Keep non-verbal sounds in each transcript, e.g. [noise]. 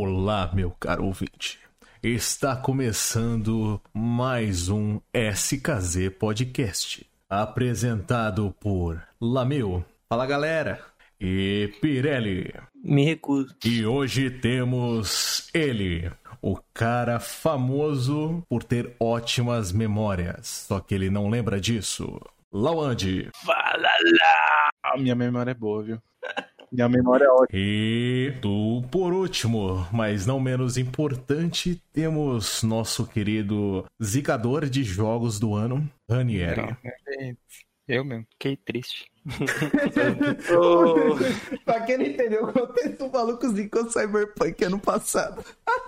Olá, meu caro ouvinte. Está começando mais um SKZ Podcast, apresentado por Lameu. Fala, galera. E Pirelli. Me recuso. E hoje temos ele, o cara famoso por ter ótimas memórias, só que ele não lembra disso. Lawande. Fala lá! Ah, minha memória é boa, viu? Minha memória é ótima. E do por último, mas não menos importante, temos nosso querido zicador de jogos do ano, Ranieri. Eu mesmo. Fiquei [laughs] triste. pra quem não entendeu o contexto, o maluco zicou Cyberpunk ano passado.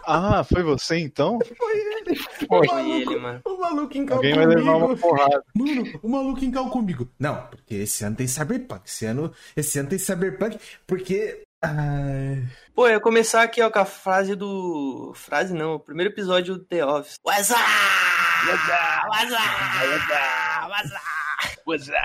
Ah, foi você então? Foi ele. Foi o maluco, ele, mano. O maluco encalcou Alguém vai levar comigo. uma porrada. Mano, o maluco encalcou comigo. Não, porque esse ano tem Cyberpunk. Esse ano, esse ano tem Cyberpunk, porque... Ai, Pô, eu ia começar aqui, ó, com a frase do. Frase não, o primeiro episódio do The Office. Waza! Waza! Waza! Waza!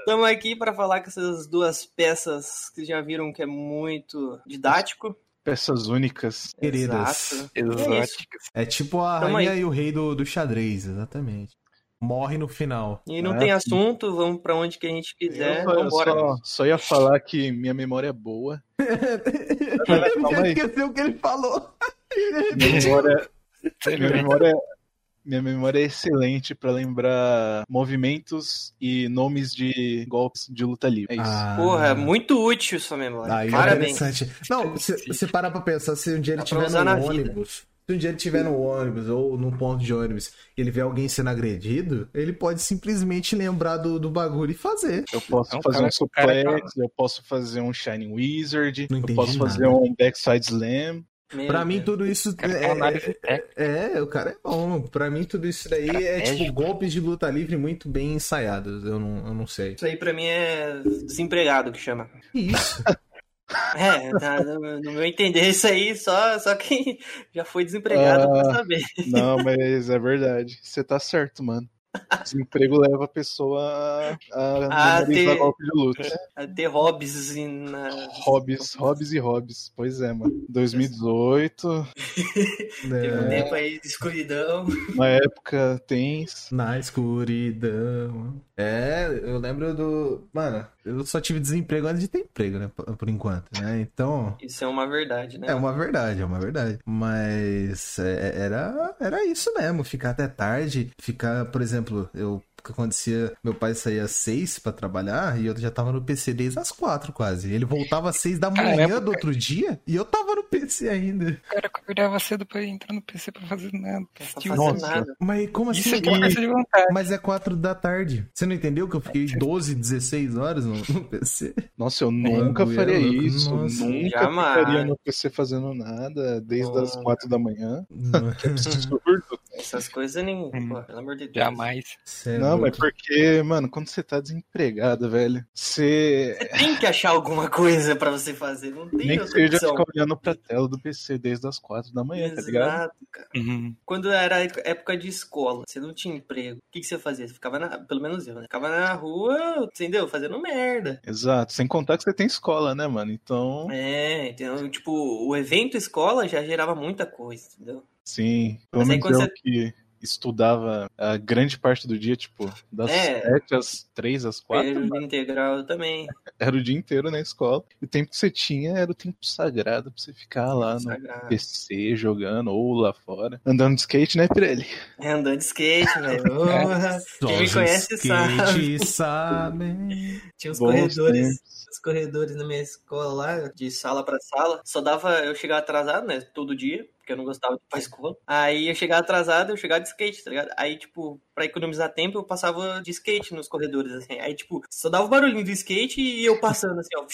Estamos aqui para falar com essas duas peças que já viram que é muito didático. Peças únicas. queridas. Exato. É isso. Exóticas. É tipo a Tamo rainha aí. e o rei do, do xadrez, exatamente. Morre no final. E não Ah, tem assunto, vamos para onde que a gente quiser. eu só, eu Vambora. só- só ia falar que minha memória [laughs] é boa. Calma aí. esqueceu o que ele falou. Minha memória, minha memória, minha memória é excelente pra lembrar movimentos e nomes de golpes de luta livre. É isso. Ah. Porra, muito útil sua memória. Aí, é Parabéns. Ah, interessante. Não, você para pra pensar, se um dia ele Dá pra estiver usar na no vida. ônibus, se um dia ele estiver no ônibus ou num ponto de ônibus e ele vê alguém sendo agredido, ele pode simplesmente lembrar do, do bagulho e fazer. Eu posso Então, fazer cara, um o cara tá- suplex, eu posso fazer um Shining Wizard, Não eu entendi posso nada. fazer um backside slam. Meu Pra mim, Deus. tudo isso Cara, é uma é, análise técnica. é, o cara é bom. Pra mim, tudo isso daí é tipo Estratégico. golpes de luta livre muito bem ensaiados. Eu não, eu não sei. Isso aí pra mim é desempregado que chama. Que isso? É, tá, no no meu entender, isso aí só, só quem [laughs] já foi desempregado Ah. pra saber. Não, mas é verdade. Você tá certo, mano. Desemprego leva a pessoa a, a Ah, memorizar ter- golpe de luta. A Ter hobbies e na... Hobbies, hobbies e hobbies. Pois é, mano. 2018, teve um É, tempo aí de escuridão. uma época tensa. Na escuridão. É, eu lembro do. Mano, eu só tive desemprego antes de ter emprego, né? Por por enquanto, né? Então. Isso é uma verdade, né? É uma verdade, é uma verdade. Mas é, era, era isso mesmo, ficar até tarde, ficar, por exemplo, eu o que acontecia, meu pai saía às seis pra trabalhar e eu já tava no PC desde as quatro quase. Ele voltava às seis da manhã Caramba, do outro dia e eu tava no PC ainda. O cara acordava cedo pra entrar no PC pra fazer nada. Não tá Tio, fazendo Nossa. nada. Mas como assim? Isso é força de vontade. Mas é quatro da tarde. Você não entendeu que eu fiquei 12, 16 horas no, no PC? Nossa, eu nunca Bagulho faria louco, isso. nossa. nunca Jamais. ficaria no PC fazendo nada desde as Nossa. quatro da manhã. Não, Uhum. Absurdo. Essas coisas nem... Hum. Pô, pelo amor de Deus. Jamais. cê é Não, louco. mas porque, mano, quando você tá desempregado, velho, você Tem que achar alguma coisa pra você fazer. Não tem Nem que outra seja opção. ficar olhando pra tela do PC desde as quatro da manhã, tá ligado? Exato, cara. Uhum. Quando era época de escola, você não tinha emprego, o que, que você fazia? Você ficava na. Pelo menos eu, né? Ficava na rua, entendeu? Fazendo merda. Exato. Sem contar que você tem escola, né, mano? Então, É, entendeu? Tipo, o evento escola já gerava muita coisa, entendeu? sim. Mas Pelo aí menos quando eu você- que estudava a grande parte do dia, tipo, das É. sete às três, às quatro, Período integral também. era o dia inteiro na escola. E o tempo que você tinha era o tempo sagrado pra você ficar lá no sagrado. PC jogando ou lá fora. Andando de skate, né, Pirelli? É, Andando de skate, né? velho. [laughs] Porra. Só Quem me os conhece skate [laughs] sabem. Tinha os Bons corredores. tempos. os corredores na minha escola lá, de sala pra sala, só dava eu chegar atrasado, né, todo dia, porque eu não gostava de ir pra escola. Aí eu chegava atrasado, eu chegava de skate, tá ligado? Aí, tipo, pra economizar tempo, eu passava de skate nos corredores, assim. Aí, tipo, só dava o barulhinho do skate e eu passando, assim, ó,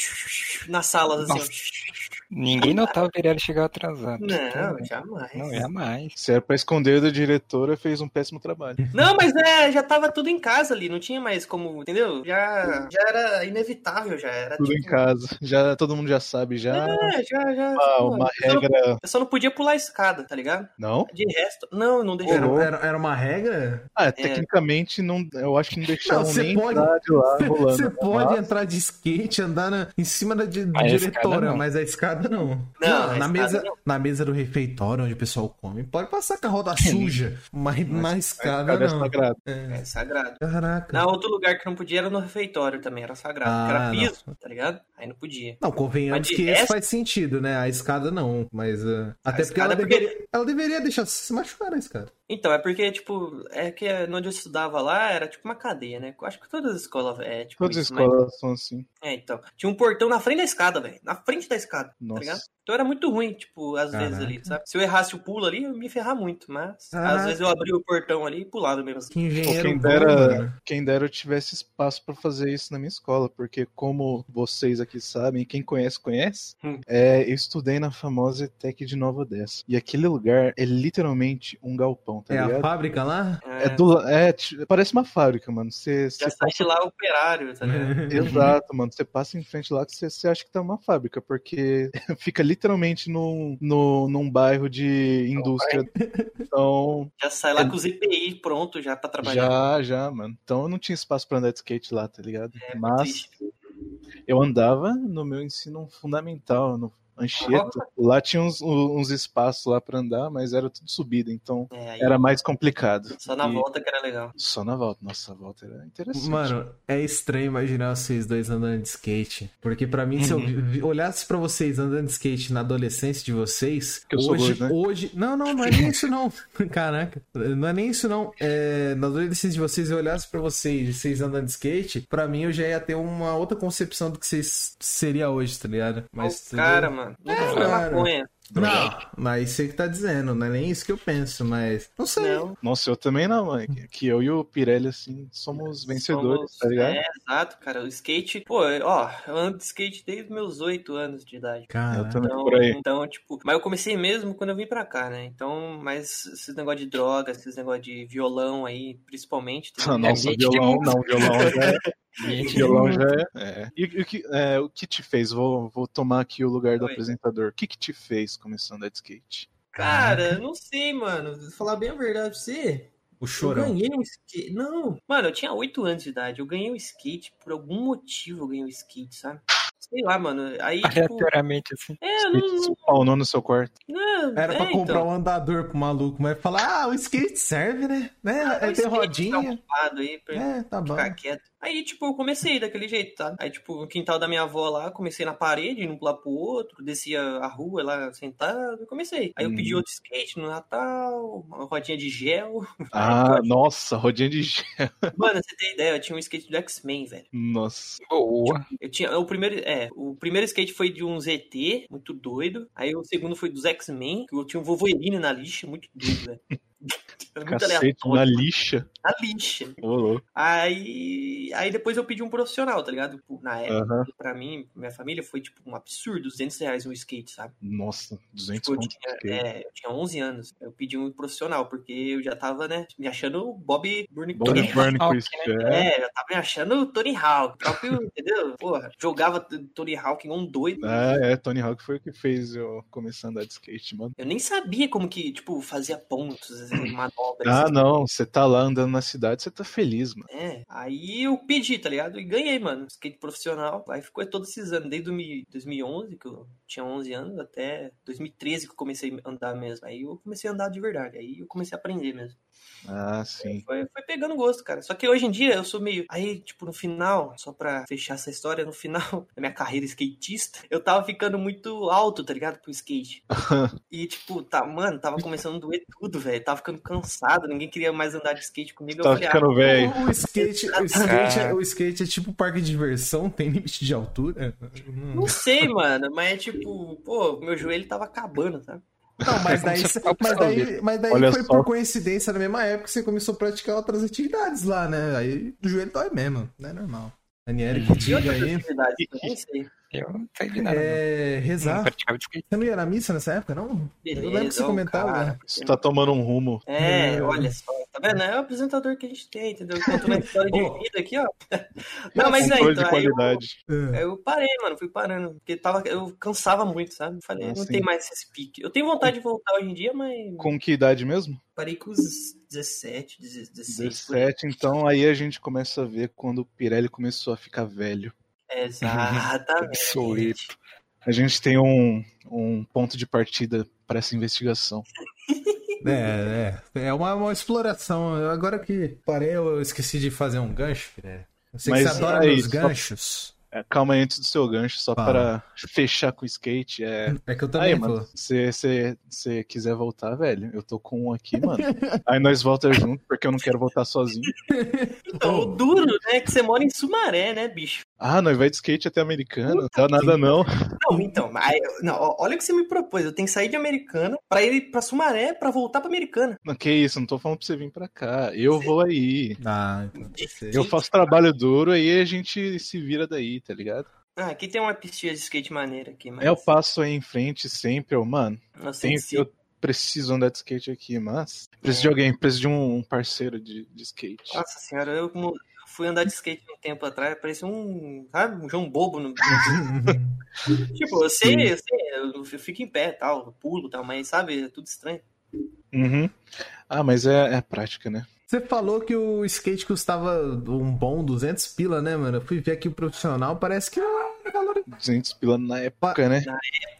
nas salas, assim, ó. Ninguém notava o Pirelli chegar atrasado. Então, Não, é jamais. é Não, jamais. Se era pra esconder da diretora, fez um péssimo trabalho. Não, mas é, já tava tudo em casa ali, não tinha mais como, entendeu? Já, já era inevitável, já era. Tudo em tipo, casa. Já, todo mundo já sabe, já. É, já, já. Ah, pô, então uma eu, só não, regra. eu só não podia pular a escada, tá ligado? Não? De resto, não, não Era, deixaram. É, era- era uma regra? Ah, tecnicamente não, eu acho que não deixaram Não, você nem pode- entrar de lá rolando. [laughs] Você né? pode Mas entrar de skate, andar na- em cima da di- a diretora, escada não. mas a escada estrada, não. Não, na na, estrada mesa, não. na mesa do refeitório onde o pessoal come. Pode passar com a roda suja, mas na escada Cada não. sagrado. É sagrado. Caraca. Na outro lugar que não podia era no refeitório também, era sagrado. Ah, porque era não. piso, tá ligado? Aí não podia. Não, convenhamos Mas de que isso resto- faz sentido, né? A escada não, mas. uh, até porque, escada ela, é porque- Deveria, ela deveria deixar se machucar na escada. Então, é porque, tipo, é que onde eu estudava lá era tipo uma cadeia, né? Eu Acho que todas as escolas é tipo Todas as né? isso, mas- Tá escolas são assim. É, então. Tinha um portão na frente da escada, velho. Na frente da escada, tá ligado? Nossa. Então era muito ruim, tipo, às vezes Caraca. ali, sabe? Se eu errasse o pulo ali, eu ia me ferrar muito, mas Caraca. às vezes eu abria o portão ali e pulava mesmo assim. Que engenheiro. Pô, quem bom, né? dera- mano. Quem dera eu tivesse espaço pra fazer isso na minha escola, porque como vocês aqui sabem, quem conhece, conhece, Hum. é, eu estudei na famosa ETEC de Nova Odessa. E aquele lugar é literalmente um galpão, tá É a ligado? fábrica lá? É, tipo, do, la- é, ti- parece uma fábrica, mano. Você, Já você sai de lá operário, tá ligado? [laughs] Exato, mano. Você passa em frente lá que você, você acha que tá uma fábrica, porque [laughs] fica literalmente num, no, num bairro de indústria. [laughs] Então, Já sai lá com os IPI pronto já pra trabalhar. É, já, já, mano. Então eu não tinha espaço pra andar de skate lá, tá ligado? Mas Triste. eu andava no meu ensino fundamental, no Anchieta. Lá tinha uns, uns espaços lá pra andar, mas era tudo subida, então É, aí, era mais complicado. Só na E- volta que era legal. Só na volta. Nossa, a volta era interessante. Mano, é estranho imaginar vocês dois andando de skate. Porque pra mim, se eu vi- vi- olhasse pra vocês andando de skate na adolescência de vocês, Que eu sou hoje, gordo, né? hoje. Não, não, não é nem isso não. [laughs] Caraca, não é nem isso não. É, na adolescência de vocês, eu olhasse pra vocês, vocês andando de skate, pra mim eu já ia ter uma outra concepção do que vocês seria hoje, tá ligado? Mas tudo- cara, mano, nunca foi É, cara. maconha. Não, mas sei que tá dizendo, não é nem isso que eu penso, mas. Não sei. Não. Nossa, eu também não, mano. Que- Que eu e o Pirelli, assim, somos vencedores, Somos- tá ligado? É, exato, cara. O skate, pô, ó, eu ando de skate desde meus oito anos de idade. Cara, Eu também, Então, por aí. então, tipo, mas eu comecei mesmo quando eu vim pra cá, né? Então, mas esses negócio de droga, esses negócio de violão aí, principalmente. tá Ah, ligado? [laughs] Nossa, gente violão, demais. não, violão já é. [laughs] Gente, Violão já é. é. E, e o que, é, o que te fez? Vou, vou tomar aqui o lugar do Oi. apresentador. O que, que te fez começando a andar de skate? Cara, eu não sei, mano. Vou Falar bem a verdade pra você. o Eu chorão. ganhei um skate. Não. Mano, eu tinha 8 anos de idade. Eu ganhei um skate. Por algum motivo eu ganhei um skate, sabe? Sei lá, mano. Aí, tipo. [laughs] aleatoriamente, assim. É, eu não. Skate spawnou no seu quarto. não Era é, pra comprar então. um andador pro maluco, mas falar, ah, o skate serve, né? né? Ah, Aí o tem skate rodinha. ocupado Aí, pra- É, tá bom. ficar quieto. Aí, tipo, eu comecei daquele jeito, tá? Aí, tipo, no quintal da minha avó lá, comecei na parede, num lado pro outro, descia a rua lá sentado e comecei. Aí eu Hum. pedi outro skate no Natal, uma rodinha de gel. [laughs] [laughs] Ah, nossa, rodinha de. gel. Mano, você tem ideia, eu tinha um skate do X-Men, velho. Nossa. Boa. Eu tinha. O primeiro. É, o primeiro skate foi de um ZT, muito doido. Aí o segundo foi dos X-Men, que eu tinha um Wolverine na lixa, muito doido, velho. [laughs] Era muito Cacete, né? na aleatório. lixa. Na lixa. Ô, louco. Aí, aí depois eu pedi um profissional, tá ligado? Na época. Aham. pra mim, pra minha família, foi tipo um absurdo, 200 reais um skate, sabe? Nossa, 200 Tipo, eu, pontos. tinha, é, eu tinha 11 anos, eu pedi um profissional, porque eu já tava, né, me achando o Bob Burnick. Bom de Tony Burn Hawk, Chris. É. É, eu tava me achando o Tony Hawk, próprio, [laughs] entendeu? Porra, jogava t- Tony Hawk igual um doido. Ah, é, Tony Hawk foi o que fez eu começar a andar de skate, mano. Eu nem sabia como que, tipo, fazia pontos, assim, [clears throat] manobras. Ah, assim. não, você tá lá andando na cidade, você tá feliz, mano. É, aí eu pedi, tá ligado? E ganhei, mano, skate profissional. Aí ficou todos esses anos, desde 2000 2011, que eu tinha 11 anos, até 2013 que eu comecei a andar mesmo. Aí eu comecei a andar de verdade, aí eu comecei a aprender mesmo. Ah, sim. Foi, foi pegando gosto, cara. Só que hoje em dia eu sou meio. Aí, tipo, no final, só pra fechar essa história, no final [laughs] da minha carreira skatista, eu tava ficando muito alto, tá ligado? Pro skate. e, tipo, tá, mano, tava começando a doer tudo, velho. Tava ficando cansado, ninguém queria mais andar de skate comigo. eu Tava falei, ah, Tá ficando velho. O, o skate, o, skate é, o skate é tipo parque de diversão, tem limite de altura. "Ah, Não sei, mano, mas é tipo, pô, meu joelho tava acabando, sabe? Não, mas daí, Você tá mas daí, mas daí Olha foi só. por coincidência na mesma época que você começou a praticar outras atividades lá, né? Aí o joelho dói mesmo, não é normal. Daniele, que E diga outras aí. atividades, eu nem sei. Eu não sei de nada. não. É, Não rezar. praticava de skate. Você não ia na missa nessa época, não? Eu lembro que você Beleza, ó, comentava. cara. né? Isso tá tomando um rumo. É, É. olha só, tá vendo? É o apresentador que a gente tem, entendeu? Conta uma história [laughs] de Ô. vida aqui, ó. Não, mas é, Controle então, de aí eu, qualidade. É. eu parei, mano, fui parando, porque tava, eu cansava muito, sabe? Falei, Ah, não sim. tem mais esse pique. Eu tenho vontade de voltar hoje em dia, mas Com que idade mesmo? parei com os 17, 16. 17, então aí a gente começa a ver quando o Pirelli começou a ficar velho. [laughs] Exatamente. Obsoleto. A gente tem um, um ponto de partida para essa investigação. É, é. É uma, uma exploração. Eu- Agora que parei, eu esqueci de fazer um gancho, né? Eu sei que Mas você adora é meus isso. ganchos. É, Calma aí antes do seu gancho, só Fala. para fechar com o skate. É... É que eu Aí, também mano, vou. se você quiser voltar, velho, eu tô com um [laughs] aqui, mano. Aí nós volta junto, porque eu não quero voltar sozinho. Então, o duro, né? é Que você mora em Sumaré, né, bicho? Ah, nós vai de skate até americano, não dá nada não. Não, então, mas, não, ó, olha o que você me propôs. Eu tenho que sair de Americana pra ir pra Sumaré pra voltar pra Americana. Não, que isso, não tô falando pra você vir pra cá. Eu vou aí. Ah, então deve ser. Eu faço trabalho duro, aí a gente se vira daí, tá ligado? Ah, aqui tem uma pistinha de skate maneira aqui, mas. Eu passo aí em frente sempre, eu, mano, Não sei tem, se- eu preciso andar de skate aqui, mas É. preciso de alguém, preciso de um parceiro de, de skate. [laughs] Ah. Nossa senhora, eu como- fui andar de skate um tempo atrás, parecia um. Sabe, um João [laughs] Bobo. No... tipo, eu sei, eu sei, eu fico em pé e tal, eu pulo e tal, mas sabe, é tudo estranho. Uhum. Ah, mas é, é prática, né? [laughs] Você falou que o skate custava um bom 200 pila, né, mano? Eu fui ver aqui o profissional, parece que não valorizou, 200 pila na época, né?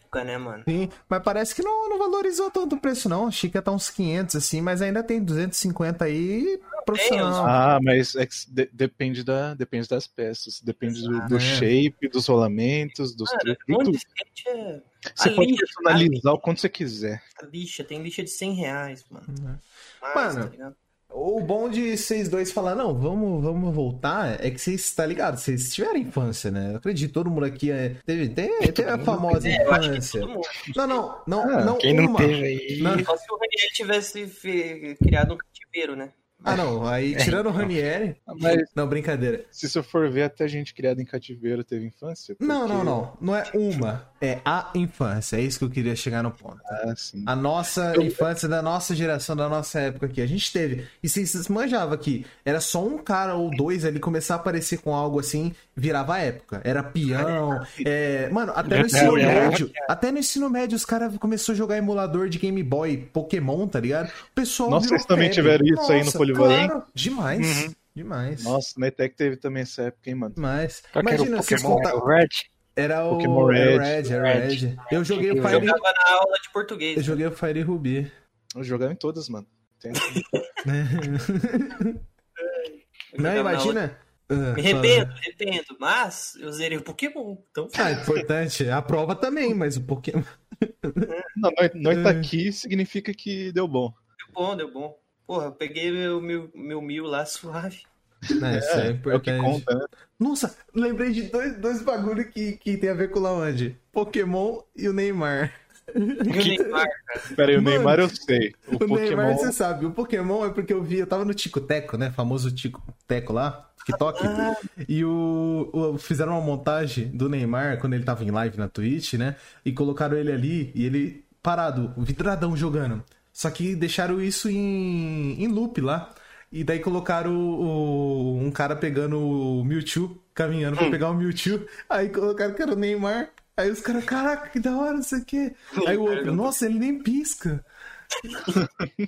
Fica, né, mano? sim, mas parece que não, não valorizou tanto o preço, não. Achei que ia estar uns 500, assim, mas ainda tem 250 aí profissional. Ah, mas é que de- depende, da, depende das peças, depende do, do Ah, é. shape, dos rolamentos, dos Cara, truques, um monte tudo. de skate é. Você a pode lixa, personalizar o quanto você quiser. a lixa, tem lixa de 100 reais, mano. Mais, Né. Mano. tá ligado? O bom de vocês dois falar, não, vamos, vamos voltar, é que vocês, tá ligado? Vocês tiveram infância, né? Eu acredito, todo mundo aqui é, teve, teve, teve a famosa É, eu acho que infância. todo mundo. Não, não, não, Ah, não Quem não uma. teve aí. Não. Só se o Raniel tivesse fi- criado um cativeiro, né? Ah, não, É, aí tirando o Ranieri. Mas Não, brincadeira. se você for ver, até gente criada em cativeiro teve infância. Não, porque- não, não. Não é uma. É a infância. É isso que eu queria chegar no ponto. Ah, sim. A nossa infância, da nossa geração, da nossa época aqui. A gente teve. E se vocês manjavam que era só um cara ou dois ali começar a aparecer com algo assim, virava a época. Era [laughs] peão. é, Mano, até no ensino Era- médio. Até no ensino médio, os caras começaram a jogar emulador de Game Boy, Pokémon, tá ligado? O pessoal. Nossa, virou vocês também febre. tiveram isso aí no Nossa, Polivalente? Claro, demais. Uhum. Demais. Nossa, na ETEC teve também essa época, hein, mano? Demais. Qual que era Imagina o vocês Tá Pokémon? Era contar. o Red? Era o Pokémon era o Red. Red, era o Red. Red. Eu joguei o Eu Fire, Jogava na aula de português. né? eu joguei o Fire Ruby. né? Eu jogava em todas, mano. Tem- [laughs] Eu Não, jogava na aula imagina. Ah, Me fala. arrependo, me arrependo, mas eu zerei o Pokémon. Então, Ah, importante. A prova também, mas o Pokémon. Não, nós, nós tá É. aqui significa que deu bom. deu bom, deu bom. Porra, eu peguei meu, meu, meu mil lá [laughs] suave. Né, isso é, É o que importante. conta, né? Nossa, lembrei de dois, dois bagulho que, que tem a ver com o Lawande: Pokémon e o Neymar. E [laughs] o Neymar, Pera aí, o Mano, Neymar eu sei. O, O, Neymar, é Pokémon. você sabe. O Pokémon é porque eu vi, eu tava no Tico Teco, né? Famoso Tico Teco lá, TikTok. E o, o- fizeram uma montagem do Neymar quando ele tava em live na Twitch, né? E colocaram ele ali e ele parado, vidradão jogando. Só que deixaram isso em, em loop lá. E daí colocaram o- o- um cara pegando o Mewtwo, caminhando pra pegar o Mewtwo. Aí colocaram que era o Neymar. Aí os caras, caraca, que da hora, não sei o quê. Aí o outro, nossa, ele nem pisca.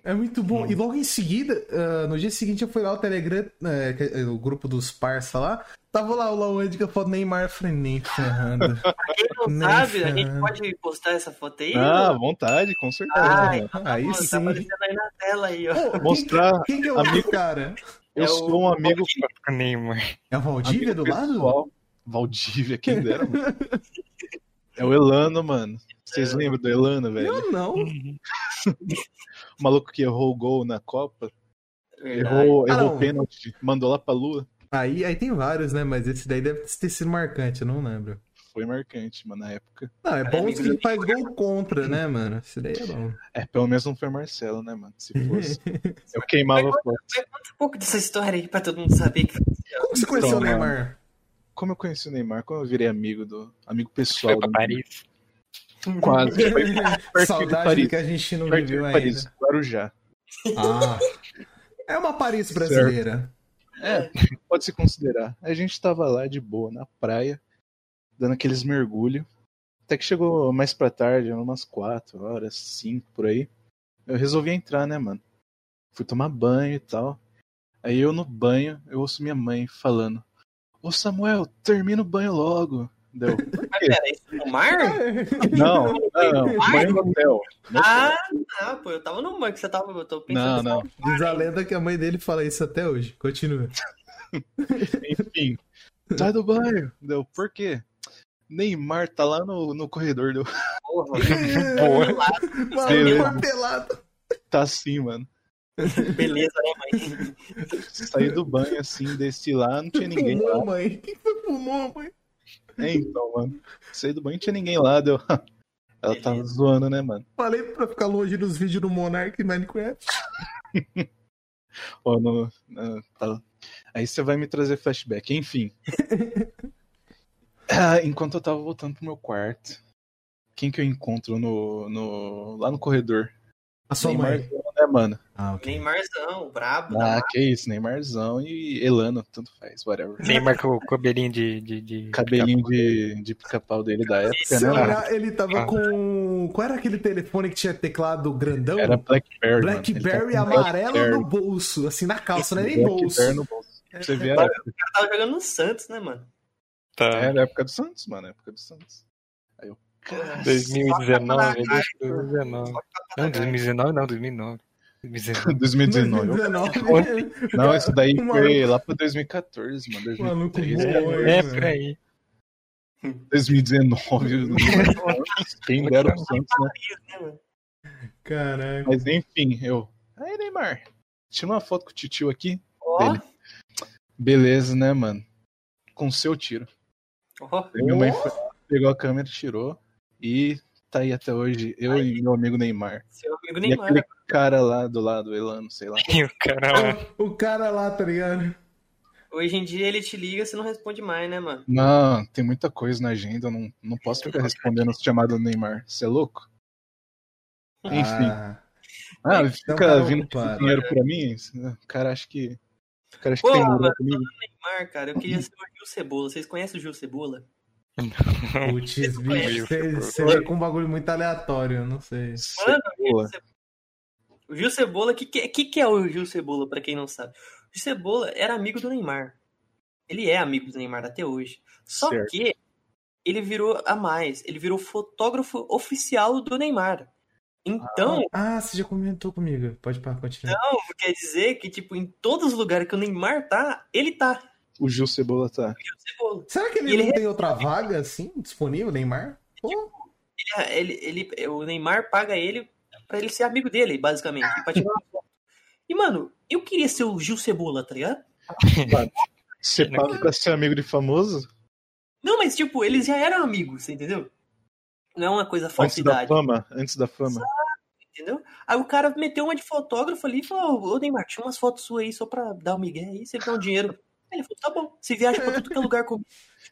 É muito bom. E logo em seguida, ah, no dia seguinte eu fui lá o Telegram, eh, que- eh, o grupo dos parça lá. Tava lá o Lawand com a foto do Neymar. Eu falei, nem ferrando. pra quem não Não, sabe, a cara. gente pode postar essa foto aí? Ah, vontade, com certeza. Ai, mano. Aí Mano, tá sim. aparecendo aí na tela aí, ó. Pô, quem Mostrar que- Quem que é o outro cara? eu é sou o- um amigo O Neymar. É o Valdívia do lado? pessoal. Valdívia, quem dera, mano. É o Elano, mano. Vocês É. lembram do Elano, velho? Eu não. O maluco que errou o gol na Copa. Verdade. Errou, Ah, errou não. o pênalti. Mandou lá pra lua. Aí, aí tem vários, né? Mas esse daí deve ter sido marcante, eu não lembro. Foi marcante, mano, na época. Não, é bom amigo que ele faz gol contra, né, mano? Esse daí é bom. É, pelo menos não foi Marcelo, né, mano? Se [laughs] fosse. Eu queimava foto. Conta um pouco dessa história aí pra todo mundo saber. Que... Como você conheceu Então, o Neymar? Como eu conheci o Neymar? Como eu virei amigo do. Amigo pessoal. Foi pra do Paris. Neymar? [laughs] Quase. [laughs] Foi perto Saudade do que a gente não Perto de viveu Paris, ainda. Guarujá. [laughs] Ah. É uma Paris brasileira. É, pode se considerar. A gente tava lá de boa, na praia, dando aqueles mergulhos. Até que chegou mais pra tarde, eram umas 4 horas, 5 por aí. Eu resolvi entrar, né, mano? Fui tomar banho e tal. Aí eu no banho, eu ouço minha mãe falando: Ô Samuel, termina o banho logo. [laughs] Deu. Mas pera, isso é no mar? Não, não, não. Banho no hotel. Ah, tá, pô, eu tava no mar que você tava, eu tô Não, pensando. assim, não. [laughs] Diz a lenda que a mãe dele fala isso até hoje. [laughs] Continua. Enfim. Sai do banho. Deu. Por quê? Neymar tá lá no, no corredor. Deu. [laughs] Porra, Boa. Maluco papelado. Tá assim, mano. beleza, né, mãe? Saí do banho assim, desci lá, não tinha ninguém lá. Pulmou, mãe. Quem foi pulmão, mãe? É, então, mano. Saí do banho, não tinha ninguém lá. Deu. Ela tava Beleza. zoando, né, mano? Falei pra ficar longe dos vídeos do Monark e Minecraft. Ó, no- na- tá. Aí você vai me trazer [laughs] flashback, enfim. Ah, Enquanto eu tava voltando pro meu quarto, quem que eu encontro no, no- lá no corredor? A sua mãe. Neymar, né, mano? Ah, ok. Neymarzão, brabo. Ah, que isso, Neymarzão e Elano, tanto faz, whatever. Neymar com o cabelinho de. de, de- Cabelinho de, de pica-pau dele da época, Se né? mano? olhar, é, ele tava Ah. com. um, Qual era aquele telefone que tinha teclado grandão? Era Blackberry. mano. Ele tá Blackberry com amarelo Blackberry. no bolso, assim, na calça, não é nem bolso. É, Blackberry no bolso. Pra Você vê, era, Eu tava jogando no Santos, né, mano? Tá. era a época do Santos, mano. a Época do Santos. Aí eu. [laughs] Cara, 2019, Só pra agosto de 2019. Não, 2019 não, 2009. 2019. 2019. eu 2019. Não, isso daí O foi lá pra 2014, mano. O maluco 2013, voou, É, hein, por mano. aí. 2019. Quem dera o Santos, né? Né, mano? Caraca. Mas enfim, eu. Aí, Neymar. Tira uma foto com o titio aqui. Ó, Beleza, né, mano? Com seu tiro. ó, Aí minha mãe foi, pegou a câmera, tirou. E tá aí até hoje, eu e meu amigo Neymar. seu amigo E Neymar. é aquele cara lá do lado, Elano, sei lá. E o cara é lá. O o cara lá, tá ligado? Hoje em dia ele te liga, você não responde mais, né, mano? Não, tem muita coisa na agenda, eu não, não posso ficar respondendo as chamadas do Neymar. Você é louco? Enfim. Ah, Ah, Então, fica cara, vindo ocupado. dinheiro pra mim? O cara acha que. O cara acha que Pô, tem moral mano. comigo. Neymar, cara, eu queria ser o Gil Cebola. Vocês conhecem o Gil Cebola? putz, bicho, você- você é com um bagulho muito aleatório, eu não sei. Mano, Boa. o Gil Cebola, o que, que, que que é o Gil Cebola, pra quem não sabe? O Gil Cebola era amigo do Neymar. Ele é amigo do Neymar até hoje. Só Certo. que ele virou a mais, ele virou fotógrafo oficial do Neymar. Então, Ah, você já comentou comigo. Pode parar, continuar. quer dizer que, tipo, em todos os lugares que o Neymar tá, ele tá. O Gil Cebola tá. Gil Cebola. Será que ele, Ele não tem outra vaga, assim, disponível, Neymar? Pô, Ah, ele, ele, o Neymar paga ele pra ele ser amigo dele, basicamente. Pra tirar uma foto. E, mano, eu queria ser o Gil Cebola, tá ligado? Você paga pra ser amigo de famoso? Não, mas, tipo, eles já eram amigos, você entendeu? Não é uma coisa Antes da falsidade, fama? Antes da fama. entendeu? Aí o cara meteu uma de fotógrafo ali e falou: Ô, Neymar, tinha umas fotos suas aí só pra dar um migué aí, você dá um dinheiro. Aí ele falou: tá bom, você viaja pra tudo que é lugar comigo.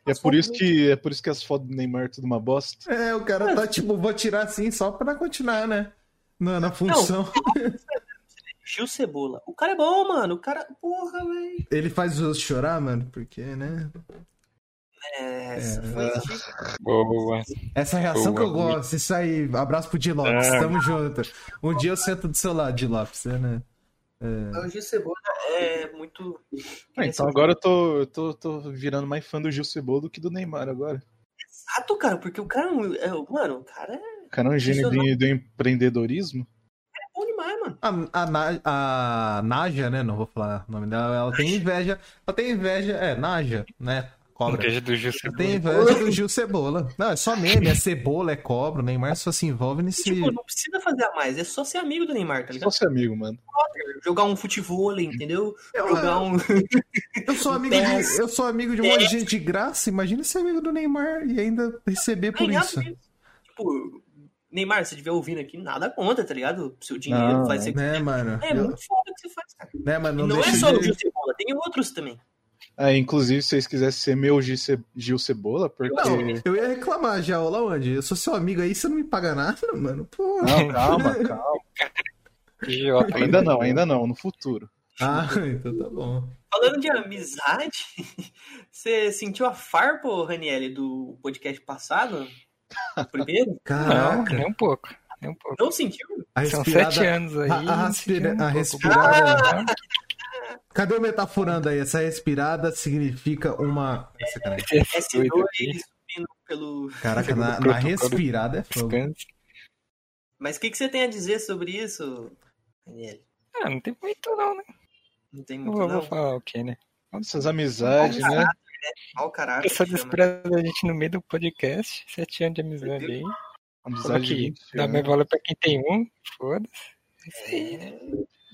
E [laughs] é por isso que é por isso que as fotos do Neymar é tudo uma bosta. é, o cara tá tipo, vou tirar assim só pra continuar, né? Na, na função. Gil Cebola. O cara é bom, mano. O cara. Porra, velho. Ele faz os outros chorar, mano, porque, né? É, essa foi ah. chique. Boa. Essa reação Boa, que eu muito. gosto, isso aí. Abraço pro Di Lopes, É. Ah. tamo junto. Um dia eu sento do seu lado, Di Lopes, você, né? O Gil Cebola é muito. Ah, então agora eu tô, eu tô, tô virando mais fã do Gil Cebola do que do Neymar agora. Exato, cara, porque o cara. é um- é, Mano, o cara é O cara é um gênio de- do empreendedorismo. bom demais, mano. A, a, Na- a Naja, né? Não vou falar o nome dela. Ela tem inveja. Ela tem inveja. É, Naja, né? Um Cobra. beijo do Gil Ela Cebola. tem inveja do Gil Cebola. Não, é só meme. É cebola, é cobra. O Neymar só se envolve nesse. Tipo, não precisa fazer a mais, é só ser amigo do Neymar, tá Só ligado? ser amigo, mano. Jogar um futebol, entendeu? Eu, Então, é. Jogar um. Ah, eu sou amigo de, eu sou amigo de um monte de gente de graça. Imagina ser amigo do Neymar e ainda receber por ganhar isso. mesmo. Tipo, Neymar, se você estiver ouvindo aqui, nada conta, tá ligado? Seu dinheiro Não, faz você. Né, mano? É Eu- muito foda o que você faz, cara. né, mano? Não, Não, não é deixa só o de- Gil Cebola, tem outros também. Ah, inclusive, se vocês quisessem ser meu Gil Ce- Gil Cebola, porque. Não, eu ia reclamar já, ô Laonde, eu sou seu amigo aí, você não me paga nada, mano. Pô. Não, calma, [laughs] calma. Idiota. Ainda não, ainda não, no futuro. Ah, então tá bom. Falando de amizade, [laughs] você sentiu a farpa, ô, Ranieri, do podcast passado? O Primeiro? Não, Caraca, nem um pouco. Nem um pouco. Não sentiu? a São respirada. sete anos aí. a- a respira- sentindo a pouco. Ah, [laughs] respirada- é Cadê o metaforando aí? Essa respirada significa uma. Sacanagem. Esse S2 doido aqui. subindo pelo. Caraca, na, na respirada é fogo. Mas o que, que você tem a dizer sobre isso, Daniel? Ah, não tem muito não, né? Não tem Eu muito, vou, vou não. falar o que, né? Essas amizades, né? Olha o caralho. Essa chama. despreza da gente no meio do podcast, sete anos de amizade aí. Amizade de Aqui, 20 dá mais anos. valor pra quem tem um, foda-se. É né?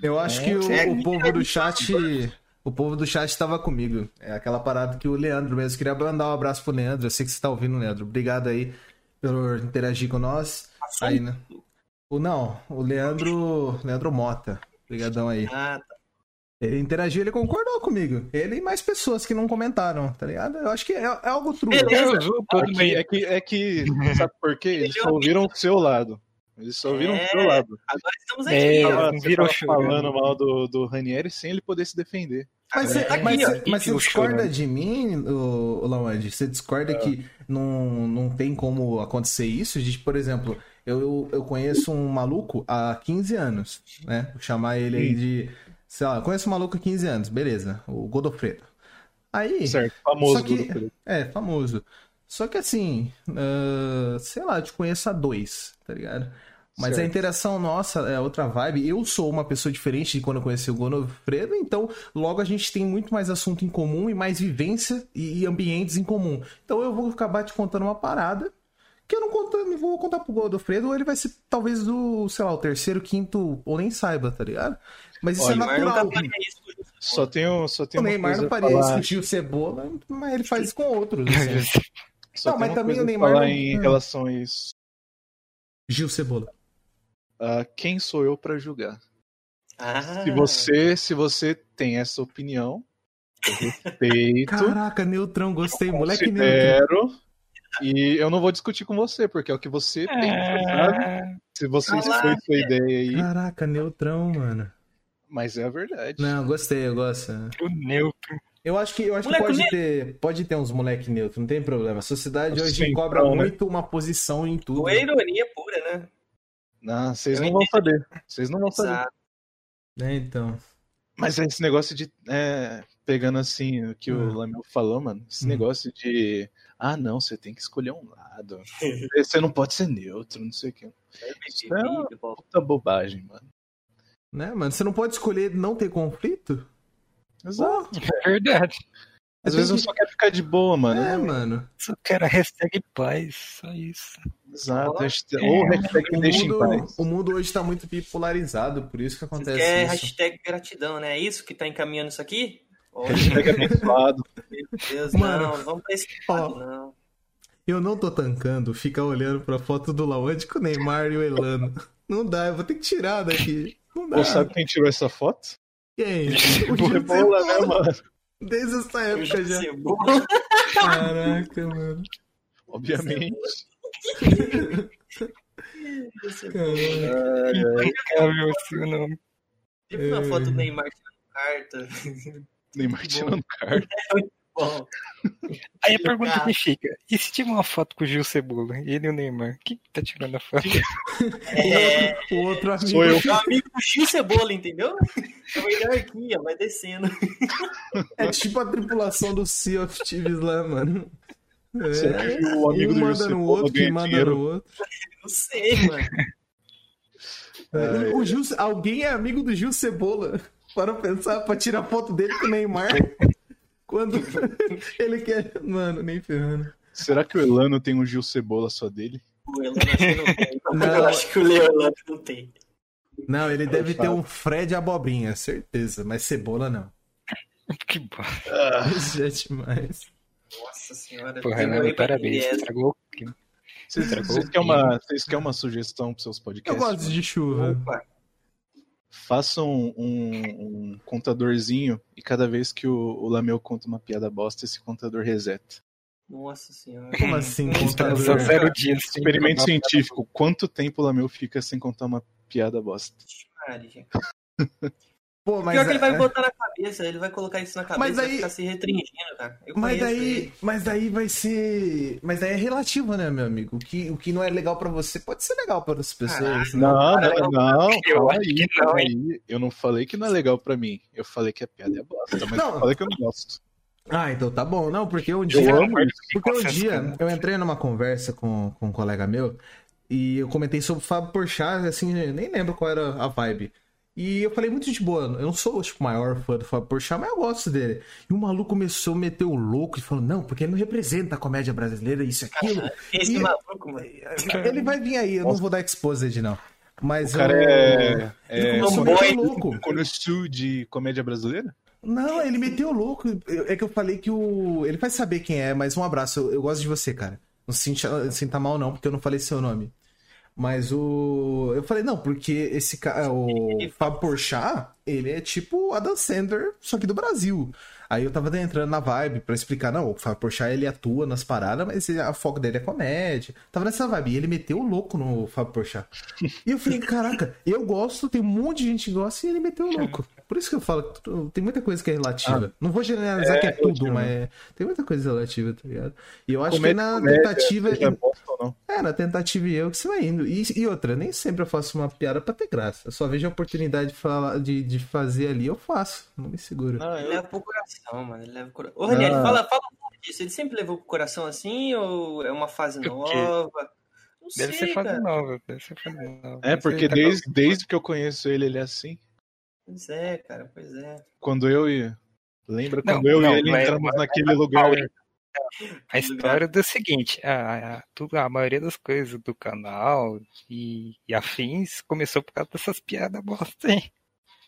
Eu acho É, que o, é o povo do chat. O povo do chat tava comigo. É aquela parada que o Leandro mesmo. Queria mandar um abraço pro Leandro. Eu sei que você tá ouvindo, Leandro. Obrigado aí por interagir com nós. Aí, né? O não, o Leandro. Leandro Mota. Obrigadão aí. Ah, tá. Ele interagiu, ele concordou comigo. Ele e mais pessoas que não comentaram, tá ligado? Eu acho que é, é algo true. Beleza. Eu sou todo Aqui, meio. é que, [laughs] é que, sabe por quê? Eles só ouviram o seu lado. Eles só ouviram o seu É, lado. Agora estamos É, aqui. eles ó. não Você viram tava chorando. falando mal do, do Ranieri sem ele poder se defender. Mas É, você, tá aqui, mas, ó. né? você- mas você Viu discorda chorando. de mim, ô, ô Lawande? Você discorda que não, não tem como acontecer isso? De, por exemplo, eu, eu conheço um maluco há 15 anos, né? Vou chamar ele aí de. Sei lá, eu conheço um maluco há 15 anos, beleza, o Godofredo. Aí. Certo, famoso É. Só que- Guto Preto. É, famoso. Só que assim, ah, sei lá, eu te conheço há dois, tá ligado? Mas a Certo. interação nossa é outra vibe. Eu sou uma pessoa diferente de quando eu conheci o Gonofredo, então logo a gente tem muito mais assunto em comum e mais vivência e, e ambientes em comum. Então eu vou acabar te contando uma parada que eu não conto, não vou contar pro Godofredo, ou ele vai ser talvez do, sei lá, o terceiro, quinto, ou nem saiba, tá ligado? Mas isso O é Neymar natural. nunca faria isso. com isso. Só tenho, só O tenho uma Neymar coisa não a faria isso falar. com o Gil Cebola, mas ele faz isso com outros. [laughs] assim. Só Não, tenho mas uma também coisa o a Neymar falar não- em hum. relação a isso. Gil Cebola. Ah, quem sou eu pra julgar? Ah, Se você, se você tem essa opinião, eu [laughs] respeito, Caraca, Neutrão, gostei. é. Moleque Neutrão. considero, e eu não vou discutir com você, porque é o que você pensa, sabe? Ah, Se você Caraca. expõe sua ideia aí, Caraca, Neutrão, mano. mas é a verdade. Não, gostei, eu gosto. o neutro. Eu acho que, eu acho que Moleque né? pode, ter, pode ter uns moleque neutro, não tem problema. A sociedade hoje Sim, cobra então, né? muito uma posição em tudo. Foi É ironia pura, né? Não, vocês Eu não vão saber. Vocês não vão saber. Exato. Né, então. Mas é esse negócio de. é, pegando assim o que Hum. o Lamel falou, mano. Esse Hum. negócio de. Ah, não, você tem que escolher um [laughs] lado. você não pode ser neutro, não sei o que. É Não. tipo, Puta bobagem, mano. Né, mano? Você não pode escolher não ter conflito? Exato. É verdade. Às Você vezes tem eu que- só quero ficar de boa, mano. É, mano. Só quero a hashtag paz, só isso. Exato. Ó. hashtag- É, Ou hashtag O deixa em mundo, paz. o mundo hoje tá muito bipolarizado, por isso que acontece Que é isso. hashtag gratidão, né? É isso que tá encaminhando isso aqui? Olha, Hashtag [laughs] abençoado. meu Deus, Mano. não, vamos pra esse Ó. lado, não. Eu não tô tancando ficar olhando pra foto do Lawande com o Neymar e o Elano. Não dá, eu vou ter que tirar daqui. Não dá. Pô, sabe quem tirou [laughs] essa foto? Quem? O Cebola, né, mano? Desde essa Eu já época já. sei, boa. Caraca, mano. Obviamente. Eu sei, boa. Caraca. Impecável assim o nome. Teve uma é. foto do Neymar tirando carta. Neymar tirando carta. [laughs] Bom, Aí a pergunta que fica: e se tiver uma foto com o Gil Cebola, ele e o Neymar, quem que tá tirando a foto? é, O outro amigo. Sou eu. meu amigo do Gil Cebola, entendeu? É uma hierarquia, vai descendo. É tipo a tripulação do Sea of Thieves lá, mano. Será É. que o amigo Um do manda José no Paulo outro, quem ganha manda dinheiro? no outro. Não sei, mano. É. O Gil, alguém é amigo do Gil Cebola. Para pensar, pra tirar foto dele com o Neymar. Quando [laughs] ele quer. Mano, nem ferrando. Será que o Elano tem um Gil Cebola só dele? O Elano acho que não tem. [laughs] Não. Eu acho que o Leonardo não tem. Não, É ele deve ter falo. um Fred abobrinha, certeza. Mas cebola não. [laughs] [laughs] que bom. Ah, Isso é demais. Nossa senhora. Porra, demorei Renan, pra parabéns. entender essa. Estragou. Vocês, Entregou vocês o querem clima. uma, vocês querem uma sugestão para seus Eu podcasts? gosto de chuva. Opa, Façam um, um contadorzinho e cada vez que o, o Lameu conta uma piada bosta, esse contador reseta. nossa senhora. Como assim, Só contador? zero dias. sem Experimento gravar. científico. Quanto tempo o Lameu fica sem contar uma piada bosta? Maria. Pô, mas, Pior que ele vai é- botar na cabeça, ele vai colocar isso na cabeça Mas mas aí- vai ficar se retringindo, cara. Eu mas conheço daí, ele. mas daí vai ser, mas daí é relativo, né, meu amigo? O que, o que não é legal pra você pode ser legal para outras pessoas. né? Não, cara, não, não. eu calma acho aí, que calma não, aí. Eu não falei que não é legal pra mim. Eu falei que a piada é bosta, mas Não. não. eu falei que eu não gosto. Ah, então tá bom. Não, porque um Eu dia. amo isso. Porque um Confesso que eu dia não- eu entrei numa conversa com, com um colega meu e eu comentei sobre o Fábio Porchat, assim, eu nem lembro qual era a vibe. E eu falei muito de boa, eu não sou tipo, o maior fã do Fábio Porchat, mas eu gosto dele. E o maluco começou a meter o louco e falou, não, porque ele não representa a comédia brasileira, isso e aquilo. Esse E- maluco, mano. Ele vai vir aí, eu não vou dar exposed, não. Mas O cara eu- é- Ele é começou a meter o louco. Conhecido de comédia brasileira? Não, ele meteu o louco. Eu- É que eu falei que o. Ele vai saber quem é, mas um abraço. Eu, eu gosto de você, cara. Não se sinta, sinta mal, não, porque eu não falei seu nome. Mas o. Eu falei, não, porque esse cara. O Fábio Porchat, ele é tipo Adam Sandler, só que do Brasil. Aí eu tava entrando na vibe pra explicar, não, o Fábio Porchat ele atua nas paradas, mas ele- a foco dele é comédia. Tava nessa vibe. E ele meteu o louco no Fábio [laughs] Porchat. E eu falei, caraca, eu gosto, tem um monte de gente que gosta e ele meteu o louco. Por isso que eu falo, que tu- tem muita coisa que é relativa. Ah. Não vou generalizar que é tudo, relativa, mas tem muita coisa relativa, tá ligado? E eu acho Comédia, que na comédia, tentativa. seja bosta ou não. É, na tentativa e eu que você vai indo. E, e outra, nem sempre eu faço uma piada pra ter graça. Eu só vejo a oportunidade de, falar, de, de fazer ali, eu faço. Não me seguro. Não, eu- Leva pro coração, mano. Ele leva pro coração. Ô, Ranieri, Ah. fala, fala um pouco disso. Ele sempre levou pro coração assim ou é uma fase Por quê? nova? Não Deve sei, ser fase cara. nova, deve ser fase nova. É, Deve porque ser- tá desde, [laughs] desde que eu conheço ele, ele é assim. Pois é, cara, pois é. Quando eu ia. Lembra Não, quando eu não, e ele mas- entramos mas- naquele lugar? A história do seguinte, a, a, tudo- a maioria das coisas do canal e, e afins começou por causa dessas piadas bosta, hein?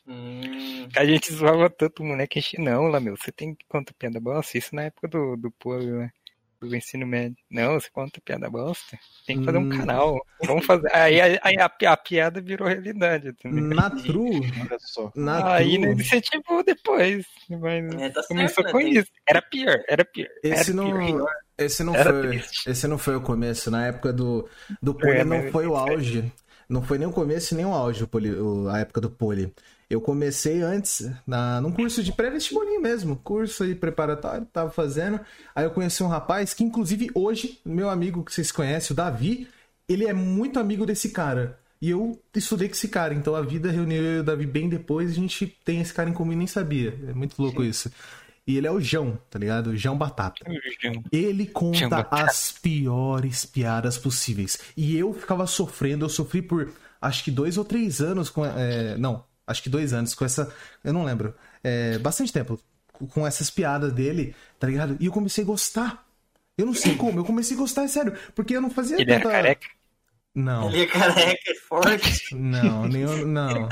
Hum, Que A gente zoava tanto o moleque, a gente, não, lá meu, você tem que contar piada bosta, isso na época do, do povo, né? Do ensino médio. Não, você conta piada bosta, tem que fazer um Hum. canal. Vamos fazer. Aí, aí- aí a, pi- a piada virou realidade, entendeu? Na true. Olha só. Na aí né, true. ele se ativou depois. Mas é, tá certo, começou né? com Tem- isso. Era pior, era pior. Esse era pior. não, esse não Era foi, triste. esse não foi o começo. Na época do do Poli É, não mas- foi o auge. Não foi nem o começo nem o auge o Poli- o- a época do Poli. Eu comecei antes na num curso de pré-vestibulinho mesmo, curso aí preparatório, tava fazendo. Aí eu conheci um rapaz que inclusive hoje, meu amigo que vocês conhecem, o Davi, ele é muito amigo desse cara. E eu estudei com esse cara, então a vida reuniu eu e o Davi bem depois, a gente tem esse cara em comum e nem sabia. É muito louco isso. E ele é o João, tá ligado? O João Batata. Ele conta Chamba. as piores piadas possíveis. E eu ficava sofrendo, eu sofri por acho que dois ou três anos com. é, não, acho que dois anos com essa. Eu não lembro. É, bastante tempo. Com essas piadas dele, tá ligado? E eu comecei a gostar. Eu não sei como, eu comecei a gostar, é sério. Porque eu não fazia Ele era tanta- careca. Não, Ele é careca, é [laughs] forte. não, nenhum. Não, não.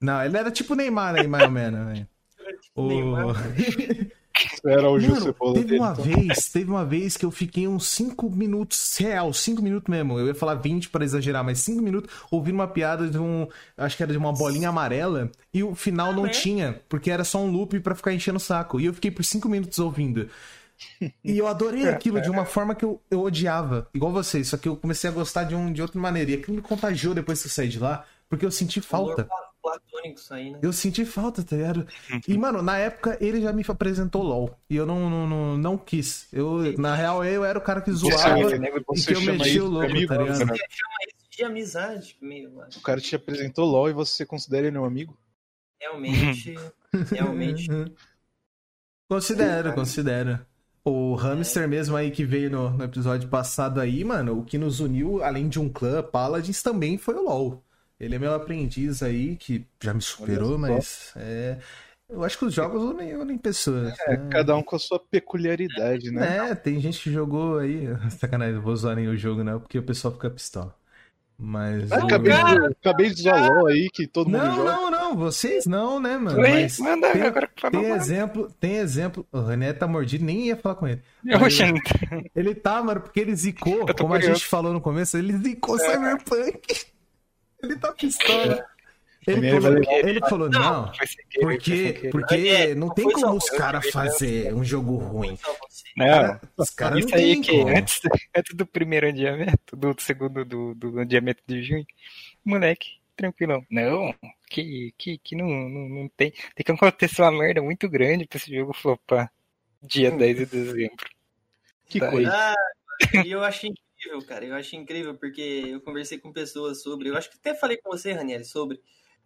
Não, ele era tipo Neymar aí, mais ou menos, né? O- Neymar. é Isso era o Gil Mano, Cebola teve dele. uma então. vez, teve uma vez que eu fiquei uns 5 minutos, real, 5 minutos mesmo. Eu ia falar 20 pra exagerar, mas 5 minutos ouvindo uma piada de um, acho que era de uma bolinha amarela e o final não né? tinha, porque era só um loop pra ficar enchendo o saco. E eu fiquei por 5 minutos ouvindo. E eu [laughs] adorei aquilo de uma forma que eu, eu odiava, igual vocês, só que eu comecei a gostar de um de outra maneira e aquilo me contagiou depois que eu saí de lá, porque eu senti falta. Amor platônico isso aí, né? Eu senti falta, tá ligado? E, mano, na época ele já me apresentou LOL. E eu não, não, não, não quis. Eu, na real, eu era o cara que Você- zoava. né? que eu mexi o louco, amigo, né? tá ligado? De amizade, meio, mano. O cara te apresentou LOL e você considera ele um amigo? [laughs] Realmente, realmente. Uhum. Uhum. Considero, considero. O É. hamster mesmo aí que veio no, no episódio passado aí, mano, o que nos uniu, além de um clã, Paladins, também foi o LoL. Ele é meu aprendiz aí, que já me superou, só. mas é, Eu acho que os jogos unem, unem pessoas. É, né? cada um com a sua peculiaridade, né? É, tem gente que jogou aí. [laughs] Sacanagem, não vou zoar nenhum jogo, não, porque o pessoal fica pistola. Mas. Ah, o- acabei, de, acabei de zoar LOL aí, que todo mundo Não, joga. não, não. Vocês não, né, mano? Oi, Mas manda tem- agora que tem falou. exemplo, tem exemplo. O René tá mordido, nem ia falar com ele. [laughs] Oxe, Ele tá, mano, porque ele zicou, Eu tô como a curioso. É. gente falou no começo, ele zicou Cyberpunk. [laughs] Ele tá pistola. É Ele René vai falou, levar- ele falou, não, foi sem querer, foi sem porque, querer. porque não tem Foi só como os você, é caras fazer um jogo ruim. Só você. Não, Os caras Ah, não isso aí é tem que né? como. antes, antes do [laughs] primeiro adiamento, do segundo do, do adiamento de junho, moleque, tranquilão. Não, que, que, que não, não, não tem. Tem que acontecer uma merda muito grande pra esse jogo flopar. Dia 10 de dezembro. Que Tá coisa. Ah, e eu acho incrível, cara. Eu acho incrível porque eu conversei com pessoas sobre. Eu acho que até falei com você, Raniel, sobre.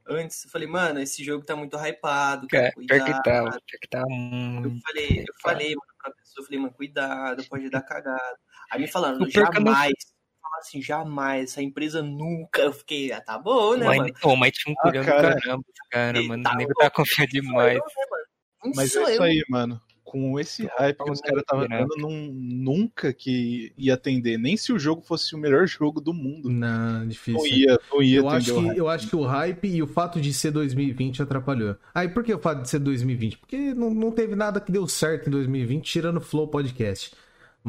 antes, eu falei, mano, esse jogo tá muito hypado, cara, É, pior que tá, cuidado. pior que tá Eu muito. falei, tá. eu falei, mano, pra pessoa, eu falei, mano, cuidado, pode dar cagada. Aí me falaram, O pior que eu não- jamais. Falaram assim, jamais, essa empresa nunca. Eu fiquei, ah, tá bom, né, mano? Mas, pô, mas tinha um Ah, culhão do cara. caramba, cara, Ele mano. tá O nego louco. tá confiando Sou demais. eu, né, mano? Não Mas sou é isso eu. aí, mano. Com esse Então, hype que os caras estavam Né? dando, não- nunca que ia atender. Nem se o jogo fosse o melhor jogo do mundo. Não, difícil. Não ia, não ia Eu acho, atender o que, hype. eu acho que o hype e o fato de ser 2020 atrapalhou. Aí, por que o fato de ser 2020? Porque não, não teve nada que deu certo em 2020, tirando o Flow Podcast.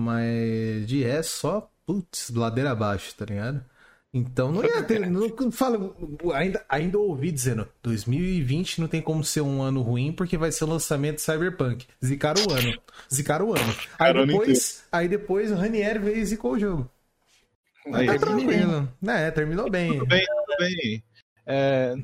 Mas de resto, só, putz, ladeira abaixo, tá ligado? Então não ia ter. Não, fala, ainda, ainda ouvi dizendo: 2020 não tem como ser um ano ruim porque vai ser o lançamento de Cyberpunk. Zicaram o ano. Zicaram o ano. Aí Cara, eu não depois, aí depois o Ranieri veio e zicou o jogo. Aí, Tá tudo tranquilo. É, terminou bem. bem, tudo bem. É,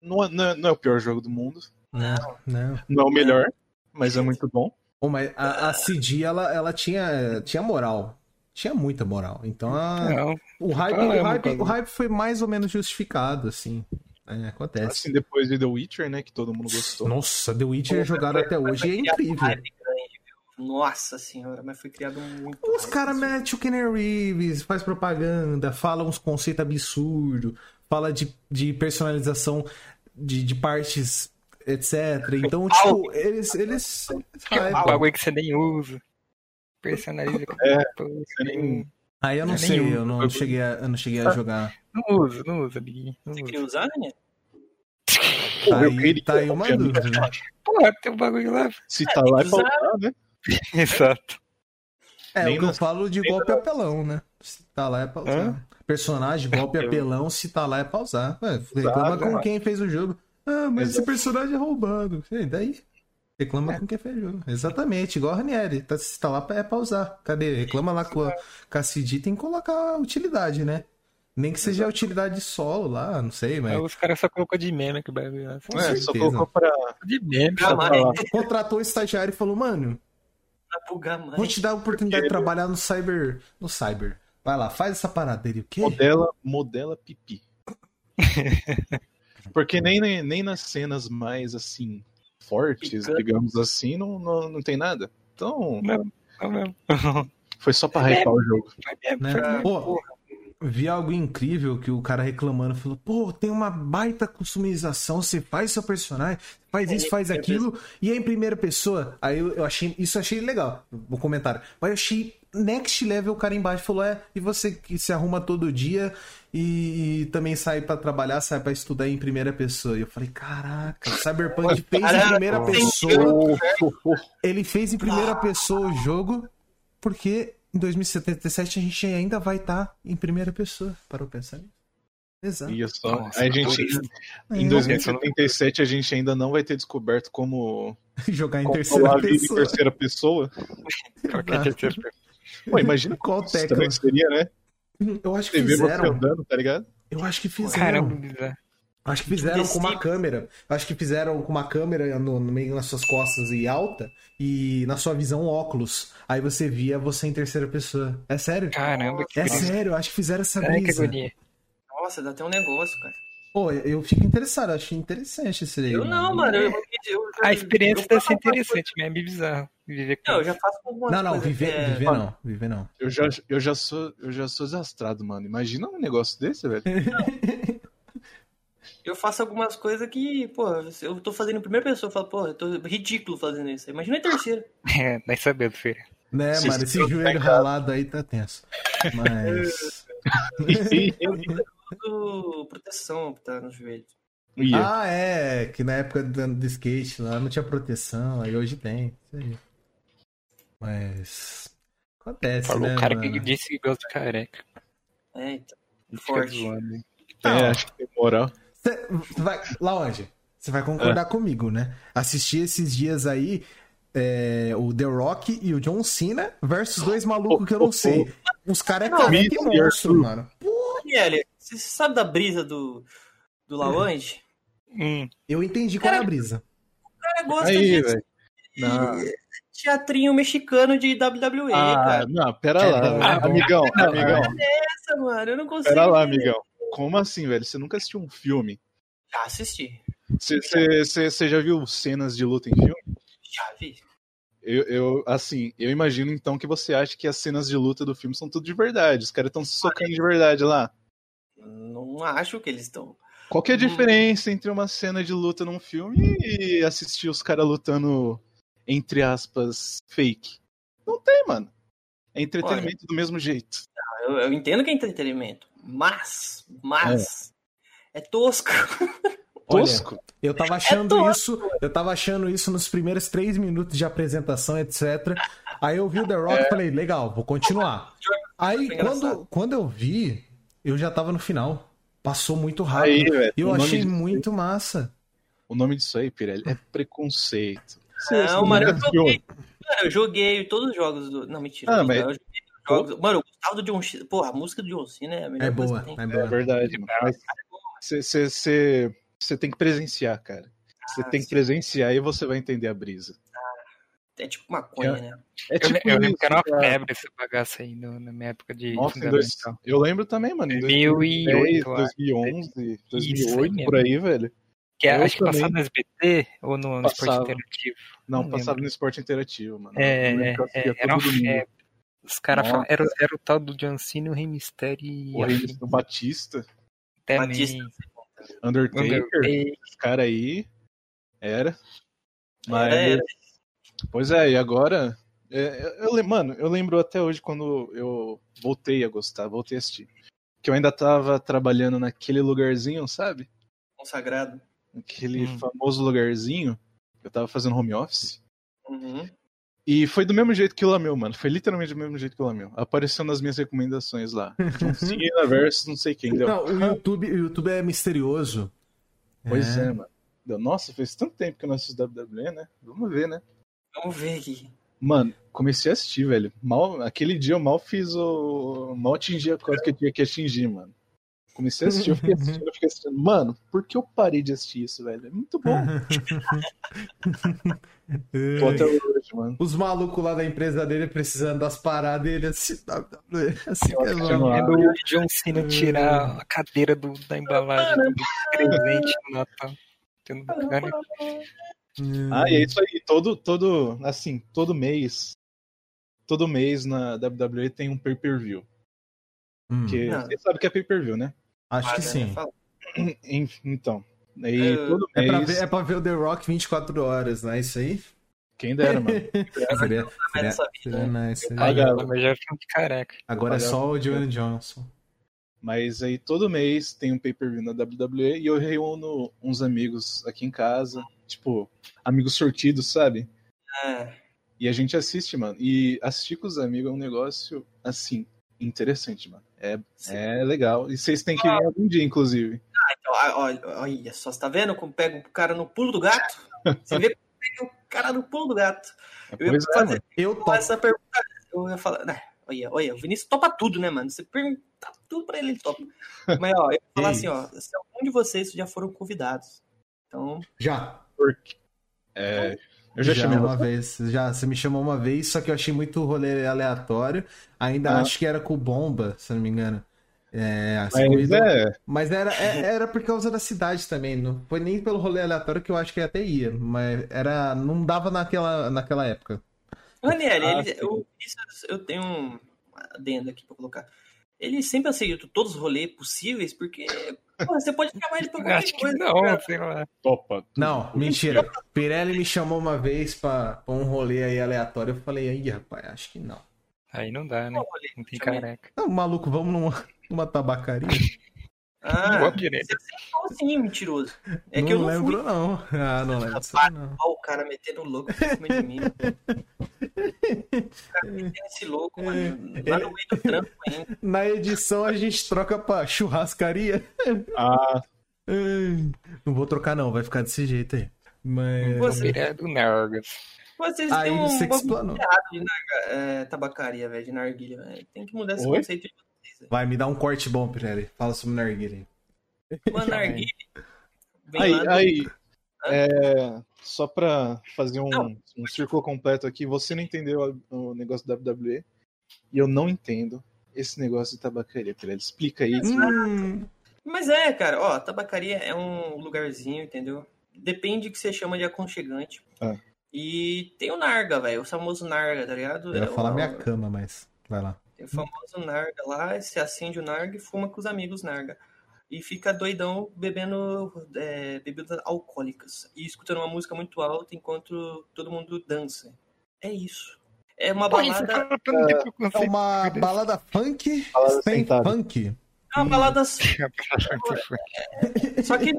não, é- não é- não é o pior jogo do mundo. Não, não. Não é o melhor, mas é muito bom. Pô, mas a, a CD, ela, ela tinha, tinha moral. Tinha muita moral. Então, a- Não, o, hype, Ah, é o, hype, muita- o hype foi mais ou menos justificado, assim. É, acontece. Assim, depois de The Witcher, né? Que todo mundo gostou. Nossa, The Witcher Pô, jogado mas- até mas hoje foi é criado um incrível. hype grande, viu? Nossa senhora, mas foi criado muito. Os hype, caras assim. metem o Kenny Reeves, faz propaganda, fala uns conceitos absurdos, fala de, de personalização de, de partes, etc. Então, tipo, eles. eles que é um hypam. bagulho que você nem usa. Personaliza. É, Pô, assim, você nem- Aí eu não É sei, nenhum. eu não cheguei a, eu não cheguei a jogar. Não usa, não usa, amiguinho. Não Você usa. queria usar, né? Pô, Tá eu aí, queria, tá aí uma obviamente. dúvida. né? Porra, tem um bagulho lá. [laughs] Se tá lá, é pra usar, né? Exato. É, Nem o que eu nas- falo de golpe apelão, né? Se tá lá é pra usar. Hã? Personagem, golpe Eu- apelão, se tá lá é pra usar. Ué, reclama Exato, com é. quem fez o jogo. Ah, mas esse Exato. É. personagem é roubado. E daí? Reclama com quem fez o jogo. Exatamente, igual a Ranieri. Tá, se tá lá é pra usar. Cadê? Reclama lá com a, com a CD, tem que colocar utilidade, né? Nem que seja a utilidade solo lá, não sei, mas. Aí os caras só colocou de meme que bagulho lá. Só Com É, só certeza. Tá é. colocou pra. De meme, Pra só mais. falar. Contratou o estagiário e falou, mano, Pra bugar Vou mais. te dar a oportunidade de trabalhar no cyber. No cyber. Vai lá, faz essa parada dele, o quê? Modela, modela [laughs] pipi. Porque nem, nem, nem nas cenas mais, assim, fortes, Picante. Né? digamos assim, não, não, não tem nada. Então, Não, mesmo. foi só pra hypar o jogo. Foi mesmo, Né? foi mesmo. Pô, porra. Vi algo incrível que o cara reclamando falou: pô, tem uma baita customização. Você faz seu personagem, faz isso, faz aquilo, e é em primeira pessoa. Aí eu, eu achei, isso eu achei legal, o comentário. Mas eu achei next level o cara embaixo falou: é, e você que se arruma todo dia e, e também sai pra trabalhar, sai pra estudar em primeira pessoa. E eu falei: caraca, Cyberpunk fez em Cara, primeira tem pessoa. Oh, oh, oh. Ele fez em Ah. primeira pessoa o jogo, porque em 2077 a gente ainda vai estar em primeira pessoa. Parou pra pensar nisso? Exato. Olha só. Nossa, Aí a gente, É, em 2077 a gente ainda não vai ter descoberto como [laughs] jogar em terceira controlar a vida em [laughs] pessoa. terceira pessoa. É, Qualquer terceiro perfil. Pô, [laughs] imagina Qual isso tecla? também seria, né? Eu acho que Você vê você fizeram. andando, tá ligado? Eu acho que Caramba, fizeram. bizarro. Acho que fizeram Desse com uma tipo. câmera. Acho que fizeram com uma câmera no, no meio nas suas costas e alta e na sua visão óculos. Aí você via você em terceira pessoa. É sério? Caramba, que É brisa. sério, acho que fizeram essa é Ai, que brisa. agonia. Nossa, dá até um negócio, cara. Pô, eu fico interessado, achei interessante esse daí. Eu não, mano. Eu, eu- A experiência tá eu deve faço ser alguma interessante, mas é meio bizarro. Viver coisa- Não, eu com já faço algumas Não, não, coisas, viver, é, viver não, viver não. Eu já, eu, já sou, eu já sou desastrado, mano. Imagina um negócio [laughs] desse, velho. [laughs] Eu faço algumas coisas que, pô, eu tô fazendo em primeira pessoa. Eu falo, pô, eu tô ridículo fazendo isso. Imagina em terceira. [laughs] É, nós sabemos, filho. Né, Sim, mano, sim, esse eu- joelho ralado aí tá tenso. [laughs] Mas. Tudo proteção tá no joelho. Ia. ah, é, que na época do, do skate lá não tinha proteção, aí hoje tem. Isso aí. Mas. Acontece, Falou né? o cara mano? que disse que gosta de careca. É, então. Ele fica Forte. zoando, hein? É, acho que tem moral. Cê, vai, Laonde, você vai concordar É. comigo, né? Assisti esses dias aí é, o The Rock e o John Cena versus [laughs] dois malucos que eu não sei. Os caras é Não, careca e Mr. monstro, Arthur. mano. Daniele, você sabe da brisa do, do Lalange? Hum, Eu entendi qual é a brisa. O cara gosta Aí, de, velho. Não. de teatrinho mexicano de WWE, Ah, é, cara. não, pera lá. Ah, amigão, amigão, Essa, mano, eu não consigo. pera lá, entender. amigão. Como assim, velho? Você nunca assistiu um filme Já assisti. Você já viu cenas de luta em filme? Já vi. Eu, eu, assim, eu imagino então que você acha que as cenas de luta do filme são tudo de verdade. Os caras estão se socando de verdade lá. Não acho que eles estão. Qual que é a diferença entre uma cena de luta num filme e assistir os caras lutando, entre aspas, fake? Não tem, mano. É entretenimento do mesmo jeito. Eu, eu entendo que é entretenimento, mas, mas, é, tosco. Olha, Tosco? Eu tava É achando tosco. isso, eu tava achando isso nos primeiros três minutos de apresentação, etc. Aí eu vi o The Rock É. e falei, legal, vou continuar. Aí Foi engraçado. quando, quando eu vi, eu já tava no final. Passou muito Aí, rápido. velho. eu o nome achei disso- muito massa. O nome disso aí, Pirelli, é preconceito. É, Não, mano, É eu nunca joguei. viu. Cara, eu joguei todos os jogos do. Não, mentira. Ah, todos mas- não, eu joguei os jogos. Mano, eu gostava do John Cena. Porra, a música do John Cena é a melhor É coisa boa, que tem. é É boa. verdade, mano. Você tem que presenciar, cara. Você Ah, tem que sim. presenciar e você vai entender a brisa. É tipo maconha, né? É Eu, tipo le- eu lembro que era uma né, cara. febre essa bagaça aí no- na minha época de Nossa, em dois... fundamental. eu lembro também, mano. Em 2010, 2008, 2011, Isso 2008, aí por aí, velho. Que é, Eu acho que passava também. no SBT ou no, no Passava. esporte interativo. Não, Não passava no esporte interativo, mano. É, Eu lembro que eu assistia é, era uma todo domingo. febre. Os caras Nossa. falavam. Era, era o tal do John Cena, o Rei Mistério e O Rei afim do Batista, também. Batista. Undertaker, Undertaker. esse cara aí. Era. Mas, É, é, Pois é, e agora. é, eu- eu, lem- mano, eu lembro até hoje quando eu voltei a gostar, voltei a assistir. Que eu ainda tava trabalhando naquele lugarzinho, sabe? consagrado. Aquele Hum. famoso lugarzinho. que Eu tava fazendo home office. Uhum. E foi do mesmo jeito que o Lameu, mano. Foi literalmente do mesmo jeito que o Lameu. Apareceu nas minhas recomendações lá. John Cena versus não sei quem. Deu. Não, o YouTube, o YouTube é misterioso. Pois é, mano. Deu. Nossa, fez tanto tempo que eu não assisto WWE, né? Vamos ver, né? Vamos ver aqui. Mano, comecei a assistir, velho. Mal, aquele dia eu mal fiz o. Mal atingi a coisa que eu tinha que atingir, mano. Comecei a assistir, eu fiquei assistindo, eu fiquei assistindo. Mano, por que eu parei de assistir isso, velho? É muito [laughs] bom. É. Tô até hoje, mano. Os malucos lá da empresa dele precisando das paradas e ele assim, WWE, assim que é Nossa, lá. mano. É do John Cena tirar a cadeira do, da embalagem do presente no Natal. um Eu não vou pegar nem- Hum, Ah, e é isso aí. Todo, todo, assim, todo mês. Todo mês na WWE tem um pay-per-view. Hum, Porque Não. você sabe que é pay-per-view, né? [clears throat] acho que Paga, né? sim. Fala. Enfim, Então. E É, todo É mês. pra, ver, é pra ver o The Rock 24 horas, né? Isso aí? Quem [laughs] dera, mano. Seria, Mas seria, essa vida, seria nice. seria- Aí Pagava. eu também já fico de careca. Agora é só o Joanne Johnson. Mas aí todo mês tem um pay-per-view na WWE e eu reúno uns amigos aqui em casa. Tipo, amigos sortidos, sabe? né? E a gente assiste, mano. E assistir com os amigos é um negócio, assim, interessante, mano. É, Sim. é legal. E vocês têm que ir algum dia, inclusive. Então, ó, olha, olha só, você tá vendo como pega o cara no pulo do gato? Você vê como pega o cara no pulo do gato. Eu ia Pois é, fazer mano. Eu com topo. essa pergunta. Eu ia falar, né? Olha, olha, o Vinícius topa tudo, né, mano? Você pergunta tudo pra ele, ele topa. Mas, ó, eu ia falar assim, ó, se algum de vocês já foram convidados. Então, Já. Porque... É, eu já, já chamei tá? uma vez. Já, você me chamou uma vez, só que eu achei muito rolê aleatório. Ainda Ah. acho que era com bomba, se eu não me engano. É, as Mas coisas- é, Mas era, [laughs] é- era por causa da cidade também, não foi nem pelo rolê aleatório que eu acho que até ia, mas era, não dava naquela, naquela época. Ranieri, Ah, ele- sim. eu, isso- eu tenho um adendo aqui pra colocar. Ele sempre aceitou todos os rolês possíveis, porque porra, você pode chamar [laughs] ele pra Eu qualquer acho que coisa. não, né? cara. sei lá. topa. tudo. Não, mentira. Pirelli me chamou uma vez pra, pra um rolê aí aleatório, eu falei, aí rapaz, acho que não. Aí não dá, né? Não, rolê. Não tem careca. Não, maluco, vamos numa, numa tabacaria? Ah, Igual direito. você sempre falou assim, mentiroso. É não que eu não lembro, fui. não. Ah, não lembro disso, não. Ó, o cara metendo louco em cima de [laughs] mim. O cara metendo esse louco, mano, É. lá no meio do trampo ainda. Na edição a gente troca pra churrascaria. Ah, Ai, Hum, Não vou trocar, não, vai ficar desse jeito aí. Mas. Você- Ele é do Nargas. Vocês Aí têm um você que bagulho explanou. errado de narga- é, tabacaria, velho, de narguilha. velho. Tem que mudar esse Oi? conceito de Vai, me dá um corte bom, Pirelli. Fala sobre narguilha. Mano, narguilha. vem aí, lá do- aí é, só pra fazer um, Não. um círculo completo aqui, você não entendeu a- o negócio da WWE e eu não entendo esse negócio de tabacaria, Pirelli. Explica tá aí. Hum, Mas é, cara, ó, tabacaria é um lugarzinho, entendeu? Depende do que você chama de aconchegante. Ah. E tem o Narga, velho, o famoso Narga, tá ligado? Eu ia É o- falar minha cama, mas vai lá. Tem o famoso Narga lá, se acende o Narga e fuma com os amigos Narga. E fica doidão bebendo é, bebidas alcoólicas e escutando uma música muito alta enquanto todo mundo dança. É isso. É uma Pô, isso balada. tá um fala tanto de É [laughs] preconceito. uma cuida. balada funk Balada sem sentada. funk. É uma [laughs] balada. Só que Eu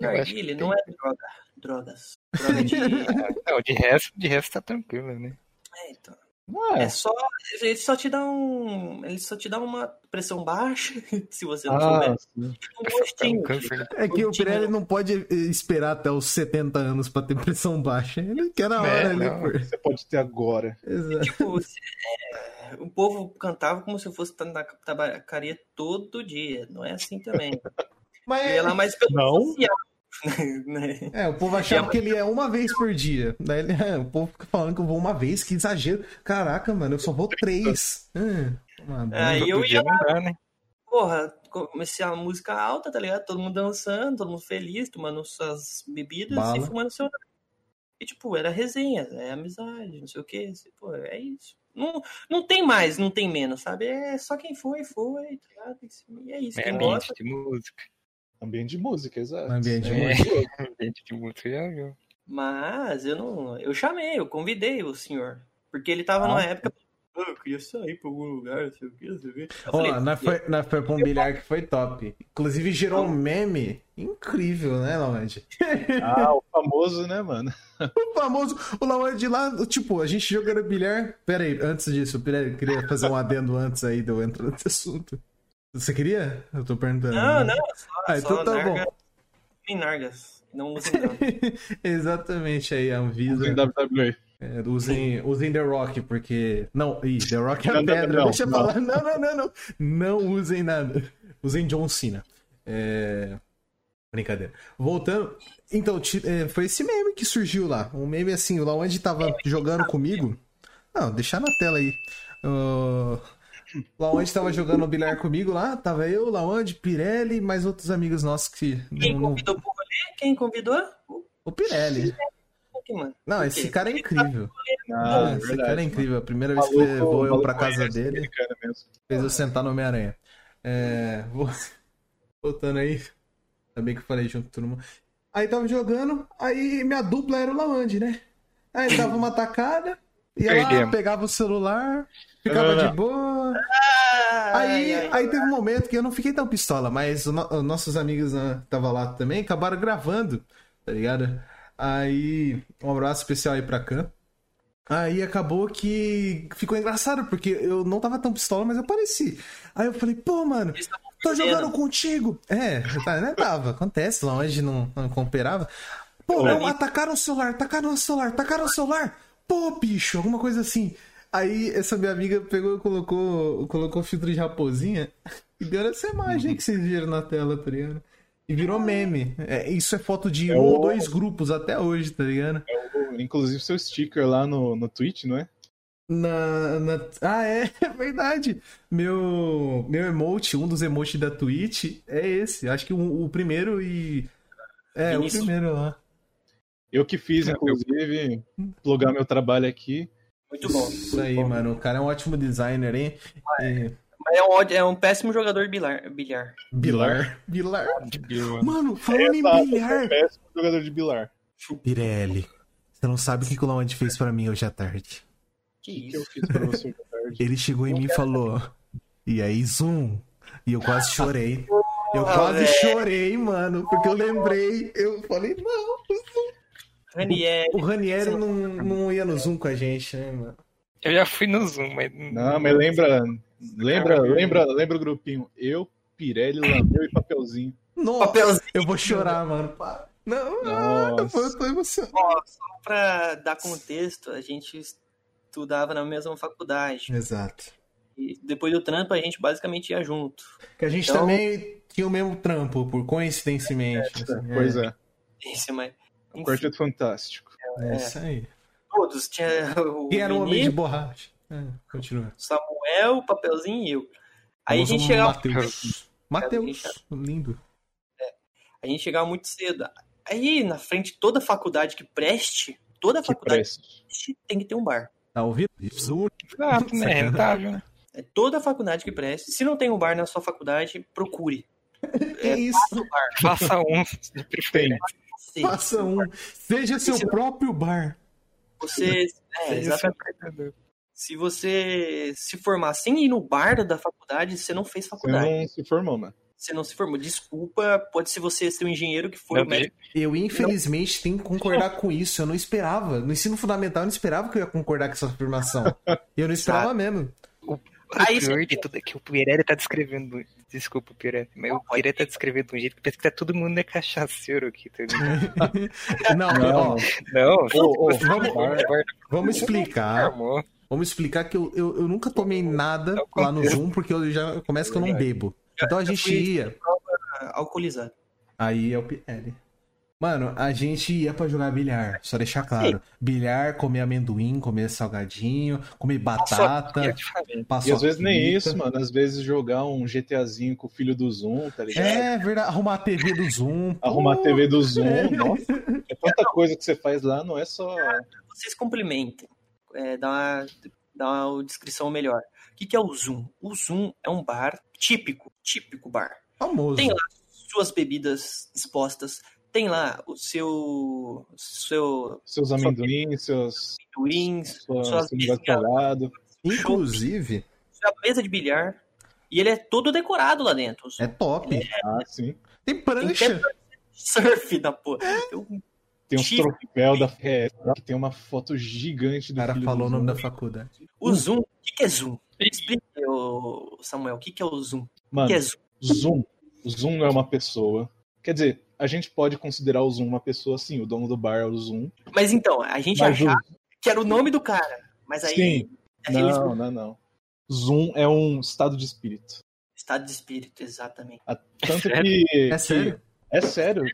não, acho narguile que não é droga. Drogas. Droga [laughs] de. né, Não, de resto, de resto tá tranquilo, né? É, então. Não é. É só. Ele só te dá um. Ele só te dá uma pressão baixa, [laughs] se você não souber. Ah, sim. Um Tá um gostinho. câncer. É que o Curtindo. Pirelli não pode eh, esperar até os 70 anos pra ter pressão baixa. Ele quer na É, hora ali. não. pô. Você pode ter agora. Exato. Tipo, se- é, o povo cantava como se fosse ta- na tabacaria todo dia. Não é assim também. Mas Ele é lá mais pelo [laughs] Não. social. né? É, o povo achava que ele é uma vez por dia. Daí ele, é, o povo fica falando que eu vou uma vez, que exagero. Caraca, mano, eu só vou três. Hum, uma bunda. Aí eu Todo dia ia não dá, né? Porra, comecei a música alta, tá ligado? Todo mundo dançando, todo mundo feliz, tomando suas bebidas Bala. e fumando seu. E tipo, era resenha, é amizade, não sei o quê. assim, Pô, é isso. Não, não tem mais, não tem menos, sabe? É só quem foi, foi, tá ligado? E é isso. É Quem ambiente gosta, de música. [laughs] Ambiente de música, exato. Ambiente de É. música. Ambiente de música já viu. Mas eu não. Eu chamei, eu convidei o senhor. Porque ele tava numa época. "Ah, Eu queria sair pra algum lugar, não sei o que, não sei o quê. Eu Ó, falei, nós foi, nós foi pra um bilhar que foi top. Inclusive gerou um meme incrível, né, Lamante? Ah, o famoso, né, mano? O famoso, o Lamante lá, tipo, a gente jogando bilhar. Pera aí, antes disso, Pirelli, eu queria fazer um adendo antes aí de eu entrar nesse assunto. Você queria? Eu tô perguntando. Não, né? não, só, Ah, só então tá bom. narga, Sem nargas. Não usem droga. Exatamente aí, a Anvisa. Usem WWE. É, usem, usem The Rock, porque. Não, ih, The Rock é a Não, não, pedra, não, deixa eu não. falar. Não, não, não, não. Não usem nada. Usem John Cena. É, Brincadeira. Voltando. Então, ti- é, foi esse meme que surgiu lá. Um meme assim, lá onde tava jogando comigo. Não, deixar na tela aí. Ah, Lá onde tava jogando o bilhar comigo lá, tava eu, Laonde, Pirelli, mais outros amigos nossos que. [laughs] Quem não- não- convidou pro rolê? Quem convidou? O O Pirelli. Hulk, mano. Não, Por esse quê? cara é incrível. Ah, Ah, é esse verdade, cara é mano. incrível. A primeira vez que Maluco- levou eu maluco pra casa conhece dele, aquele cara mesmo. fez eu sentar no Homem-Aranha. É, vou- [laughs] Voltando aí. Ainda bem que eu falei junto com todo mundo. Aí tava jogando, aí minha dupla era o Lawande, né? Aí ele dava uma tacada, ia lá, Perdemos. pegava o celular, ficava Não, não, não. de boa. Ai, Aí, ai, aí teve um momento que eu não fiquei tão pistola, mas o no- os nossos amigos né, tava lá também, acabaram gravando, tá ligado? Aí, um abraço especial aí pra Khan. Aí acabou que ficou engraçado, porque eu não tava tão pistola, mas eu pareci. Aí eu falei, pô, mano, Eles tavam tô perdendo. jogando contigo. É, tá, né, tava, acontece, lá onde não, não cooperava. Pô, Olha não, atacaram o celular, atacaram o celular, atacaram o celular. Pô, bicho, alguma coisa assim. Aí essa minha amiga pegou e colocou, colocou filtro de raposinha e deu essa imagem aí que vocês viram na tela, tá ligado? E virou meme. É, isso é foto de É um ou o- dois grupos até hoje, tá ligado? O- Inclusive seu sticker lá no, no Twitch, não é? Na, na- Ah, é, [laughs] é verdade. Meu, meu emote, um dos emotes da Twitch é esse. Acho que o, o primeiro e. É, Início. o primeiro lá. Eu que fiz, inclusive, plugar meu trabalho aqui. Muito bom. Isso aí, mano. O cara é um ótimo designer, hein? E- Mas é um, ódio- é um péssimo jogador bilhar. bilhar. Bilar. Bilar. De boa. Mano, falando em Essa- esse é bilhar. o péssimo jogador de bilar. Pirelli, você não sabe o que o Lawand fez pra mim hoje à tarde. Que O que eu isso. fiz pra você hoje à tarde? Ele chegou em mim e falou: E aí, Zoom? E eu quase chorei. Eu Porra, quase velho. chorei, mano, porque eu lembrei. Eu falei: Não, Raniel. o Ranieri não, não ia no Zoom com a gente, né, mano? Eu já fui no Zoom, mas. [laughs] Não, mas lembra, lembra, lembra, lembra o grupinho. Eu, Pirelli, Lameu e Papelzinho. Nossa, um Papelzinho. eu vou chorar, mano. pá. Não, [laughs] Nossa. eu tô emocionado. Ó, Só pra dar contexto, a gente estudava na mesma faculdade. É. Exato. E depois do trampo, a gente basicamente ia junto. Que a gente Então- também tinha o mesmo trampo, por coincidentemente. assim, é, Pois é, Isso, mas. enfim, Quarteto Fantástico. é, isso aí. todos. Tinha o Quem era o homem de menino, borracha? É, continua. Samuel, o papelzinho e eu. Aí a Famoso gente chegava. Matheus. Matheus, lindo. A gente chegava muito cedo. Aí, na frente, toda faculdade que preste, toda Que faculdade que preste. preste tem que ter um bar. Tá ouvindo? Absurdo. Exato, né? É rentável, né? É toda faculdade que preste. Se não tem um bar na sua faculdade, procure. É, Que é isso? Faça um de preferência. [laughs] Você, Faça um. Seja seu Isso. próprio bar. você é, Seja exatamente. seu cuidador. Se você se formar sem ir no bar da faculdade, você não fez Você faculdade. não se formou, mano. Você não se formou. Desculpa, pode ser você ser um engenheiro que foi Não, o médico. Eu, infelizmente, tenho que concordar com isso. Eu não esperava. No ensino fundamental, eu não esperava que eu ia concordar com essa afirmação. Eu não esperava mesmo. Aí o pior de tudo é que o Pirelli tá descrevendo. Desculpa, Pirelli. Mas o Pirelli tá descrevendo de um jeito que parece que tá todo mundo é cachaceiro aqui. [laughs] Tá ligado? Não, ó, não, tipo assim, Ô, ô, vamos, Bora, bora, vamos Ah, explicar. armou. Vamos explicar que eu, eu, eu nunca tomei nada lá no Zoom, porque eu já começo que eu não bebo. Então a gente ia. ah, alcoolizado. Aí é o PL. Mano, a gente ia pra jogar bilhar, só deixar claro. Bilhar, comer amendoim, comer salgadinho, comer tá. Eu batata, te falei. passar. E às vezes nem isso, mano. Às vezes jogar um GTAzinho com o filho do Zoom, tá ligado? É verdade, arrumar a TV do Zoom. [laughs] Arrumar a TV do Zoom, é. nossa. É tanta coisa que você faz lá, não é só. Vocês complementem. É, dá, uma, dá uma descrição melhor. O que, que é o Zoom? O Zoom é um bar típico, típico bar. Famoso. Tem lá suas bebidas expostas, tem lá o seu, seu Seus amendoins, seus. wings, Sua, suas seu negócio mesinhas, salado. Inclusive, sua mesa de bilhar. E ele é todo decorado lá dentro. é top. Ah, sim. Tem prancha. Surf da porra. Tem um Tem uns X. troféus da é, que tem uma foto gigante O do cara filho falou o do nome Zoom. da faculdade. O Hum. Zoom, o que, que é Zoom? Explica, ô, Samuel, o que, que é o Zoom? O Mano, que é Zoom? Zoom. Zoom não é uma pessoa. Quer dizer, a gente pode considerar o Zoom uma pessoa sim, o dono do bar é o Zoom. Mas então, a gente Mas o- achava que era o nome do cara, mas aí é Sim. a gente Não, não, não. Zoom é um estado de espírito. estado de espírito, exatamente. Tanto sério? que. É sério? É sério.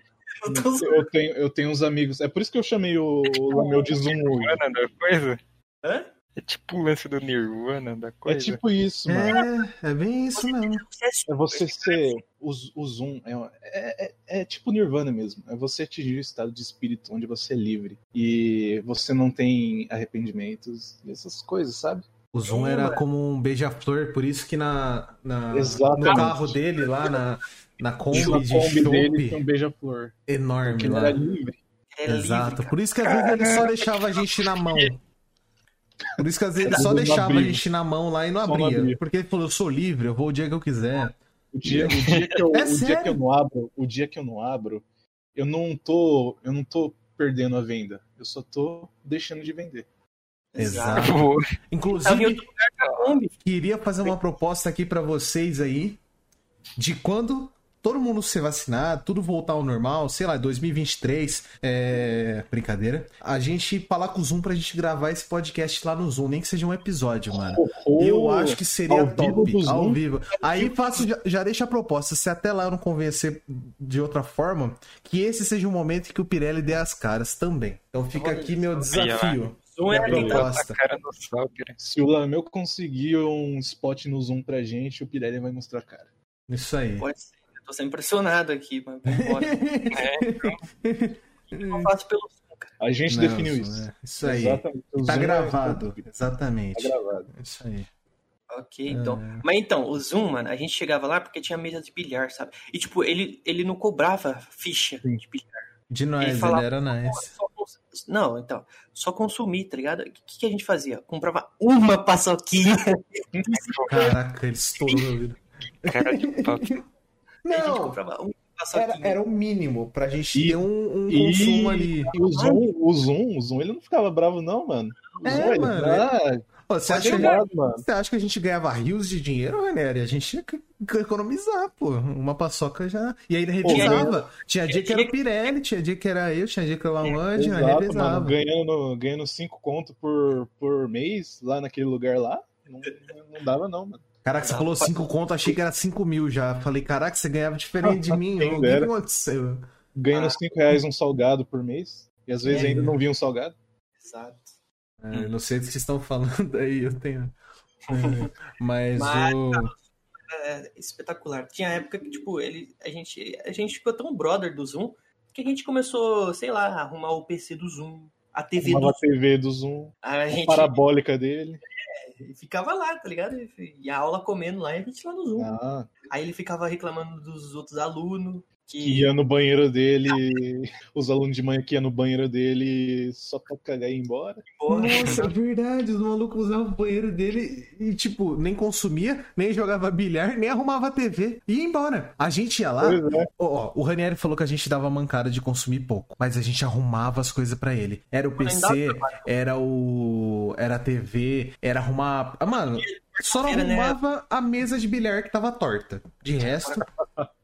Eu tô zoando. Eu tenho, eu tenho uns amigos. É por isso que eu chamei o, o Lameu de Zoom hoje. Nirvana da coisa? Hã? É tipo o lance do Nirvana da É coisa. tipo isso, mano. É, é bem isso mesmo. Você é É você ser. O, o Zoom é, é, é- é tipo Nirvana mesmo. É você atingir o estado de espírito onde você é livre. E você não tem arrependimentos e essas coisas, sabe? O Zoom É, Sim, era mano. como um beija-flor, por isso que na, na- Exatamente. no carro dele, lá na, na Kombi Uma de Kombi dele chope tem um beija-flor. enorme Que não lá. era livre. é livre, Exato. cara. por isso que às vezes ele só deixava a gente na mão. Por isso que às vezes ele só Não deixava a abria. gente na mão lá e não Só não abria. abria. Porque ele falou, eu sou livre, eu vou o dia que eu quiser. O dia, o dia que eu, É o dia sério? que eu não abro, o dia que eu não abro, eu não tô, eu não tô perdendo a venda. Eu só tô deixando de vender. Exato. Pô, Tava em Inclusive, outro lugar da Kombi. queria fazer uma proposta aqui pra vocês aí de quando todo mundo se vacinar, tudo voltar ao normal, sei lá, 2023, é... brincadeira, a gente falar com o Zoom pra gente gravar esse podcast lá no Zoom, nem que seja um episódio, mano. Eu acho que seria ao vivo top, do Zoom? ao vivo. Aí faço, já, já deixa a proposta. Se até lá eu não convencer de outra forma, que esse seja o momento que o Pirelli dê as caras também. Então fica aqui meu desafio. Zoom e é a tentar proposta. tá a cara no sol, cara. Se o Lameu conseguir um spot no Zoom pra gente, o Pirelli vai mostrar a cara. Isso aí. Pode ser. Eu tô sendo impressionado aqui, mas vambora. Eu faço pelo Zoom, cara. A gente Não, definiu Zoom, isso. é. Isso aí. Exatamente. O Tá Zoom é- gravado. Tá Exatamente. gravado. Isso aí. Ok, então. Mas então, o Zoom, mano, a gente chegava lá porque tinha mesa de bilhar, sabe? E tipo, ele, ele não cobrava ficha Sim. de bilhar. De Ele nós, fala- ele era nice. Só cons- Não, então, só consumir, tá ligado? O que, que a gente fazia? Comprava uma paçoquinha. Caraca, ele [laughs] estourou. viu? Cara de pau. A gente Não, comprava uma era, paçoquinha. era o mínimo pra gente E- ter um, um e- consumo ali. E o Zoom, o Zoom, o Zoom, ele não ficava bravo não, mano. O É, Zoom, ele- mano. Ah, Ô, você, tá acha que, ligado, mano. você acha que a gente ganhava rios de dinheiro, Ranieri? A gente tinha que que economizar, pô. Uma paçoca já. E ainda revisava. tinha dia que era o Pirelli, tinha dia que era eu, tinha dia que era o Angela, Exato, mano. revisava. Ganhando, ganhando cinco conto por, por mês lá naquele lugar lá, não, não dava não, mano. Caraca, você falou 5 conto, achei que era 5 mil já. Falei, caraca, você ganhava diferente de mim. Quem O que dera. aconteceu? Ganhando cinco reais um salgado por mês. E às vezes Ah. É. ainda não via um salgado. Exato. É, eu não sei do que vocês estão falando aí, eu tenho. É, mas Mas- o. era espetacular. Tinha época que, tipo, ele, a, gente, a gente ficou tão brother do Zoom que a gente começou, sei lá, a arrumar o PC do Zoom, a TV do Arrumava a TV do Zoom, A gente parabólica dele. ficava lá, tá ligado? E a aula comendo lá e a gente lá no Uhum. Zoom. Ah, Aí ele ficava reclamando dos outros alunos. que Que... ia no banheiro dele, Ah. [laughs] os alunos de manhã que ia no banheiro dele só pra cagar e ir embora. Porra, Nossa, é verdade. Os malucos usavam o banheiro dele e, tipo, nem consumia, nem jogava bilhar, nem arrumava a TV. E ia embora. A gente ia lá. Pois é. Ó, ó, o Ranieri falou que a gente dava mancada de consumir pouco, mas a gente arrumava as coisas pra ele. Era o PC, era o. Era a TV, era arrumar. Ah, Mano, só não Quarta-feira, né? arrumava a mesa de bilhar que tava torta. De resto, [laughs]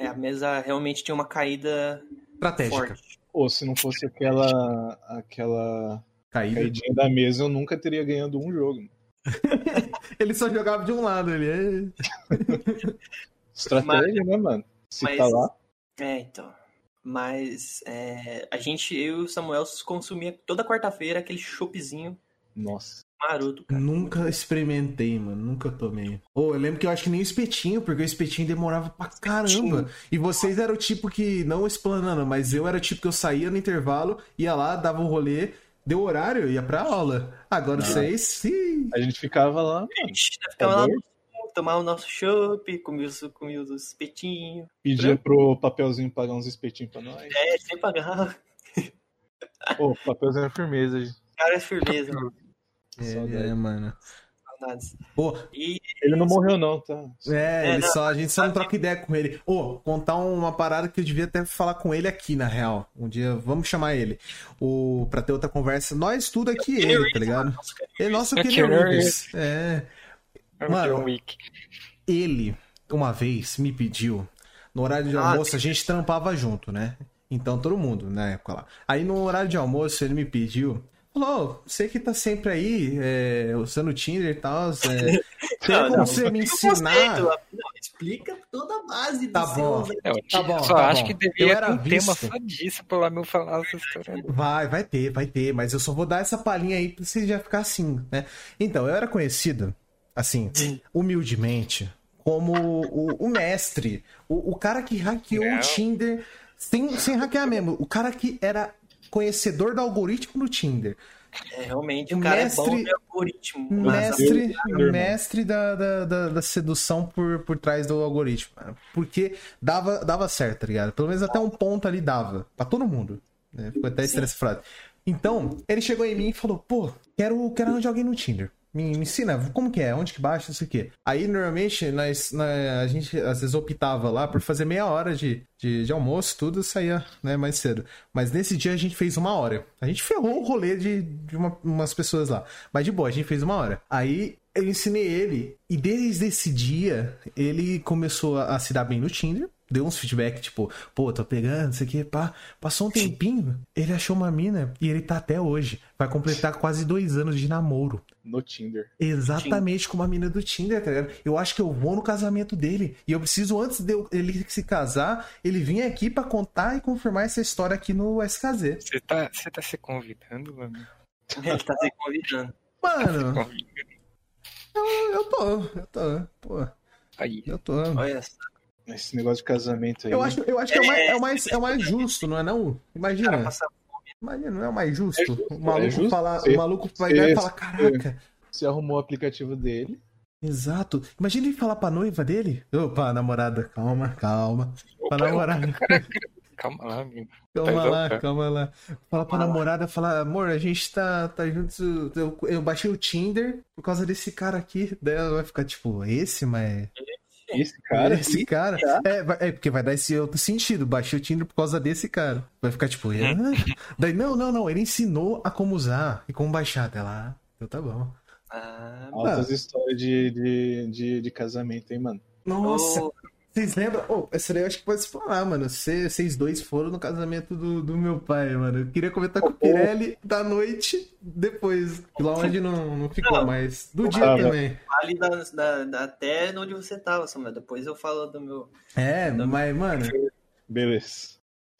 é, a mesa realmente tinha uma caída estratégica. forte. Ou se não fosse aquela, aquela Caída. caidinha da mesa, eu nunca teria ganhado um jogo. Ele só jogava de um lado, ele. Estratégia, né, mano? Se Mas- tá lá, É, então. Mas é, a gente, eu e o Samuel consumia toda quarta-feira aquele choppzinho nossa. maroto, cara. Nunca experimentei, mano. Nunca tomei. Ou eu lembro que eu acho que nem o espetinho, porque o espetinho demorava pra caramba. E vocês eram o tipo que, não explanando, mas eu era o tipo que eu saía no intervalo, ia lá, dava um rolê, deu horário, ia pra aula. Agora Ah. vocês, sim. A gente ficava lá, A mano, gente né? Tá ficava lá no Zoom, tomava o nosso chopp, comia, os- comia os espetinhos. pedia pro papelzinho pagar uns espetinhos pra nós. É, sem pagar. [laughs] Ô, papelzinho é firmeza, gente. Cara, é firmeza, Tá mano. É, é, mano. saudades. Pô, E Ele não morreu, não, tá? É, É, ele não, só, a gente só não sabe? troca ideia com ele. Ô, contar uma parada que eu devia até falar com ele aqui, na real. Um dia, vamos chamar ele. O, pra ter outra conversa. Nós tudo aqui, ele, tá ligado? Ele, nossa, o É Kenny Keanu Reeves. É. É o Mano. John Wick. Ele, uma vez, me pediu. No horário de Ah, almoço, a gente trampava junto, né? Então, todo mundo na época lá. Aí, no horário de almoço, ele me pediu. Falou, "Ô, você que tá sempre aí, é, usando o Tinder e tal, [laughs] é, tem Não, como Ah, não, você me explica o ensinar? conceito, Ah, não, explica toda a base Tá do bom. seu... Não, É, eu Tá bom, só tá acho bom. que Eu deveria era ter um tema visto. só disso pra lá meu falar essa história. Vai, vai ter, vai ter, mas eu só vou dar essa palhinha aí pra você já ficar assim, né? Então, eu era conhecido, assim, humildemente, como o, o mestre, o, o cara que hackeou o Não. Tinder, sem, sem hackear mesmo, o cara que era conhecedor do algoritmo no Tinder. É, realmente, O o cara é mestre- bom de algoritmo. mas a- Mestre, irmão. mestre da, da, da, da sedução por, por trás do algoritmo. cara. Porque dava, dava certo, tá ligado? Pelo menos até um ponto ali dava. Pra todo mundo. Né? Ficou até estranha essa frase. Então, ele chegou em mim e falou: pô, quero, quero arranjar alguém no Tinder. Me, me ensina, como que é? Onde que baixa? Não sei o quê. Aí, normalmente, nós, na- a gente às vezes optava lá por fazer meia hora de, de, de almoço, tudo, saía né, mais cedo. Mas nesse dia a gente fez uma hora. A gente ferrou o rolê de, de uma- umas pessoas lá. Mas de boa, a gente fez uma hora. Aí eu ensinei ele. E desde esse dia, ele começou a, a se dar bem no Tinder. Deu uns feedback, tipo, pô, tô pegando, não sei o que, pá. Passou um tempinho, ele achou uma mina e ele tá até hoje. Vai completar quase dois anos de namoro. No Tinder. Exatamente com uma mina do Tinder, tá ligado? Eu acho que eu vou no casamento dele. E eu preciso, antes de eu- ele se casar, ele vir aqui pra contar e confirmar essa história aqui no SKZ. Você tá, você tá se convidando, mano? [laughs] Ele tá se convidando. Mano, Convida. eu tô, eu tô, pô, Aí. eu tô. Olha só. Esse negócio de casamento aí. né? Eu acho, eu acho que é o mais, é o mais, é o mais justo, não é não? O cara Imagina, passa- imagina, não é o mais justo? É justo, o maluco, é justo. falar- Sim. é. o maluco vai lá e Sim. falar, caraca, Você arrumou o aplicativo dele. exato. Imagina ele falar pra noiva dele. Opa, namorada, calma, calma. Pra namorada, Calma lá, menino. calma Perdão, lá, cara. calma lá. Falar pra namorada, falar, amor, a gente tá, tá junto, eu, eu baixei o Tinder por causa desse cara aqui. Daí ela vai ficar tipo, esse, mas... Esse cara. esse cara. É, vai- é, porque vai dar esse outro sentido. Baixei o Tinder por causa desse cara. Vai ficar tipo. "Ah". [laughs] Daí, não, não, não. Ele ensinou a como usar e como baixar até lá. Então tá bom. Ah, tá. Altas histórias de, de, de, de casamento, hein, mano? Nossa, ô, vocês lembram? Oh, essa daí eu acho que pode explorar, mano. Cê- Vocês dois foram no casamento do, do meu pai, mano. Eu queria comentar Oh. com o Pirelli da noite depois. Lá onde não, não ficou Não. mais. Do dia Ah, mas- também. fale da, da, da- até onde você tava, Samuel. Depois eu falo do meu. É, mas, mano, Beleza.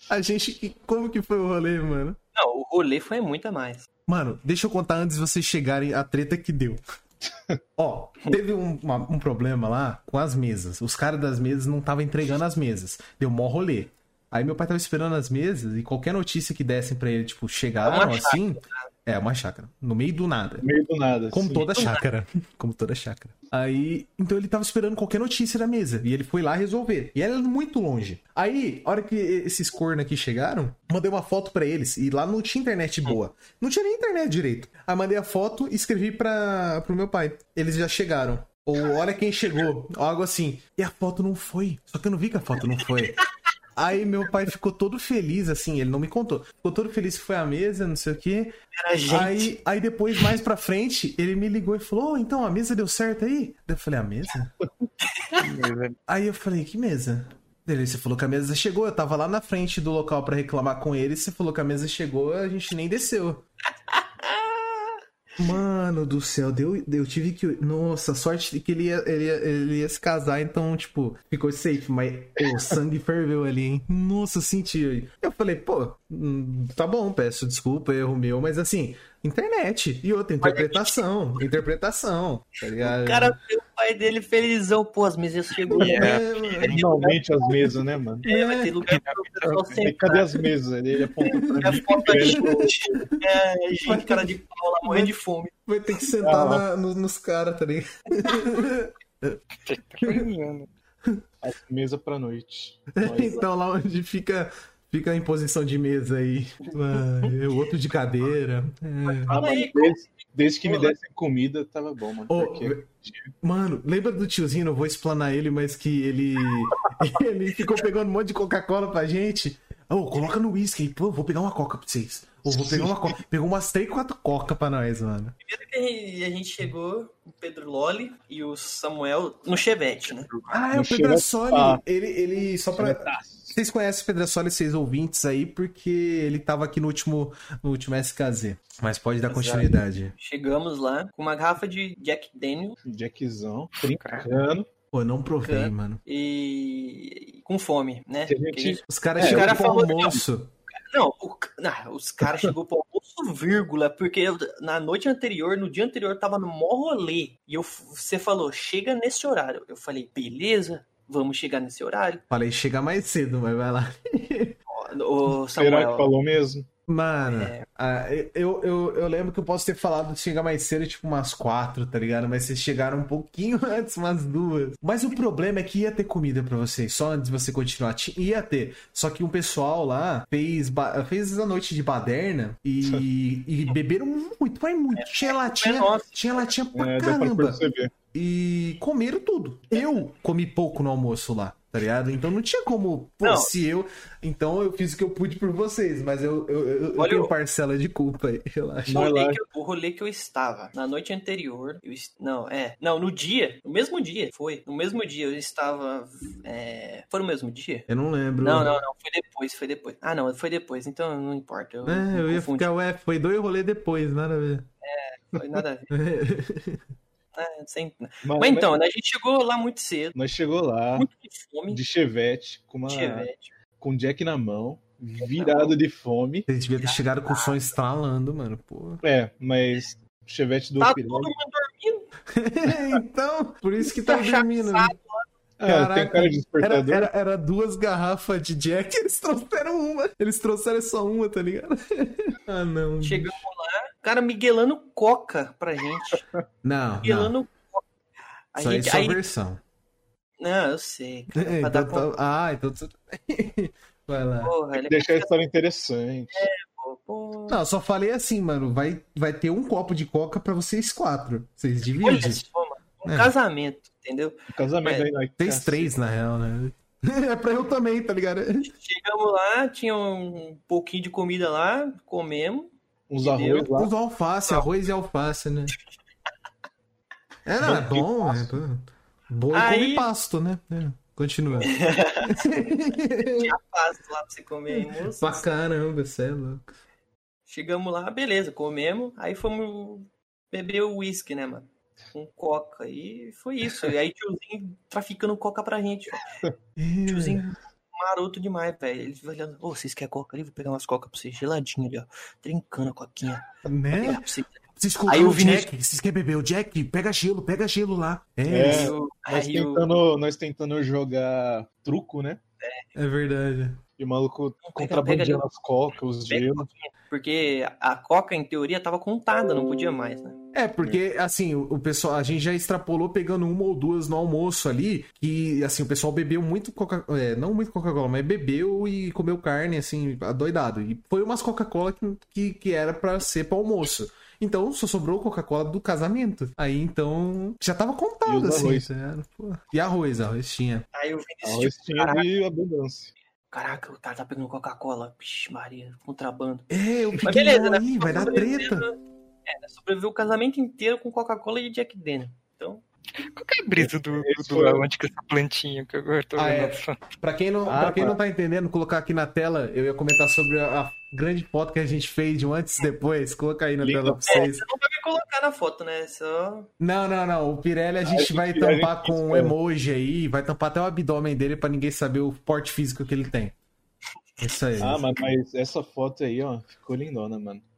a gente. Como que foi o rolê, mano? Não, o rolê foi muito a mais. Mano, deixa eu contar antes de vocês chegarem a treta que deu. Ó, teve um, uma- um problema lá com as mesas. Os caras das mesas não estavam entregando as mesas. Deu mó rolê. Aí meu pai tava esperando as mesas e qualquer notícia que dessem pra ele, tipo, É chegaram uma assim. É, uma chácara. No meio do nada. Meio do nada. Como assim. toda chácara. Como toda chácara. Então, Aí, então ele tava esperando qualquer notícia da mesa. E ele foi lá resolver. E ela era muito longe. Aí, a hora que esses cornos aqui chegaram, mandei uma foto pra eles. E lá não tinha internet boa. Não tinha nem internet direito. Aí mandei a foto e escrevi pra, pro meu pai. Eles já chegaram. Ou olha quem chegou. Algo assim. E a foto não foi. Só que eu não vi que a foto não foi. Aí meu pai ficou todo feliz, assim, ele não me contou. Ficou todo feliz que foi a mesa, não sei o quê. Era gente. Aí, aí depois, mais pra frente, ele me ligou e falou: "Ô, então a mesa deu certo aí? Daí Eu falei: A mesa? Aí eu falei: Que mesa? Ele, você falou que a mesa chegou, eu tava lá na frente do local pra reclamar com ele. Você falou que a mesa chegou, a gente nem [laughs] desceu. Mano do céu, deu, eu tive que. Nossa, sorte que ele ia, ele, ia, ele ia se casar, então, tipo, ficou safe, mas pô, o sangue ferveu ali, hein? Nossa, eu senti. Eu falei, pô, hum, tá bom, peço desculpa, erro meu, mas assim, internet e outra, interpretação, interpretação, tá ligado? é tipo, O cara vê o pai dele felizão, pô, as mesas chegou. É. É, Finalmente as mesas, né, mano? É, vai ter lugar pra o pessoal E sentar. cadê as mesas? Ele apontou pra É mim. foto aí, é, gente, cara de pau lá morrendo de fome. vai ter que sentar na- no- nos caras, tá ligado? tá [laughs] As mesas pra noite. Então lá onde fica, fica em posição de mesa aí. Ah, o outro de cadeira. É. Ah, Fala aí, mas desde, desde que me dessem comida, tava bom, mano. é Ô, porque- Mano, lembra do tiozinho, não vou explanar ele, mas que ele [laughs] ele ficou pegando um monte de Coca-Cola pra gente. Ô, coloca no uísque aí, pô, vou pegar uma Coca pra vocês. Ou vou pegar uma Coca. Pegou umas 3, 4 Coca pra nós, mano. primeiro É que a gente chegou, o Pedro Lolli e o Samuel no Chevette, né? Ah, é No o Chile- Pedrasoli. Ah. Ele, ele, só pra, Vocês conhecem o Pedrasoli, vocês ouvintes aí, porque ele tava aqui no último, no último SKZ. Mas pode dar Exato. continuidade. Chegamos lá com uma garrafa de Jack Daniel um Jackzão, brincando. Pô, eu não provei, mano. e, e com fome, né? Que a gente- Que a gente- Os caras É, chegaram o cara pro falou que- almoço. Não, o ca- não, os caras chegou pro almoço, vírgula, porque eu- na noite anterior, no dia anterior, eu tava no mó rolê. E eu, f- você falou, chega nesse horário. Eu falei, beleza, vamos chegar nesse horário. Falei, chega mais cedo, mas vai lá. Ó, Ô, Será que Samuel, falou mesmo? Mano, É. ah, eu, eu, eu lembro que eu posso ter falado de chegar mais cedo, tipo umas quatro, tá ligado? Mas vocês chegaram um pouquinho [laughs] antes, umas duas. Mas o problema é que ia ter comida pra vocês, só antes de você continuar. Ti- Ia ter. Só que um pessoal lá fez, ba- fez a noite de baderna [laughs] e, e beberam muito, mas muito. Tinha latinha, nossa. tinha latinha pra É, dá pra caramba perceber. e comeram tudo. Eu comi pouco no almoço lá, tá ligado? Então não tinha como. Pô, Não. se eu. Então eu fiz o que eu pude por vocês, mas eu, eu, eu- eu Olha tenho o- parcela de culpa aí, [laughs] relaxa. o Vai lá. um rolê, que eu, o rolê que eu estava na noite anterior, eu est- não, é, não, no dia, no mesmo dia, foi, no mesmo dia eu estava, é, foi no mesmo dia? Eu não lembro. Não, não, não, foi depois, foi depois. Ah, não, foi depois, então não importa. Eu, É, eu me ia confundi. ficar, ué, foi dois rolê depois, nada a [laughs] ver. Foi nada a ver. né, sem- Mas, Mas então, né, a gente chegou lá muito cedo, nós chegou Ah, lá muito com fome, de chevette, com uma chevette. com um Jack na mão, virado de fome. Vocês deviam ter chegado com o som estralando, mano, [laughs] pô. É, mas chevette do Tá todo Pirelli. mundo então, por isso que tá Tá dormindo. né? Ah, tem Caraca. cara de Era, despertador. era, era duas garrafas de Jack, [laughs] eles trouxeram uma. Eles trouxeram só uma, tá ligado? [laughs] ah, não. chegamos lá, o cara miguelando coca pra gente, [laughs] Não, não. miguelando coca. A Só gente, isso é aí, a versão. não, eu sei, É, cara, pra então dar tá- conta, Ah, então tudo bem. [laughs] Vai lá. porra, ele Deixar a história interessante. pô, pô. Não, só falei assim, mano. Vai, vai ter um copo de coca pra vocês quatro. Vocês dividem. Olha só, mano. Um É. casamento, entendeu? Casamento Mas- aí assim, na Vocês três, na real, né? [laughs] É pra eu também, tá ligado? Chegamos lá, tinha um pouquinho de comida lá, comemos. Uns arroz lá. Usa alface, arroz e alface, né? É, não, é bom, é bom. Bom é Aí- comer pasto, né? É, Continua. Tinha pasta lá pra [laughs] você comer, hein, moço. pra caramba, você é louco. Chegamos lá, beleza, comemos. Aí fomos beber o uísque, né, mano? Com coca. E foi isso. E aí tiozinho traficando coca pra gente. ó. É, Tiozinho maroto demais, velho. Ele vai olhando, ô, vocês querem coca ali? Vou pegar umas coca pra vocês, geladinha ali, ó. Trincando a coquinha. É, né? Pra vocês. Vocês colocaram Aí o o Vinícius- Jack, vocês querem beber o Jack? Pega gelo, pega gelo lá. É. É, Aí o- Nós aí então o- tentando, nós tentando jogar truco, né? é verdade. E o maluco pega- contrabandeando pega as cocas, os Pega- gelos. Porque a coca, em teoria, tava contada, não podia mais, né? É, porque, assim, o o pessoal, a gente já extrapolou pegando uma ou duas no almoço ali, que, assim, o pessoal bebeu muito coca é, não muito Coca-Cola, mas bebeu e comeu carne, assim, adoidado. E foi umas Coca-Cola que, que, que era pra ser pra almoço. Então, só sobrou Coca-Cola do casamento. Aí, então, já tava E contado, os assim. arroz. né? Pô. E arroz, arroz tinha. Aí o Vinícius, Arroz tipo, tinha caraca, e é abundância. caraca, o cara tá pegando Coca-Cola. Vixe, Maria, contrabando. É, eu Mas fiquei beleza, né? aí, vai dar Sobreviveu- treta. É, sobreviveu o casamento inteiro com Coca-Cola e Jack Daniel. Qual que é a brisa do, do, Esse do foi- aonde que essa plantinha que eu tô Ah, vendo é. essa- Pra quem, não, Ah, pra quem tá. não tá entendendo, colocar aqui na tela, eu ia comentar sobre a, a grande foto que a gente fez de um antes e depois. Colocar aí na Lindo. tela pra vocês. Você não vai me colocar na foto, né? Só... Não, não, não. O Pirelli a gente gente- vai a gente tampar fez, com um cara. emoji aí, vai tampar até o abdômen dele pra ninguém saber o porte físico que ele tem. Isso aí. Ah, mas, mas essa foto aí, ó, ficou lindona, mano. É.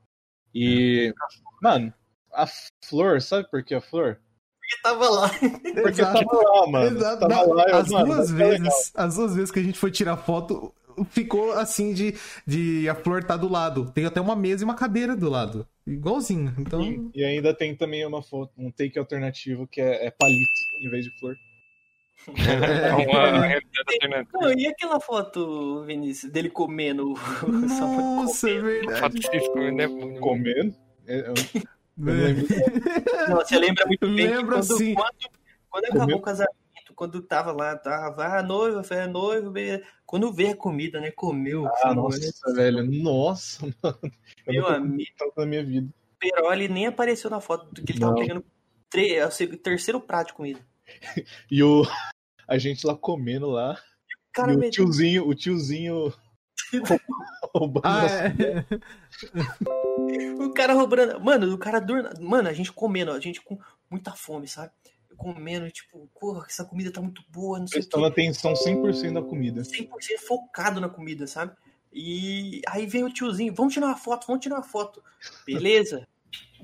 E, mano, a flor, sabe por que a flor? Porque tava lá. Porque Exato. tava lá, mano. Exato. Tava Não, lá, eu, as mano, duas tá vezes, legal. as duas vezes que a gente foi tirar foto, ficou assim de, de a flor tá do lado. Tem até uma mesa e uma cadeira do lado. Igualzinho. Então, E, e ainda tem também uma foto, um take alternativo que é, é palito em vez de flor. é uma realidade assim, né? alternativa. Não, e aquela foto, Vinícius, dele comendo? [laughs] Só foi [laughs] nossa, é O verdade. fato de vocês comerem, né? Comendo? [laughs] É, eu- eu Né? não lembro. Não, você lembra muito bem que Lembro quando, assim. quando, quando acabou o casamento, quando tava lá, tava ah, noiva, foi noiva, beleza. quando veio a comida, né, comeu, Ah, falou, nossa, né? velho. Nossa, [laughs] mano. Eu meu nunca comi amigo, tanto na minha vida. Peroli nem apareceu na foto do que ele tava Não. pegando tre- é o seg- terceiro prato de comida. E o... [laughs] A gente lá comendo lá. Cara, e o meu tiozinho, o tiozinho... [laughs] roubando Ah, as- é. O cara roubando. Mano, o cara durna. Mano, a gente comendo, a gente com muita fome, sabe? Eu comendo, tipo, porra, essa comida tá muito boa, não sei Eles o quê. estão na atenção 100% da comida. 100% focado na comida, sabe? E aí vem o tiozinho, vamos tirar uma foto, vamos tirar uma foto. Beleza?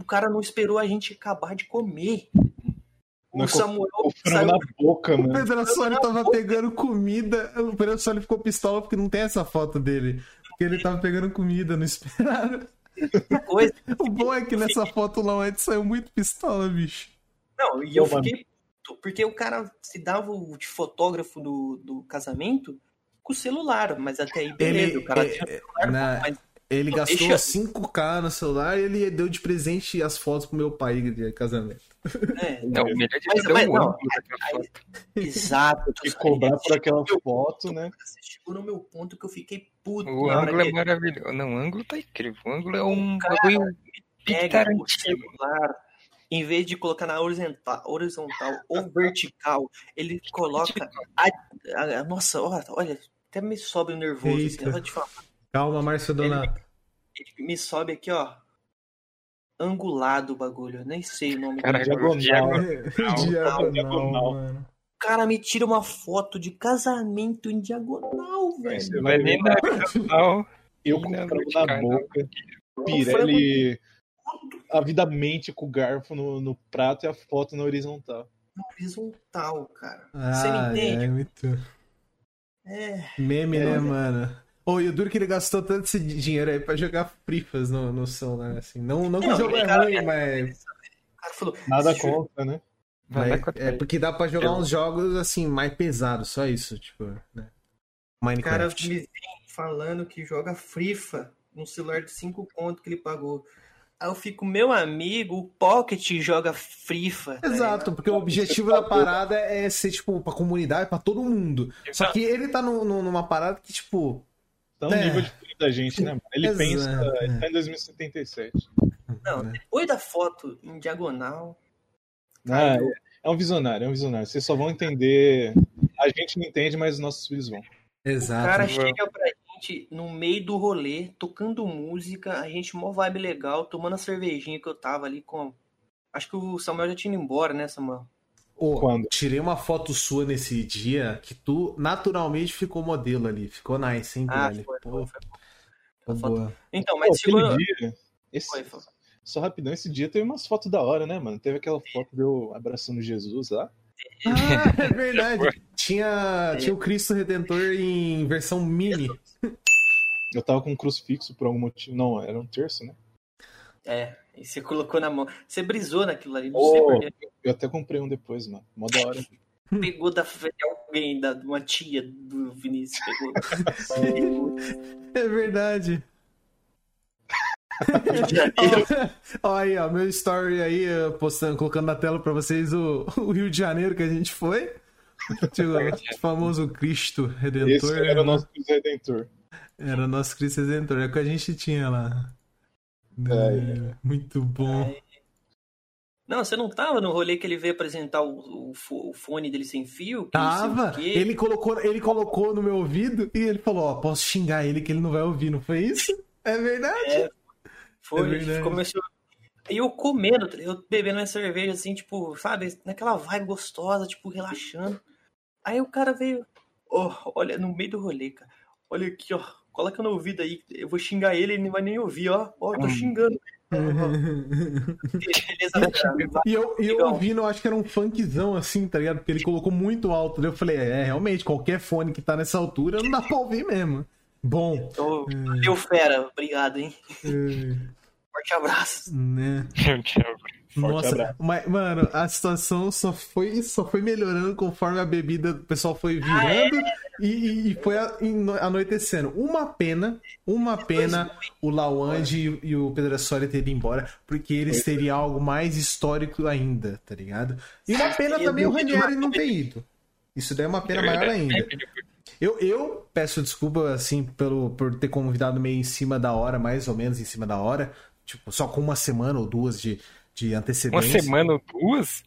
O cara não esperou a gente acabar de comer. O Não, é Samuel O frango saiu na boca, O mano. Pedrasoli tava pegando comida. O Pedrasoli ficou pistola porque não tem essa foto dele. Porque ele tava pegando comida, não esperaram. da coisa. O bom é que nessa foto lá o Ed saiu muito pistola, bicho. Não, e eu Não, mano. fiquei puto, porque o cara se dava o de fotógrafo do, do casamento com o celular, mas até aí beleza, Ele, o cara é- tinha é- celular, na- mas- ele Pô, gastou deixa- 5k no celular e ele deu de presente as fotos pro meu pai de casamento. é, Não, o melhor de Mas- tudo mas é o não, ângulo daquela foto. exato. E cobrar por aquela Meu foto, né? Você chegou no meu ponto que eu fiquei puto. O na hora ângulo é que- maravilhoso. Não, o ângulo tá incrível. O ângulo é um Cara, bagulho pega o pitarantino. celular, em vez de colocar na horizontal, horizontal ou vertical, [laughs] ele coloca. a- a- nossa, olha, olha, até me sobe o nervoso. assim, Eita. eu vou te falar. Calma, Márcio Donato. Ele me sobe aqui, ó. Angulado o bagulho, eu nem sei o nome. Caraca, Diagonal. o [laughs] diagonal. Diagonal, diagonal. mano. O cara me tira uma foto de casamento em diagonal, velho. Você Mas vai nem ver na horizontal. eu nem com na o frango na vertical, boca, frango- Pirelli avidamente com o garfo no, no prato e a foto na horizontal. é Horizontal, cara. Você me Ah, entende? é muito. É. Meme, É. né, mano? Ô, e o duro que ele gastou tanto esse dinheiro aí pra jogar frifas no, no celular, assim. Não, não que o Não, jogo é cara, ruim, é- mas. O cara falou. Nada "Esse jogo contra, né? Vai mas dar conta. é porque dá pra jogar uns jogos, assim, mais pesados, só isso, tipo, né? O cara Minecraft. me vem falando que joga Frifa num celular de 5 conto que ele pagou. Aí eu fico, meu amigo, o Pocket joga Frifa. tá ligado? Exato, porque o objetivo da parada é ser, tipo, pra comunidade, pra todo mundo. Só que ele tá no- no- numa parada que, tipo. Tá um É. nível diferente da gente, né? mano? Ele Exato, pensa, é. ele tá em 2077. Não, né? Depois da foto em diagonal. Ah, é- é um visionário, é um visionário. Vocês só vão entender. A gente não entende, mas os nossos filhos vão. O cara Exato. chega pra gente no meio do rolê, tocando música, a gente mó vibe legal, tomando a cervejinha que eu tava ali com. Acho que o Samuel já tinha ido embora, né, Samuel? Ô, Quando? tirei uma foto sua nesse dia que tu naturalmente ficou modelo ali. Ficou nice, hein, Ah, Pirelli? foi, Pô, foi, foi. ficou Foto- boa. Então, Pô, mas chegou. aquele dia, esse- Foi, foi. Só rapidão, esse dia teve umas fotos da hora, né, mano? Teve aquela foto de eu abraçando Jesus lá. Ah, é [laughs] verdade. Tinha, tinha o Cristo Redentor em versão mini. Eu tava com um crucifixo por algum motivo. Não, era um terço, né? É, e você colocou na mão. Você brisou naquilo ali, não sei Oh, porque eu até comprei um depois, mano. Mó da hora. pegou da fe- de alguém, da de uma tia do Vinícius, pegou. [laughs] É verdade. [laughs] Ó, aí, ó, meu story aí, eu postando, colocando na tela pra vocês o, o Rio de Janeiro que a gente foi. Tinha o famoso Cristo Redentor. É Esse era né? o nosso Cristo Redentor. Era o nosso Cristo Redentor, é o que a gente tinha lá. É, É, Ai, Muito É, bom. Não, você não tava no rolê que ele veio apresentar o, o fo- o fone dele sem fio? Que não sei o Tava, quê. ele colocou, ele colocou no meu ouvido e ele falou, ó, posso xingar ele que ele não vai ouvir, não foi isso? É verdade. É Foi, verdade. começou. E eu comendo, eu bebendo minha cerveja, assim, tipo, sabe, naquela vibe gostosa, tipo, relaxando. Aí o cara veio, ó, olha, no meio do rolê, cara, olha aqui, ó, coloca no ouvido aí, eu vou xingar ele, ele não vai nem ouvir, ó, ó, eu tô Hum. xingando. [laughs] Beleza, cara, E eu, e eu Legal. ouvindo, eu acho que era um funkzão assim, tá ligado? Porque ele colocou muito alto. daí Eu falei, é, realmente, qualquer fone que tá nessa altura não dá pra ouvir mesmo. Bom, Ô, Valeu, fera, obrigado, hein, é, forte abraço. né? Nossa, abraço. mas, mano, a situação só foi, só foi melhorando conforme a bebida do pessoal foi virando e, e- e foi a- e no- anoitecendo. Uma pena, uma pena o Lawande e, e o Pedrassoli terem ido embora, porque eles teriam algo mais histórico ainda, tá ligado? E é uma pena Seria também o muito Ranieri não ter ido. Isso daí é uma pena maior ainda. Eu, eu peço desculpa, assim, pelo, por ter convidado meio em cima da hora, mais ou menos em cima da hora. Tipo, só com uma semana ou duas de, de Uma antecedência. semana ou duas?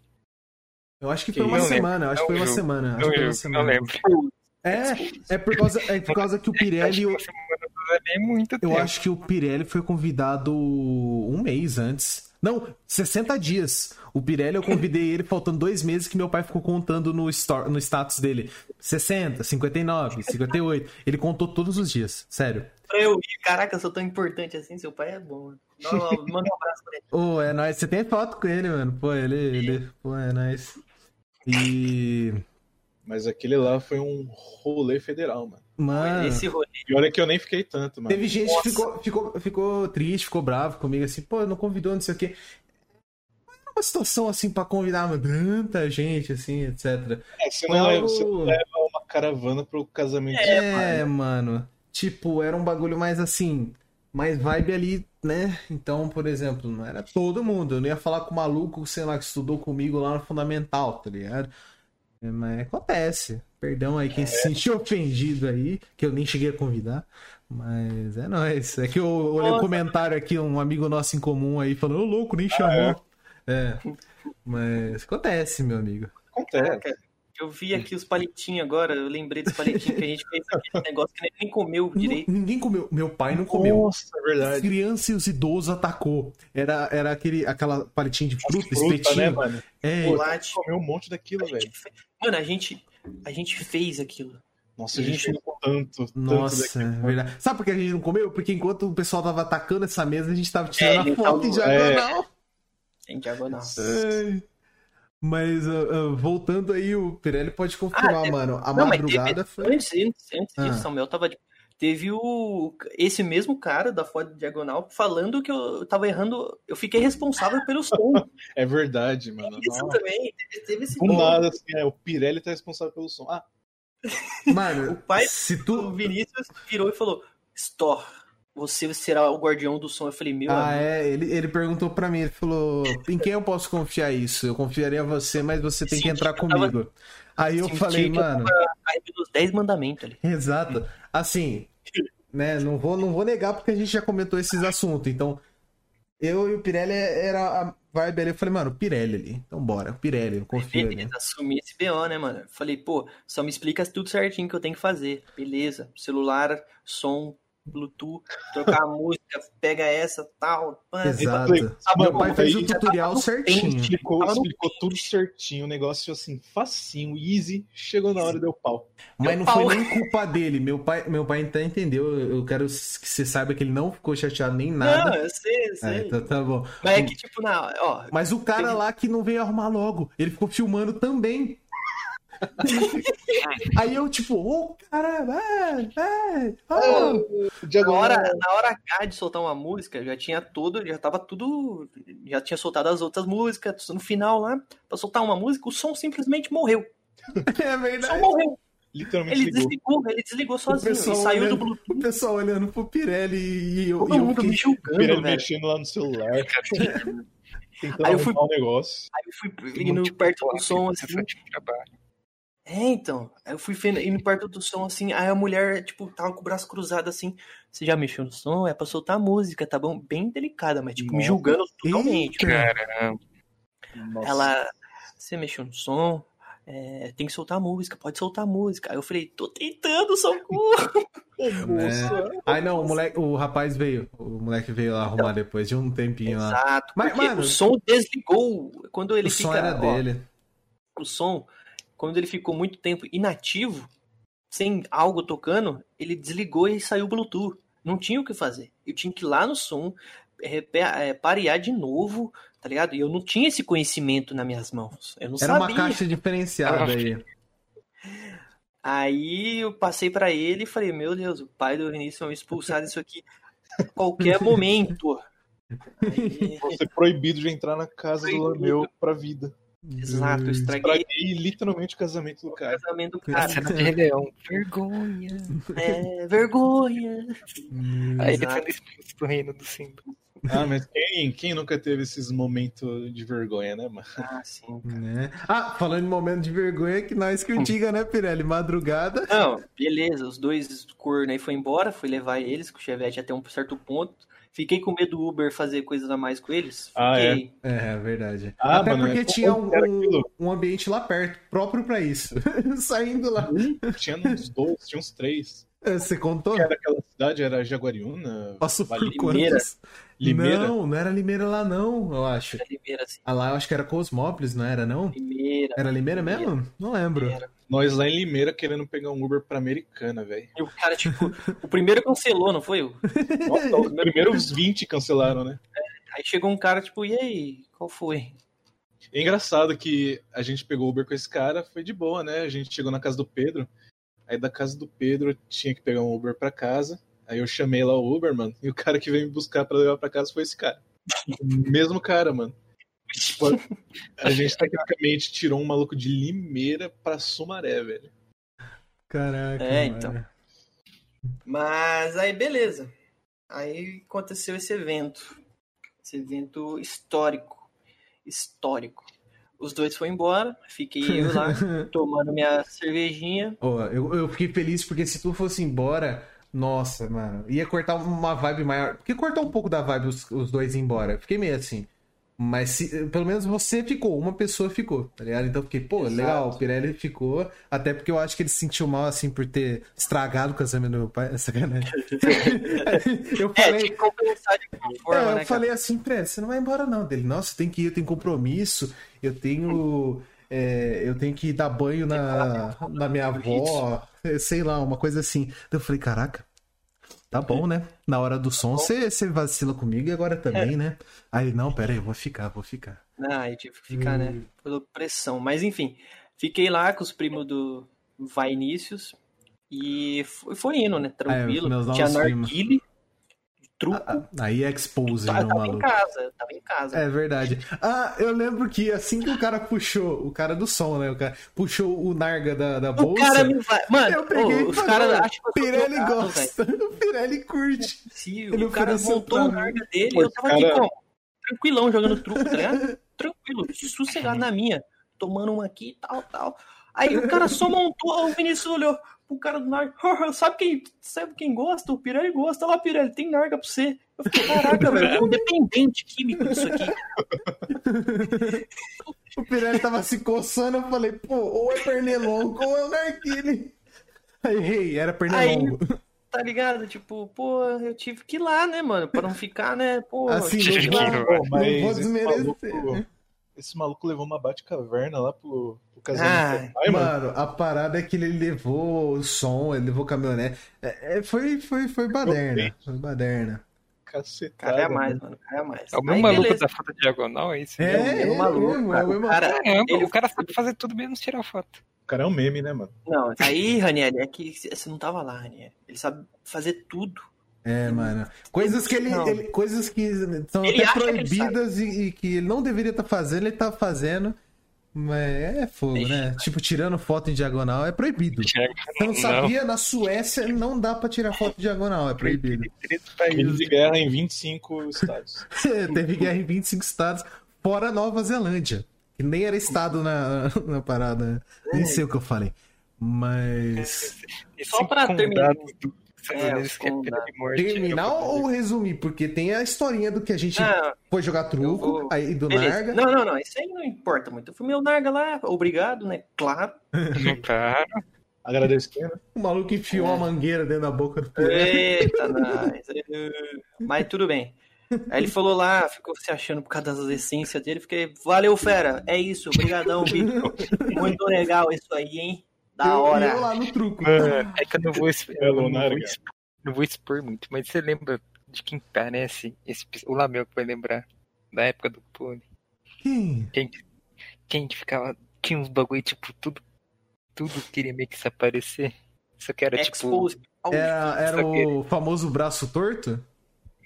Eu acho que Que foi uma eu lembro. semana, eu acho que foi Não uma julgo. semana. acho Não, que foi uma eu, não semana. lembro. É, é por causa, é por causa [laughs] que o Pirelli. Acho que uma semana ou duas ali é muito Eu tempo. acho que o Pirelli foi convidado um mês antes. Não, 60 dias. O Pirelli, eu convidei ele faltando dois meses que meu pai ficou contando no, stor- no status dele. 60, 59, 58. Ele contou todos os dias, sério. Pra eu ir, caraca, eu sou tão importante assim, seu pai é bom, mano. Dá [laughs] uma- Manda um abraço pra ele. Ô, é nóis. Você tem foto com ele, mano. Pô, ele. ele... Pô, é nóis. E. Mas aquele lá foi um rolê federal, mano. Mano. Esse rolê, E olha que eu nem fiquei tanto, mano. Teve gente Nossa. que ficou, ficou, ficou triste, ficou bravo comigo, assim, pô, não convidou, não sei o quê. Não é Uma situação assim pra convidar mano, tanta gente, assim, etc. É, você, Foi não leva, algo- você não leva uma caravana pro casamento. É, mano. Tipo, era um bagulho mais assim, mais vibe ali, né? Então, por exemplo, não era todo mundo. Eu não ia falar com o maluco, sei lá, que estudou comigo lá no Fundamental, tá ligado? É, Mas acontece. Perdão aí quem [laughs] se sentiu ofendido aí, que eu nem cheguei a convidar. Mas é nóis. É que eu olhei um Nossa. comentário aqui, um amigo nosso em comum aí, falando, ô louco, nem chamou. É. Mas acontece, meu amigo. é. Acontece. Caraca, eu vi aqui os palitinhos agora, eu lembrei dos palitinhos que a gente fez aquele negócio que nem comeu direito. Ninguém comeu. Meu pai não comeu. Nossa, é As verdade. crianças e os idosos atacou. Era, era aquele, aquela palitinha de fruta, Fruta, né, espetinho. mano? é, Pô, Chocolate. comeu um monte daquilo, A velho. gente fe- Mano, a gente, a gente fez aquilo. Nossa, a gente fez tanto, tanto daquilo. nossa, é verdade. Sabe por que a gente não comeu? Porque enquanto o pessoal tava atacando essa mesa, a gente tava tirando É, a ele foto em tava- diagonal. Em diagonal. Ai. Mas ah, ah, voltando aí, o Pirelli pode confirmar, Ah, é- mano. A Não, mas madrugada foi. Antes, antes, antes Ah. disso, Samuel tava. de- Teve o, esse mesmo cara da foto diagonal falando que eu tava errando. Eu fiquei responsável pelo som. É verdade, mano. Isso é Nossa. também. teve- Teve esse Do nada, assim, é, o Pirelli tá responsável pelo som. Ah, Mano, O pai- se O tu. Vinícius virou e falou: Store, você será o guardião do som. Eu falei: Meu Ah, amigo, é, ele, ele perguntou pra mim, ele falou, em quem eu posso confiar isso? Eu confiaria em você, mas você tem que Senti entrar que eu tava- comigo. Aí eu senti falei, que eu mano, caiu dos 10 mandamentos ali. Exato. Assim, né, não vou, não vou negar porque a gente já comentou esses assuntos. Então, eu e o Pirelli era a vibe ali. Eu falei, mano, Pirelli ali. Então bora, Pirelli, eu confio ali. Beleza, assumi esse BO, né, mano? Falei, pô, só me explica tudo certinho que eu tenho que fazer. Beleza, celular, som, Bluetooth, [laughs] trocar a música, pega essa, tal, pã. Exato. Tá Meu pai fez o Aí já tutorial certinho. né, Explicou, Tava no explicou tudo certinho, o negócio assim, facinho, easy. Chegou na hora, deu pau. Mas Meu não foi pau. nem culpa dele. Meu pai, meu pai até entendeu. Eu quero que você saiba que ele não ficou chateado nem Não, nada. eu sei, eu sei. Ah, então tá bom. Mas é que, tipo, na, ó, Mas o cara Ele- lá que não veio arrumar logo, ele ficou filmando [laughs] também. Aí eu, tipo, ô, cara, vai, vai, ó. na Diagonal, hora, na hora H de soltar uma música, já tinha tudo, já tava tudo. Já tinha soltado as outras músicas. No final lá, pra soltar uma música, o som simplesmente morreu. É O som verdade. morreu. literalmente Ele ligou. desligou, ele desligou sozinho. pessoal Ele saiu olhando. do Bluetooth. O pessoal olhando pro Pirelli e eu, Todo e eu mundo fiquei- me julgando, Ele velho. mexendo lá no [laughs] celular, tentando Aí eu arrumar fui- o negócio. Aí eu fui indo perto do né, som assim. É, então. Aí eu fui fe- indo perto do som assim. Aí a mulher, tipo, tava com o braço cruzado assim. Você já mexeu no som? É pra soltar a música, tá bom? Bem delicada, mas, tipo, me Nossa. julgando totalmente. Caramba. Nossa. Ela, você mexeu no som, é, tem que soltar a música, pode soltar a música. Aí eu falei, tô tentando, [laughs] socorro. É. Ai, não, o, moleque, o rapaz veio. O moleque veio lá Então, arrumar depois de um tempinho lá. Exato, Mas, porque mano, o som desligou. Quando ele O fica, som era ó, dele. o som, quando ele ficou muito tempo inativo, sem algo tocando, ele desligou e saiu o Bluetooth. Não tinha o que fazer. Eu tinha que ir lá no som, é, pe- é, parear de novo, tá ligado? E eu não tinha esse conhecimento nas minhas mãos. Eu não Era uma sabia. caixa diferenciada Ah, aí. Aí eu passei pra ele e falei: Meu Deus, o pai do Vinícius vai me expulsar disso aqui a qualquer momento. Aí, Você é proibido de entrar na casa do Proibido. Lameu pra vida. exato, Hum, eu estraguei Estraguei literalmente o casamento do o cara. casamento do A cara. cena de Rei Leão. Vergonha. É, vergonha. Aí ele Exato. sendo expulso do reino do Simba. Ah, mas quem, quem nunca teve esses momentos de vergonha, né, mano? Ah, sim. Né? Ah, falando em momento de vergonha, que nós que o diga, né, Pirelli? Madrugada. Não, beleza, os dois corno aí foi embora, fui levar eles com o Chevette até um certo ponto. Fiquei com medo do Uber fazer coisas a mais com eles. Fiquei. Ah, é. É, é verdade. Ah, Até mano, porque é- tinha como um, que era aquilo? um ambiente lá perto, próprio pra isso. [laughs] Saindo lá. Uhum. Tinha uns dois, tinha uns três. É, Você contou? Que era aquela cidade, era Jaguariúna, Passou por Vale- Limeira. quantos? Limeira. Não, não era Limeira lá, não, eu acho. Primeira, assim, Ah, lá eu acho que era Cosmópolis, não era, não? primeira. Era Limeira Limeira. mesmo? Não lembro. primeira. Nós lá em Limeira querendo pegar um Uber pra Americana, velho. E o cara, tipo, o primeiro cancelou, não foi? Nossa, os primeiros 20 cancelaram, né? Aí chegou um cara, tipo, e aí, qual foi? É engraçado que a gente pegou Uber com esse cara, foi de boa, né? A gente chegou na casa do Pedro. Aí da casa do Pedro eu tinha que pegar um Uber pra casa. Aí eu chamei lá o Uber, mano. E o cara que veio me buscar pra levar pra casa foi esse cara. O mesmo cara, mano. Tipo, a gente tecnicamente tirou um maluco de Limeira pra Sumaré, velho. Caraca. É, mano. então. Mas aí, beleza. Aí aconteceu esse evento. Esse evento histórico. Histórico. Os dois foram embora, fiquei eu [laughs] lá, tomando minha cervejinha. Ó, eu, eu fiquei feliz porque se tu fosse embora, nossa, mano, ia cortar uma vibe maior. Porque cortou um pouco da vibe os, os dois ir embora. Fiquei meio assim. Mas se- pelo menos você ficou, uma pessoa ficou, tá ligado? Então eu fiquei, pô, Exato. legal, o Pirelli ficou. Até porque eu acho que ele se sentiu mal, assim, por ter estragado o casamento do meu pai. É [laughs] Sacanagem. [laughs] eu É, falei, tinha que compensar de alguma forma, é, eu né, cara? falei assim pra ele, você não vai embora não dele. Nossa, tem que ir, eu tenho compromisso, eu tenho. é, eu tenho que dar banho [laughs] na, na minha avó, é, sei lá, uma coisa assim. Então eu falei, caraca, tá bom, né? Na hora do som, você você vacila comigo e agora É. também, né? Aí ele, não, pera aí, eu vou ficar, vou ficar. Ah, eu tive que ficar, Hum. né? Pela pressão. Mas enfim, fiquei lá com os primos do Vai Inícios e foi, foi indo, né? É, Tranquilo. meus novos Tinha primos. narguile, truco. Ah, Aí é expose Tá- no tava em maluco. casa, eu tava em casa. É verdade. Ah, eu lembro que assim que o cara puxou, o cara do som, né? O cara puxou o narga da, da o É, bolsa. cara me vai. Mano, Eu peguei ô, e os falei, caras "Olha, acham que eu sou Pirelli drogado, velho. gosta, o Pirelli curte. Se Ele o cara ofereceu montou pra o mim. narga dele, Pô, eu tava aqui cara- como? Tranquilão, jogando truco, tá ligado? Tranquilo, sossegado na minha, tomando uma aqui e tal, tal. Aí o cara só montou, o Vinícius olhou pro cara do narga, sabe quem, sabe quem gosta? O Pirelli gosta, olha lá, Pirelli, tem narga pra você. Eu fiquei, caraca, velho, é um dependente químico disso aqui. O Pirelli tava se coçando, eu falei, pô, ou é pernilongo ou é o narguile. Aí, hey, era pernilongo. tá ligado? Tipo, pô, eu tive que ir lá, né, mano? Pra não ficar, né? Pô, Assim, eu tive que ir lá. não- Pô, mas Não vou esse desmerecer. maluco- Esse maluco levou uma bate-caverna lá pro, pro Ah, casamento do pai, mano. Mano, a parada é que ele levou o som, ele levou o caminhonete. É, é, foi, foi, foi baderna. Foi baderna. Cacetada. Cara, é a mais, mano. Cara, é a mais. É o mesmo Aí, maluco beleza. da foto diagonal, é isso? É, mesmo? é, é um maluco, mesmo, é cara. o mesmo. Cara, Caramba, ele- o cara sabe fazer tudo mesmo tirar foto. O cara é um meme, né, mano? Não, aí, Raniel, é que você não tava lá, Raniel. Ele sabe fazer tudo. É, mano. Coisas que ele, Não. ele- Coisas que são Ele até acha que ele proibidas e, e que ele não deveria estar fazendo, ele tá fazendo. Mas é fogo, Ixi. né? Tipo, tirando foto em diagonal é proibido. Você não sabia, na Suécia não dá pra tirar foto em diagonal, é proibido. Três Crime de países. guerra em 25 estados. [laughs] Teve guerra em 25 estados, fora Nova Zelândia. Que nem era estado na, [laughs] na parada. né? Nem sei o que eu falei. Mas. É, Esse Só pra terminar. condado dos Estados É, Unidos que é os pena de morte. Terminar ou resumir? Porque tem a historinha do que a gente Ah, foi jogar truco, vou- aí do beleza. Narga. Não, não, não. Isso aí não importa muito. Eu fui meu Narga lá, obrigado, né? Claro. Claro. Agradecendo. O maluco enfiou a mangueira dentro da boca É, do piano. Eita, nós. Eh, Mas tudo bem. Aí ele falou lá, ficou se achando por causa das essências dele. Fiquei, valeu, fera. É isso, brigadão, Bico. Muito legal isso aí, hein? Da Eu, hora. eu lá no truco. Mano, é que eu não vou, exp- É, eu não Lunarga. vou expor, não vou expor muito, mas você lembra de quem parece esse, pis- o Lameu que vai lembrar da época do Pony? Quem? Quem, quem que ficava. Tinha uns bagulho, tipo, tudo. Tudo queria meio que se aparecer. Só É que era tipo. Expose. Au, Era, era o famoso braço torto?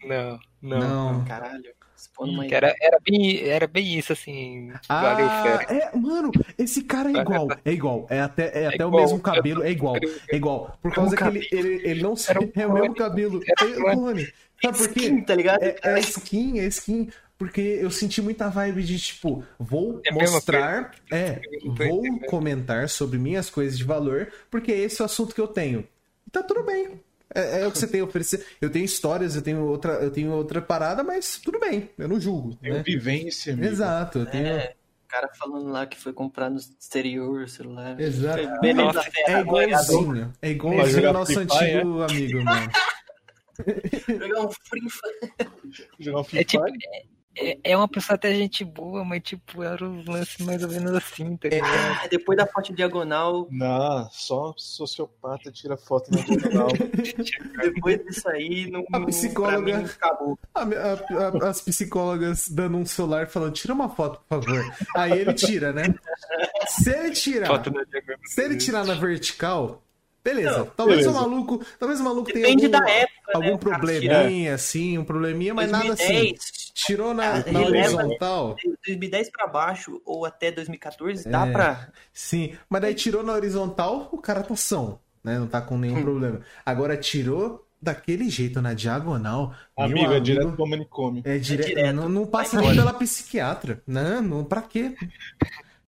Não, não. Caralho. Expondo uma Que Era, era, bem, era bem isso, assim. Ah, Valeu, fera. é, mano, esse cara é Valeu, igual. É igual. É até, é até o igual, mesmo cabelo, é igual. É igual. Por causa que Era um ele, ele, ele não se. Era um É o mesmo clone. cabelo. Era um É o clone. Sabe por quê? skin, tá ligado? É, é skin, é skin. Porque eu senti muita vibe de tipo, vou É a mesma mostrar, é, Não tô vou entendendo. comentar sobre minhas coisas de valor, porque esse é o assunto que eu tenho. E tá tudo bem. É, é o que você tem a oferecer. Eu tenho histórias, eu tenho outra, eu tenho outra parada, mas tudo bem, eu não julgo. Tem Né? vivência, amigo. Exato, eu tenho. É, o cara falando lá que foi comprar no exterior o celular. Exato. Foi Beleza, Nossa, fera, É agora tá igualzinho. É Vai igualzinho jogar o nosso Free Fire, antigo amigo, mano. Pegar um free fire. Jogar um Free É tipo. Fire. É, é uma pessoa até gente boa, mas tipo, era um lance mais ou menos assim, tá ligado? Ah, depois da foto diagonal, Não, só sociopata tira foto [laughs] na diagonal. depois disso aí, não, A psicóloga. pra mim, acabou. A- a- a- as psicólogas dando um celular falando, tira uma foto, por favor. Aí ele tira, né? Se ele tirar, Foto na diagonal. se ele tirar na vertical, beleza. Não, talvez o beleza. maluco, talvez o maluco tenha Depende algum, da época, né? algum O cara probleminha, assim, um probleminha, mas nada assim. 2010, Tirou na, Ah, na releva. horizontal, 2010 pra baixo ou até 2014, dá É. pra. sim. Mas daí tirou na horizontal, o cara tá são, né? Não tá com nenhum problema. Agora tirou daquele jeito na diagonal. meu Amigo, é direto pro manicômio. É direto. direto. Não, não passa Vai nem pela psiquiatra. Não, não, pra quê?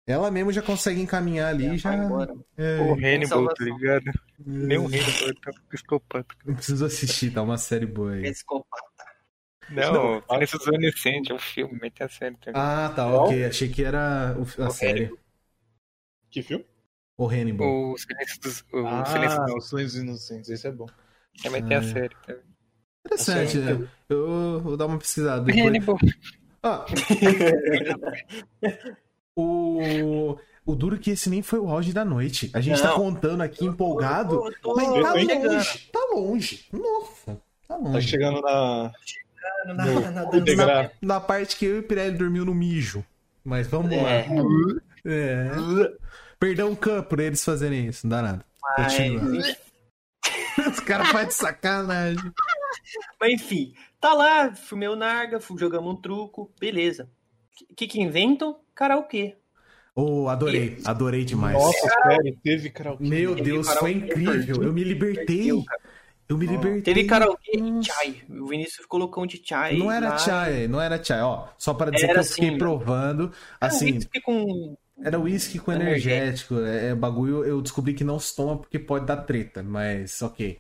Ela mesmo já consegue encaminhar ali É, já. vai embora. É, O Hannibal, tá Salvação. ligado? Nem o Hannibal tá psicopata. não preciso assistir, tá uma série boa aí. Psicopata. Não, tem Suzane Incêndio, é um filme, mas tem a série é também. Ah, tá, ok. Achei que era o- a série. Que filme? O Hannibal. O Silêncio dos. O Silêncio dos. os Silêncios Inocentes, esse é bom. Também tem a Ah, é. série também. Interessante, Assim, né? Eu vou dar uma pesquisada O depois. Hannibal. Ah. [laughs] o... o duro é que esse nem foi o auge da noite. A gente tá Não. contando aqui empolgado. Eu tô- Mas eu tá tô longe, tá longe. Nossa, tá Tá longe. chegando na. Tá chegando na- na dança. degrau. Na parte que eu e o Pirelli dormiu no mijo. Mas vamos É. lá. É. Perdão, Khan, por eles fazerem isso. Não dá nada. Mas, Continua. [laughs] Os caras fazem de sacanagem. mas enfim, tá lá, fumei o Narga, fu- jogamos um truco, beleza. O que, que inventam? Karaokê. Oh, adorei. Adorei demais. Nossa, sério, teve karaokê. Meu Teve Deus, foi karaokê, incrível. Eu me libertei. Eu me libertei. Teve karaokê e Nossa. chai. O Vinícius colocou um de chai. Não era lá. chai, não era chai. Ó, só para dizer Era que eu fiquei sim. provando. Assim, Vinícius fica um com Era uísque com energético. É, é bagulho, eu descobri que não se toma porque pode dar treta, mas ok.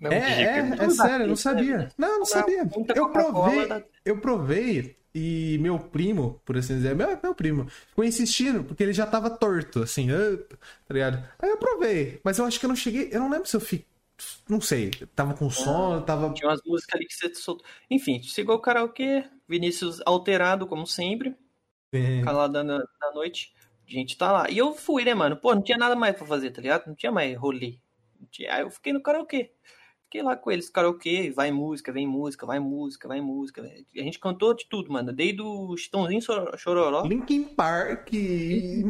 Não, É, é, diga. é sério, eu não né? sabia. Não, não sabia. muita Eu Coca-Cola tá? provei, da- eu provei e meu primo, por assim dizer, meu, meu primo, ficou insistindo porque ele já tava torto, assim, ah, tá ligado? Aí eu provei, mas eu acho que eu não cheguei, eu não lembro se eu fiquei. Não sei, tava com sono, tava. Tinha umas músicas ali que você soltou. Enfim, chegou o karaokê, Vinícius alterado, como sempre, eh, calada na, na noite. A gente tá lá. E eu fui, né, mano? Pô, não tinha nada mais pra fazer, tá ligado? Não tinha mais rolê. Não tinha- Aí eu fiquei no karaokê. Fiquei lá com eles, karaokê, vai música, vem música, vai música, vai música. velho. A gente cantou de tudo, mano. Desde o Chitãozinho Sor- Chororó. Linkin Park.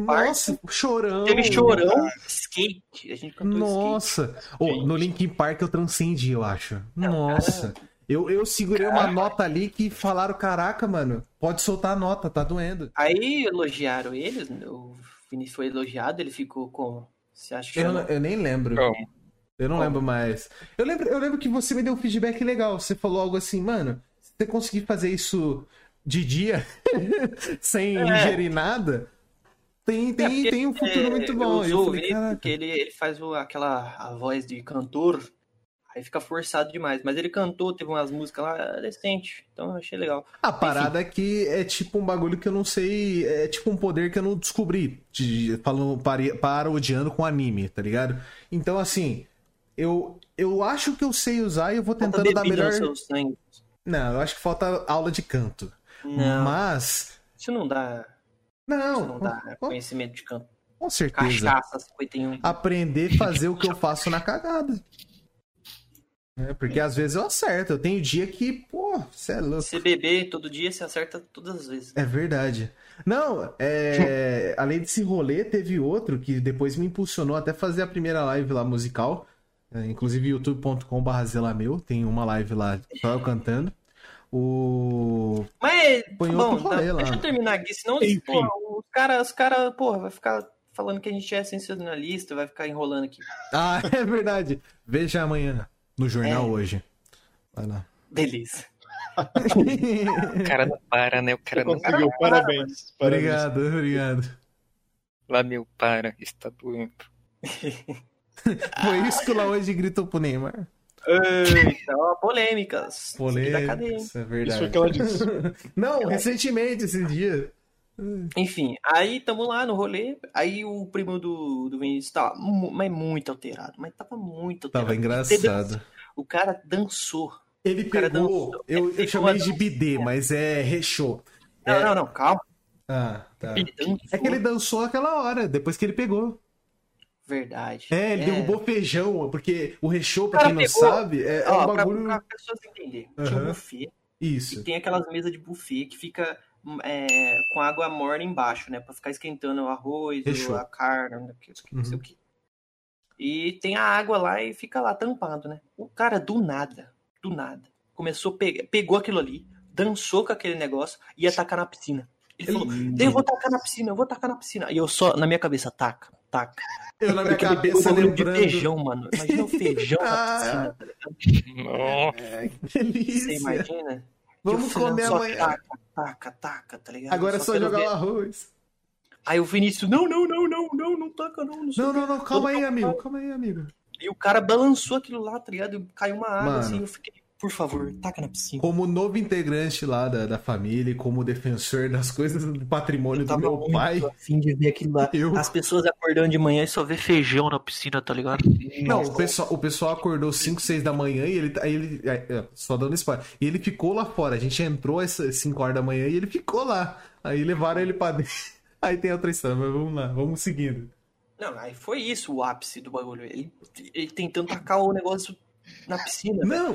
Park. Nossa, chorão. Teve chorão, skate. A gente cantou skate. Nossa! Ô, Gente. no Linkin Park eu transcendi, eu É, acho. Nossa! Eu, eu segurei uma nota ali que falaram: caraca, mano, pode soltar a nota, tá doendo. Aí elogiaram eles, né? o Vinícius foi elogiado, ele ficou com. Você acha que Eu, chama? eu nem lembro. Como? Eu não Como? lembro mais. Eu lembro, eu lembro que você me deu um feedback legal. Você falou algo assim, mano, se você conseguir fazer isso de dia, [laughs] sem É. ingerir nada, tem, É, tem, porque, tem um futuro é, muito eu bom. E sou Eu o falei, Vinícius, caraca. porque ele, ele faz o- aquela a voz de cantor, aí fica forçado demais. Mas ele cantou, teve umas músicas lá decente, então eu achei legal. A parada aqui é tipo um bagulho que eu não sei. É tipo um poder que eu não descobri. De, falando, pare- parodiando com anime, tá ligado? Então, assim, eu, eu acho que eu sei usar e eu vou Falta tentando dar bebida melhor. no seu sangue. Não, eu acho que falta aula de canto. Não, Mas. isso não dá, isso Não, não dá com, conhecimento de canto. com certeza. Ah, Cachaça 51. Aprender a fazer o que eu faço na cagada. É, porque às vezes eu acerto. Eu tenho dia que, pô, você é louco. Você beber todo dia, você acerta todas as vezes. É verdade. Não, é, além desse rolê, teve outro que depois me impulsionou até fazer a primeira live lá musical. É, inclusive, youtube.com.br zelameu. Tem uma live lá só eu cantando. O... Mas, Põe bom, outro rolê tá, lá. deixa eu terminar aqui, senão Enfim. porra, os caras, os cara, porra, vai ficar falando que a gente é sensacionalista, vai ficar enrolando aqui. Ah, [laughs] é verdade. Veja amanhã no jornal É. hoje. Vai lá. Beleza. é. O cara não [laughs] para, né? O cara Você não para. conseguiu, parabéns. parabéns. obrigado, obrigado. Lá meu para, está doendo. Foi isso que o Laoji gritou pro Neymar. Eita, ó, Então, polêmicas. Da Polêmica. cadeia. Isso é verdade. Isso foi o que [laughs] ela disse. Não, recentemente, esse dia. Enfim, aí tamo lá no rolê. Aí o primo do, do Vinícius tava mu- mas muito alterado. Mas tava muito alterado. Tava engraçado. O cara dançou. Ele O cara pegou. dançou. Eu, Ele eu pegou chamei a de bidê, mas é rechô. Não, É. não, não, calma. Ah, tá. Ele dançou. É que ele dançou aquela hora, depois que ele pegou. Verdade. É, ele derrubou feijão, porque o rechô, pra O quem cara não pegou. sabe, é, é Ó, um pra, bagulho. pra pessoas entenderem, tinha um Aham. buffet E Isso. tem aquelas mesas de buffet que fica hum, é, com água morna embaixo, né? Pra ficar esquentando o arroz, Fechou. ou a carne, não sei o que, não sei Uhum. o que. E tem a água lá e fica lá tampado, né? O cara, do nada, do nada, começou, a pe- pegou aquilo ali, dançou com aquele negócio e ia tacar na piscina. Ele falou, Hum. eu vou tacar na piscina, eu vou tacar na piscina. E eu só, na minha cabeça, taca, taca. Eu na minha Porque ele cabeça pegou o bagulho de lembrando. Ah, feijão, mano. Imagina o [laughs] feijão na piscina. tá ligado? Nossa, Que [laughs] Você delícia. imagina? E o Vamos Fran comer só amanhã. Taca, taca, taca, tá ligado? Agora é só quero jogar ver- o arroz. Aí o Vinícius, não, não, não, não, não, não taca, não, não sei Não, o quê. não, não, calma aí, amigo. Calma aí, amigo. E o cara balançou aquilo lá, tá ligado? Caiu uma água, Mano. assim, eu fiquei, por favor, taca na piscina. Como novo integrante lá da, da família, e como defensor das coisas do patrimônio Eu do tava meu muito pai, afim de ver aquilo lá. eu As pessoas acordando de manhã e só vê feijão na piscina, tá ligado? Não, o pessoal, o pessoal acordou 5, 6 da manhã e ele. Aí ele aí, é, só dando spoiler. E ele ficou lá fora. A gente entrou às 5 horas da manhã e ele ficou lá. Aí levaram ele pra dentro. [laughs] Aí tem outra história, mas vamos lá, vamos seguindo. Não, aí foi isso o ápice do bagulho. Ele, ele tentando tacar o negócio na piscina, velho. Não,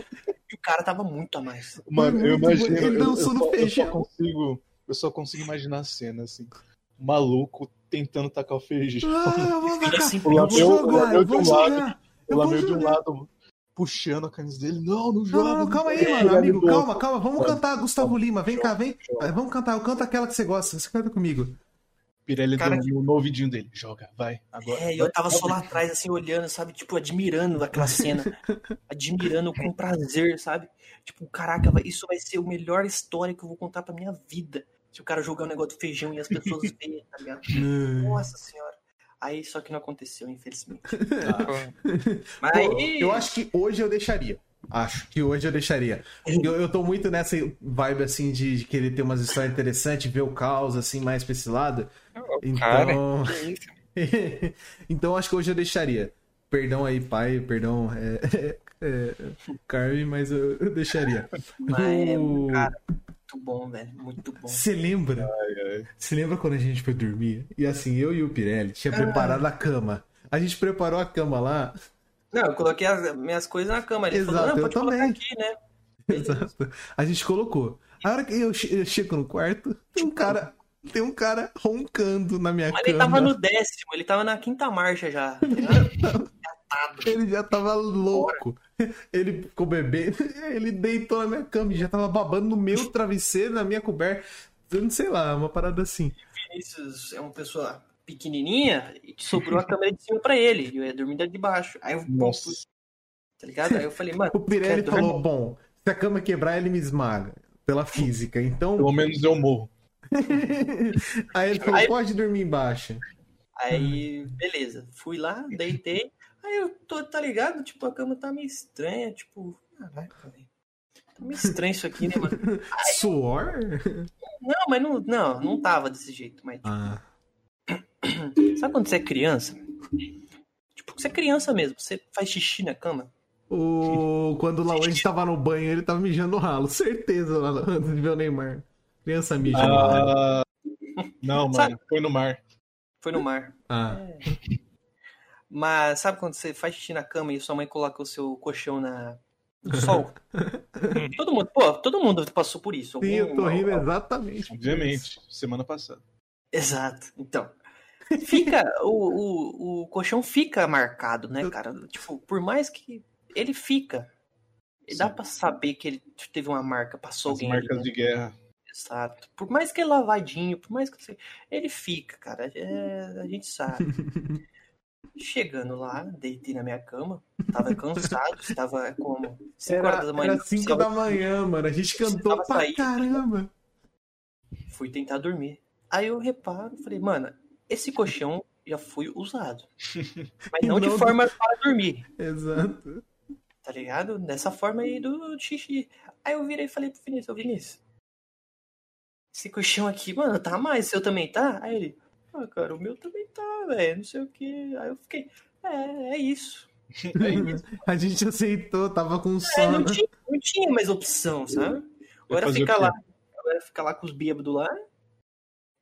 E o cara tava muito a mais. Mano, eu Muito imagino. bom. Ele eu- dançou eu, no só- eu feijão. só consigo. Eu só consigo imaginar a cena, assim. Um maluco tentando tacar o feijão. ah, eu vou Ele atacar. assim, O Eu vou Lameu- o jogar, Lameu eu vou de um lado. jogar. Eu Ela vou meio de um jogar. lado, puxando a camisa dele. Não, não Não, joga. não, não, calma aí, joga, mano. joga de Amigo, boa. calma, calma. Vamos cantar Gustavo Lima. Vem cá, vem. joga. Vamos cantar. Eu canto aquela que você gosta. Você canta comigo. Pirelli Cara, deu no ouvidinho dele. Joga, vai, agora. É, e eu tava só lá atrás, assim, olhando, sabe? Tipo, admirando aquela [laughs] cena. admirando com prazer, sabe? Tipo, caraca, vai- isso vai ser a melhor história que eu vou contar pra minha vida. Se o cara jogar um negócio do feijão e as [laughs] pessoas verem, tá ligado? Nossa senhora. Aí, só que não aconteceu, infelizmente. pô, Mas Pô, aí, eu acho que hoje eu deixaria. Acho que hoje eu deixaria. Eu, eu tô muito nessa vibe assim de, de querer ter umas histórias interessantes, ver o caos assim mais pra esse lado. o cara, Então. que isso? [laughs] então acho que hoje eu deixaria. Porque Perdão aí, pai, perdão, é, [laughs] é, Carmen, mas eu, eu deixaria. Mas, O- cara, muito bom, velho. Muito bom. Você lembra? Você lembra quando a gente foi dormir? E assim, eu e o Pirelli tinha preparado a cama. A gente preparou a cama lá. Não, eu coloquei as minhas coisas na cama. Ele falou, Exato, não, eu pode colocar também. aqui, [laughs] né? Exato. A gente colocou. A hora que eu, che- eu chego no quarto, tem um cara, tem um cara roncando na minha Mas ele cama. tava no décimo, ele tava na quinta marcha já. [laughs] tá ligado? Ele já tava louco. Ele ficou bebendo, [laughs] ele deitou na minha cama e já tava babando no meu travesseiro, na minha coberta. Eu não sei lá, uma parada assim. Vinícius é uma pessoa pequenininha e sobrou a câmera de cima pra ele. E eu ia dormir da de baixo. Aí eu, pô, Nossa. tá ligado? Aí eu falei, mano, O Pirelli quer falou: bom, se a cama quebrar, ele me esmaga. Pela física. Então. Pelo menos eu morro. Aí ele falou: Aí- pode dormir embaixo. Aí, beleza. Fui lá, deitei. Aí eu tô, tá ligado? Tipo, a cama tá meio estranha. Tipo, caraca, velho. Tá meio estranho isso aqui, né, mano? Suor? Não, mas não, não, não tava desse jeito. Mas, Ah. sabe quando você é criança? Tipo, você é criança mesmo. Você faz xixi na cama. O... Quando o Laurent tava no banho, ele tava mijando o ralo. Certeza, Laurent, de ver o Neymar. Criança mija no ralo. Ah, não, mano, foi no mar. Foi no mar. Ah. Mas sabe quando você faz xixi na cama e sua mãe coloca o seu colchão na... no [laughs] sol? todo mundo, pô, todo mundo passou por isso. Sim, eu tô Algum- rindo exatamente. Obviamente, semana passada. Exato. Então, fica o, o, o colchão fica marcado, né, cara? Tipo, por mais que ele fica, E dá Sim. pra saber que ele teve uma marca, passou As alguém. ali, marcas né? [laughs] de guerra. Exato. Por mais que é lavadinho, por mais que você- ele fica, cara. É, a [laughs] gente sabe. Chegando lá, deitei na minha cama, tava cansado, estava como cinco Era horas da manhã. 5 da manhã, mano. A gente cantou precisava pra sair. caramba. Fui tentar dormir. Aí eu reparo, falei, mano, esse colchão já foi usado. [laughs] Mas E não de não- forma para dormir, Exato. tá ligado? Dessa forma aí do xixi. Aí eu virei e falei pro Vinícius, ô Vinícius, esse colchão aqui, mano, tá mais, o seu também tá? Aí ele, ah, cara, o meu também tá, velho, não sei o que. Aí eu fiquei, é, é isso. A gente aceitou, tava com É, não, sono. tinha, não tinha mais Uhum. opção, sabe? Vai Agora fazer o ficar quê? lá, agora ficar lá com os bêbados lá,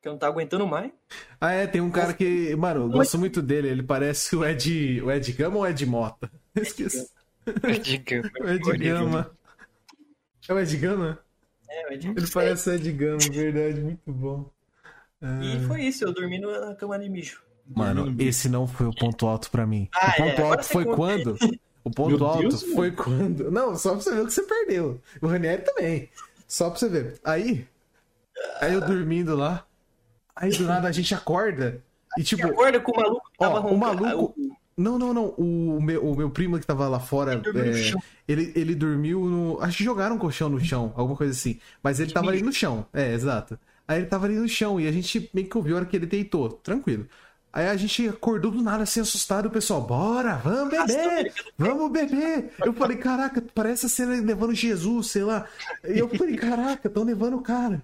que eu não tá aguentando mais. Ah, é, tem um cara que. Mano, eu gosto muito dele. Ele parece o Ed. O Ed Gama ou o Ed Mota? [laughs] Eu esqueci. [laughs] Digamos. O Ed Gama. É o Ed Gama? É, mas Ele parece o Ed Gama, verdade, muito bom. Uhum. E foi isso, eu dormi no- na cama de mijo. Mano, esse não foi o ponto alto pra mim. Ah, o ponto é, agora alto você foi conta. quando? O ponto Meu alto Deus, foi quando? Não, só pra você ver o que você perdeu. O Ranieri também. Só pra você ver. Aí, aí eu dormindo lá. Aí do nada a gente acorda. E Você tipo, acorda com o maluco que Ó, tava o roncando. maluco- Ah, não, não, não. O meu, o meu primo que tava lá fora, o- dormiu no é, chão. ele, ele dormiu no. Acho que jogaram um colchão no chão, alguma coisa assim. Mas ele tava ali no chão. É, exato. Aí ele tava ali no chão e a gente meio que ouviu a hora que ele deitou, tranquilo. Aí a gente acordou do nada assim, assustado, o pessoal, bora, vamos beber! Vamos beber! Eu falei, caraca, parece a cena de levando Jesus, sei lá. E eu falei, caraca, tão levando o cara.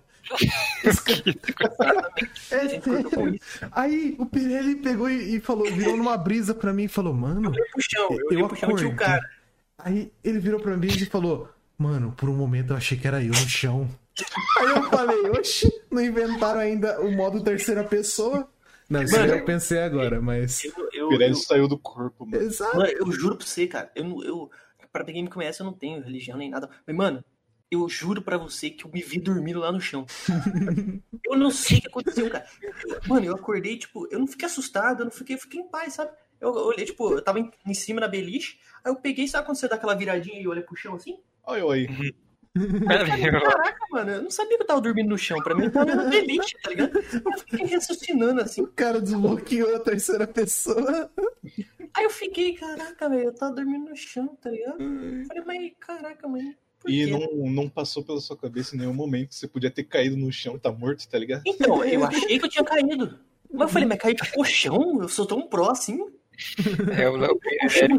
É Ele acordou com sério. isso. Aí o Pirelli pegou e, e falou, virou numa brisa pra mim e falou, mano. Eu olhei pro chão, eu Eu olhei pro chão e tinha o acordei. cara. Aí ele virou pra mim e falou: Mano, por um momento eu achei que era eu no chão. Aí eu falei: Oxi, não inventaram ainda o modo terceira pessoa? Não, isso Mano, aí eu pensei agora, mas. Eu, O eu, eu, Pirelli saiu do corpo, mano. Exato. mano, eu juro pra você, cara. Eu, não- eu, pra quem me conhece, eu não tenho religião nem nada. Mas, mano, eu juro pra você que eu me vi dormindo lá no [laughs] chão. eu não sei o que aconteceu, cara. Eu- Mano, eu acordei, tipo, eu não fiquei assustado, eu não fiquei, eu fiquei em paz, sabe? Eu eu olhei, tipo, eu tava em, em cima da beliche, aí eu peguei, sabe quando você dá aquela viradinha e olha pro chão assim? Olha eu aí. Ah, Caraca, mano, eu não sabia que eu tava dormindo no chão. Pra mim, eu tava no delícia, tá ligado? Eu fiquei raciocinando assim. O cara desbloqueou a terceira pessoa. Aí eu fiquei, caraca, velho, eu tava dormindo no chão, tá ligado? Eu falei, mas caraca, mãe. Por E quê? não, não passou pela sua cabeça em nenhum momento. que Você podia ter caído no chão, tá morto, tá ligado? Então, eu achei que eu tinha caído. Mas eu falei, mas caí de colchão? Eu sou tão pró assim. É, o Léo Pirelli eu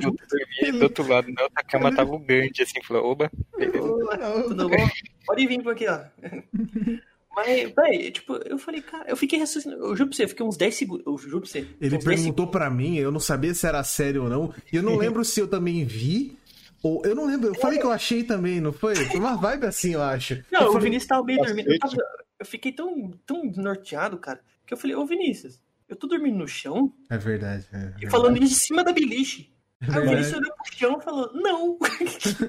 dormi do outro lado, na outra cama tava o Gandhi, assim, falou, oba, beleza. Tudo bom? Pode vir por aqui, ó. Mas, véi, tipo, eu falei, cara, eu fiquei raciocinando. Eu juro pra você, eu fiquei uns 10 segundos. Eu juro pra você. Ele uns 10 perguntou pra mim, eu não sabia se era sério ou não. E eu não lembro se eu também vi. Ou eu não lembro, eu falei que eu achei também, não foi? Foi uma vibe assim, eu acho. Não, eu o falei, Vinícius tava meio Cacete. dormindo. Eu, tava- eu fiquei tão, tão norteado, cara, que eu falei, ô Vinícius, eu tô dormindo no chão é verdade. É verdade. É e falando isso de cima da beliche. Aí o Verdade. Vinícius olhou pro chão e falou, não. [laughs]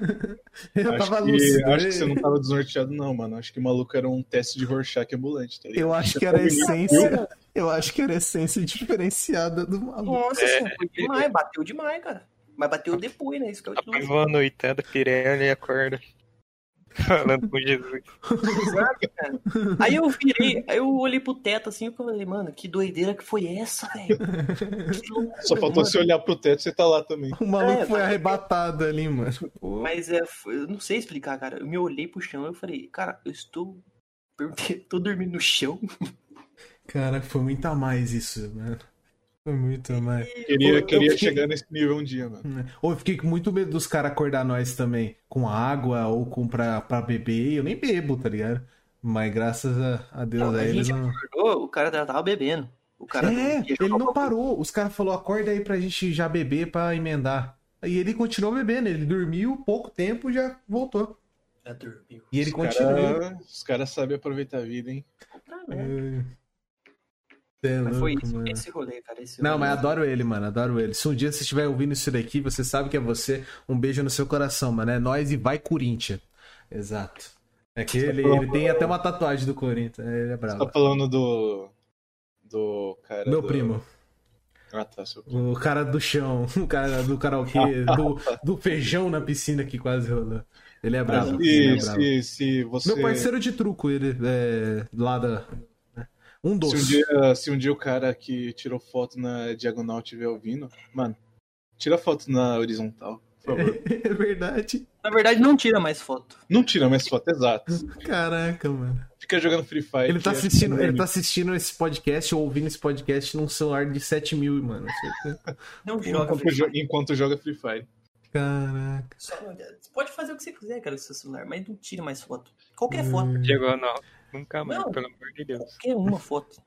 Eu acho, tava que, lúcido. acho que você não tava desnorteado, não, mano. Acho que o maluco era um teste de Rorschach ambulante, [laughs] tá ligado? Eu acho É que era a essência. Eu acho que era a essência diferenciada do maluco. Nossa, senhora, foi demais, bateu demais, cara. Mas bateu depois, né? Isso que eu Após uma noitada piranha, ele acorda. [laughs] Falando com Jesus. Exato, cara. Aí eu virei, aí eu olhei pro teto assim e falei, mano, que doideira que foi essa, [laughs] velho? Que loucura, Só faltou mano. é. você olhar pro teto e você tá lá também. O maluco É, foi mas- arrebatado ali, mano. Pô. Mas é, foi- eu não sei explicar, cara. Eu me olhei pro chão e eu falei, cara, eu estou. porque [laughs] Tô dormindo no chão. Cara, foi muito a mais isso, mano. Foi muito a mais. Queria, Eu- eu queria fiquei- chegar nesse nível um dia, mano. Ou eu fiquei com muito medo dos caras acordar nós também com água ou com pra, pra beber. Eu nem bebo, tá ligado? Mas graças a, a Deus Não, aí a eles gente não. acordou, o cara já tava bebendo. O cara É, ia jogar ele não uma- parou. Os caras falaram, acorda aí pra gente já beber pra emendar. E ele continuou bebendo, ele dormiu pouco tempo e já voltou. Já dormiu. E ele Os continuou. cara- Os caras sabem aproveitar a vida, hein? Tá, né? Ai. Cê é Mas louco, foi isso, mano. esse é rolê, cara. Esse Não, rolê. mas adoro ele, mano. Adoro ele. Se um dia você estiver ouvindo isso daqui, você sabe que é você. Um beijo no seu coração, mano. É nóis e vai Corinthians. Exato. É que ele, ele tem até uma tatuagem do Corinthians. né? Ele é Você tá bravo. falando do. Do cara. Meu do- primo. Ah, tá, seu primo. O cara do chão. [laughs] O cara do karaokê. do, do feijão na piscina que quase rolou. Ele é bravo. Ele é E bravo. se, se você. Meu parceiro de truco, ele é lá da. Um Se um, doce. dia, se um dia o cara que tirou foto na diagonal estiver ouvindo, mano, tira foto na horizontal, por favor. [laughs] [laughs] É verdade. Na verdade, não tira mais foto. Não tira mais foto, exato. Caraca, mano. Fica jogando Free Fire. Ele tá, que é- assistindo, ele tá assistindo esse podcast ou ouvindo esse podcast num celular de 7 mil, mano. Não joga. Enquanto, jo- enquanto joga Free Fire. Caraca. Só- Você pode fazer o que você quiser, cara, com seu celular, mas não tira mais foto. Hum. Qualquer foto. Diagonal. Nunca mais, Não. pelo amor de Deus. Qualquer uma foto.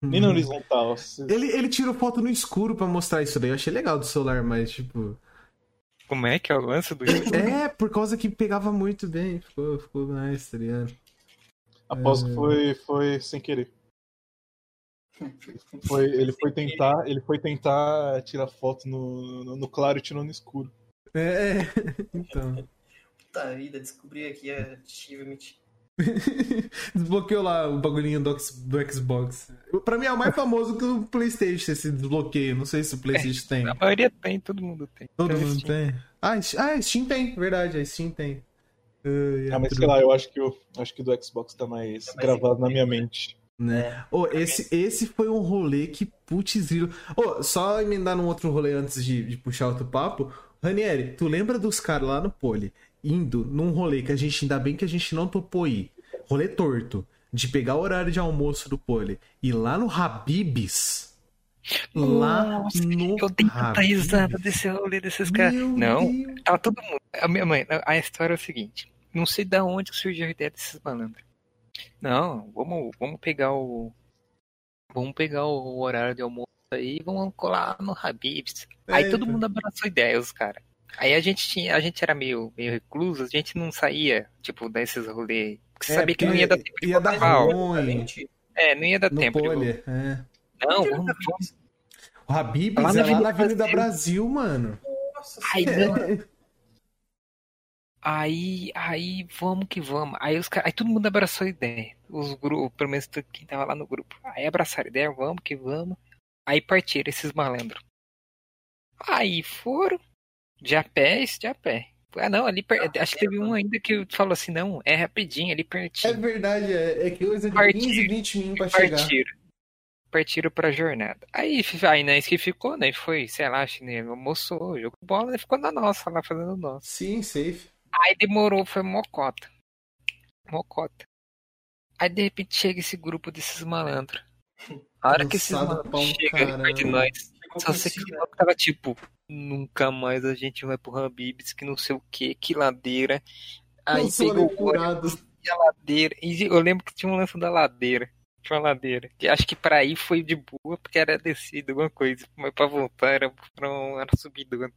Nem Uhum. na horizontal. se- hum." Ele, ele tirou foto no escuro pra mostrar isso daí. Eu achei legal do celular, mas tipo. Como é que é o lance do YouTube? É, por causa que pegava muito bem. Ficou, ficou nice, tá ligado? Aposto É. que foi, foi sem [laughs] querer. Foi, ele foi tentar, ele foi tentar tirar foto no, no, no claro e tirou no escuro. É, [laughs] então. Puta vida, descobri aqui a achievement. Desbloqueou lá o bagulhinho do, X- do Xbox. Pra mim é o mais famoso que o PlayStation, esse desbloqueio. É, Não sei se o PlayStation tem. A maioria tem, todo mundo tem. Todo Então, mundo assim, tem. Ah, Steam- ah, Steam tem, verdade, a Steam tem. Ai, Ah, mas outro- sei lá, eu acho que, eu, acho que do Xbox tá mais Tá mais gravado na minha mente. É. Né? Ô, esse, esse foi um rolê que putz grilo. Ô, só emendar num outro rolê antes de, de puxar outro papo. Ranieri, tu lembra dos caras lá no Poli indo num rolê que a gente, ainda bem que a gente não topou ir. Rolê torto. De pegar o horário de almoço do Poli. E lá no Habibs. Lá Nossa, no Eu dei tanta Habib's. risada desse rolê desses caras. Ah, Meu Não, Deus. tava todo mundo. A minha mãe, a história é o seguinte: não sei da onde que surgiu a ideia desses malandros. Não, vamos, vamos pegar o. Vamos pegar o horário de almoço aí e vamos colar no Habibs. aí É, todo então. mundo abraçou ideia, os caras. Aí a gente tinha, a gente era meio, meio recluso, a gente não saía, tipo, desses rolês. Porque É, sabia que não porque ia dar tempo de ia dar botar pau. ruim É, não ia dar no tempo. de Poli. É. Não, vamos, vamos. O Habibs Lá na é lá Avenida na Avenida Brasil. Brasil, mano. Nossa Ai, É. não, Aí, aí, vamos que vamos. Aí os caras, aí todo mundo abraçou a ideia. Os grupos, pelo menos tu- quem tava lá no grupo. Aí abraçaram a ideia, vamos que vamos. Aí partiram esses malandros. Aí foram, de a pé, isso de a pé. Ah, não, ali per... acho que teve um ainda que falou assim, não, é rapidinho, ali É pertinho. verdade, é, é que coisa de Partiram. 15, 20 minutos pra chegar. partiram. Partiram pra jornada. Aí, fi- aí nós que ficou, né? Foi, sei lá, chinelo, almoçou, jogou bola, né? ficou na nossa, lá fazendo o nosso. Sim, safe. Aí demorou, foi mocota. Mocota. Aí de repente chega esse grupo desses malandros. A hora que esses Cansado pra um malandros chegam caramba. perto de nós, só sei que o maluco tava tipo, nunca mais a gente vai pro Habibs, que não sei o que, que ladeira. Aí Não sou pegou nem o ônibus, tá curado. E a ladeira. E eu lembro que tinha um lance da ladeira. Tinha uma ladeira. Que acho que pra ir foi de boa, porque era descida, alguma coisa. Mas pra voltar era, era, um- era subidona.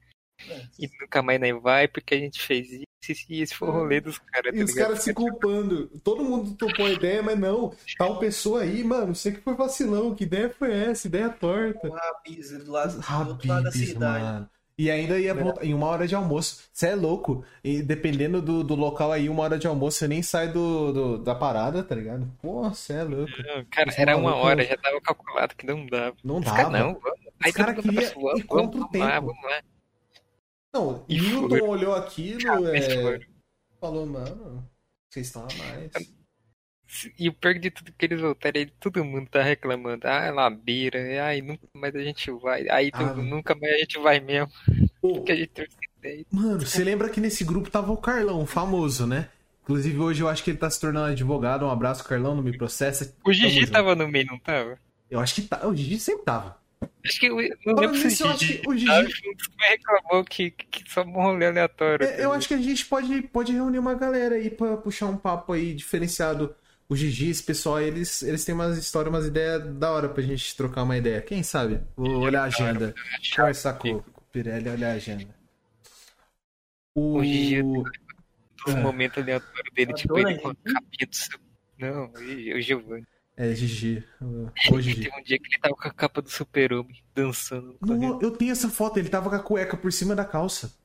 E nunca mais nem vai, porque a gente fez isso. E esse foi o rolê dos caras. É. E tá os ligado? caras se culpando. Todo mundo topou a ideia, mas não. Tal pessoa aí, mano, você que foi vacilão. Que ideia foi essa? Ideia torta. O Rabis do lado, do outro lado da Habibs, cidade. mano. E ainda ia voltar em uma hora de almoço. Você é louco. E dependendo do, do local aí, uma hora de almoço, você nem sai do, do- da parada, tá ligado? Pô, você é louco. Não, Cara, Esse era uma maluco- hora, já tava calculado que não dava. Não Os caras, dava. não, vamos. Aí Os caras todo mundo queria falou, ir "Vamos, vamos, contra o lá, tempo." vamos lá. Não, E Newton foram. olhou aquilo Eles é, foram. falou, mano, vocês estão a mais. E o pior de tudo é que eles voltaram, aí todo mundo tá reclamando. Ah, labeira, ai, nunca mais a gente vai. Aí Ah, todo- mano. nunca mais a gente vai mesmo, Ô, porque a gente tem essa ideia. Mano, você lembra que nesse grupo tava o Carlão, famoso, né? Inclusive hoje eu acho que ele tá se tornando advogado. Um abraço, Carlão, não me processa. O Tamo Gigi junto. tava no meio, não tava? Eu acho que tá. O Gigi sempre tava. Acho que eu não Falando lembro se nisso, eu o acho Gigi que o Gigi. tava, foi um dos que reclamou que, que só um rolê aleatório. tá É, eu acho que a gente pode, pode reunir uma galera aí pra puxar um papo aí diferenciado. O Gigi, esse pessoal, eles, eles têm umas histórias, umas ideias da hora pra gente trocar uma ideia. Quem sabe? Vou olhar a agenda. Conversar com com o Pirelli, olhar a agenda. O... O Gigi- Os É. momentos aleatórios um dele, Eu tipo, adoro ele a com a capinha do seu... Não, e- e o Giovanni. É, Gigi. Ô, Gigi. Teve um dia que ele tava com a capa do super-homem, dançando no corredor. Não, eu tenho essa foto, ele tava com a cueca por cima da calça.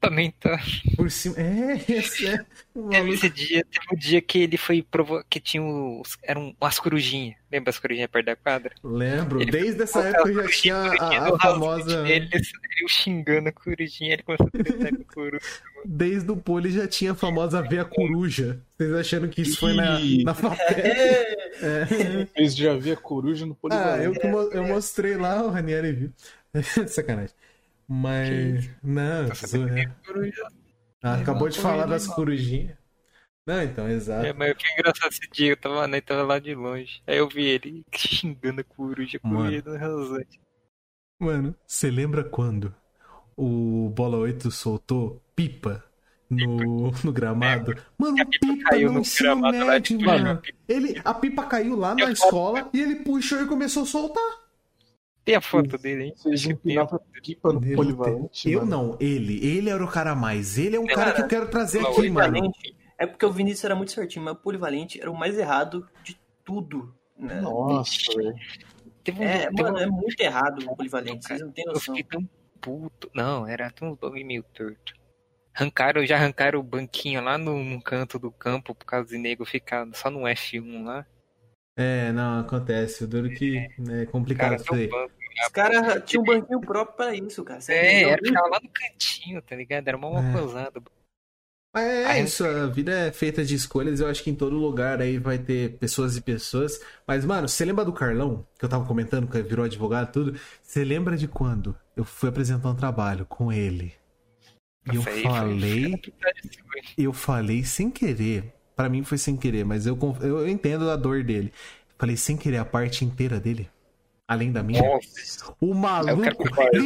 Também tá. Por cima. É, [laughs] esse é. O Teve maluco- esse dia, teve um dia que ele foi provo... que tinha os... eram umas corujinhas. Lembra as corujinhas perto da quadra? Lembro, Ele- desde essa época já tinha Corujinha a, do a famosa. Raul, Ele saiu xingando a corujinha, ele começou a tretar com a coruja. Desde o pole já tinha a famosa veia coruja. Vocês achando que isso foi na, na favela? [laughs] É. Fez já havia coruja no Ah, polivalente. eu, que mo- eu mostrei lá, o Ranieri viu. [laughs] Sacanagem. Mas. Não, zoa. coruja. Ah, acabou de falar Coruja, das corujinhas. Não, então, exato. É, mas foi engraçado esse dia, eu tava, né, tava lá de longe. Aí eu vi ele xingando a coruja, a coruja do rasante. Mano, você lembra quando o Bola 8 soltou pipa no, no gramado? Mano, E É, a pipa pipa caiu no no ensino gramado lá de médio, cima. um mano. Ele, a pipa caiu lá Eu na escola e ele puxou e começou a soltar. Tem a foto dele, hein? Vocês Acho que tem. empinavam pipa no Meu polivalente, Eu mano. não, ele. Ele era o cara a mais. Ele é um cara, Cara, que eu quero trazer Bola aqui, oito, mano. Polivalente é porque o Vinícius era muito certinho, mas o Polivalente era o mais errado de tudo. Né? Nossa, velho. Teve um, É, teve mano, um- é muito errado o Polivalente, vocês não têm Eu noção. fiquei tão puto. Não, era tão um bagulho meio torto. Arrancaram, já arrancaram o banquinho lá no, no canto do campo por causa de nego ficar só no F1 lá. É, não, acontece. O duro que é complicado Cara, isso teu aí. banco. Os caras tinham um né? banquinho próprio pra isso, cara. Você É, entendeu? era, ficava lá no cantinho, tá ligado? Era uma É. coisada. Mas É Aí- isso, a vida é feita de escolhas. Eu acho que em todo lugar aí vai ter pessoas e pessoas. Mas, mano, você lembra do Carlão, que eu tava comentando, que virou advogado e tudo? Você lembra de quando eu fui apresentar um trabalho com ele? E eu Nossa, aí foi- um falei, eu falei sem querer. Pra mim foi sem querer, mas eu, conf- eu entendo a dor dele. Falei sem querer a parte inteira dele, além da É. minha. Nossa, O maluco, quero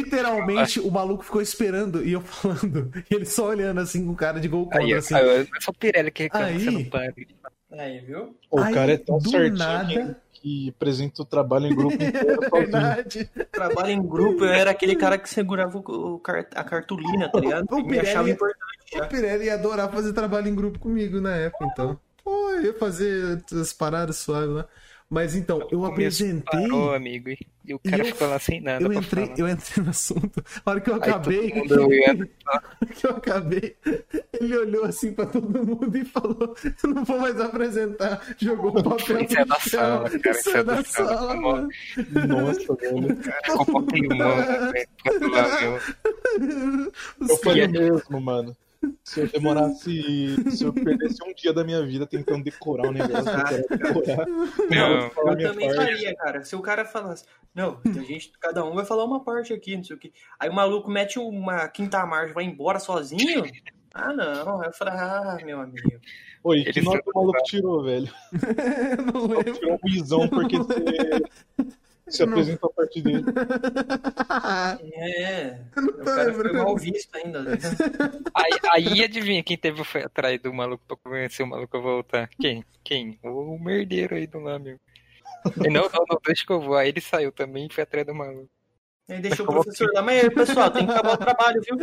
literalmente, o maluco ficou esperando e eu falando. E ele só olhando assim com cara de gol aí, contra, assim. aí, é só o Pirelli que reclama Aí- que você não para. Aí, viu? O Aí, cara é tão do certinho nada- É que, que apresenta o trabalho em grupo inteiro [laughs] assim, sozinho. Verdade. Trabalho em grupo, eu era aquele cara que segurava o, o car- a cartolina, tá ligado? O Me achava Pirelli- importante. O Pirelli ia adorar fazer trabalho em grupo comigo na época, então. Pô, eu ia fazer as paradas suaves lá. Mas então, eu No começo apresentei. Parou, amigo. E, e o cara eu- ficou lá sem nada Eu pra entrei, falar. eu entrei no assunto. A hora que eu Aí todo acabei. mundo [laughs] olhando. que eu acabei, ele olhou assim pra todo mundo e falou: Eu não vou mais apresentar. Jogou o papel. Isso é no da chão, sala, cara, isso isso é da sala, mano. Nossa, velho. Ficou com um climão, né? Ficou do lado, eu- Os Eu falei caras- o mesmo, mano. Se eu demorasse. Se eu perdesse um dia da minha vida tentando decorar o negócio, eu quero decorar. Não. falar Eu minha também parte. faria, cara. Se o cara falasse, não, a gente, cada um vai falar uma parte aqui, não sei o quê. Aí o maluco mete uma quinta marcha e vai embora sozinho. Ah, não. Aí Eu falei, ah, meu amigo. Oi, Ele que nota foi- o maluco tirou, velho? Eu não lembro. Tirou um bisão porque você Se apresenta a partir dele. [laughs] É. Eu não O tô Tá, cara foi lembrando. mal visto ainda. né? Aí, aí adivinha quem teve foi atrás do maluco pra convencer o maluco a voltar? Quem? Quem? O merdeiro aí do lá, meu. E não, não, não, deixa que eu vou. Aí ele saiu também e foi atrás do maluco. Aí deixou o professor lá, mas pessoal, tem que acabar o trabalho, viu?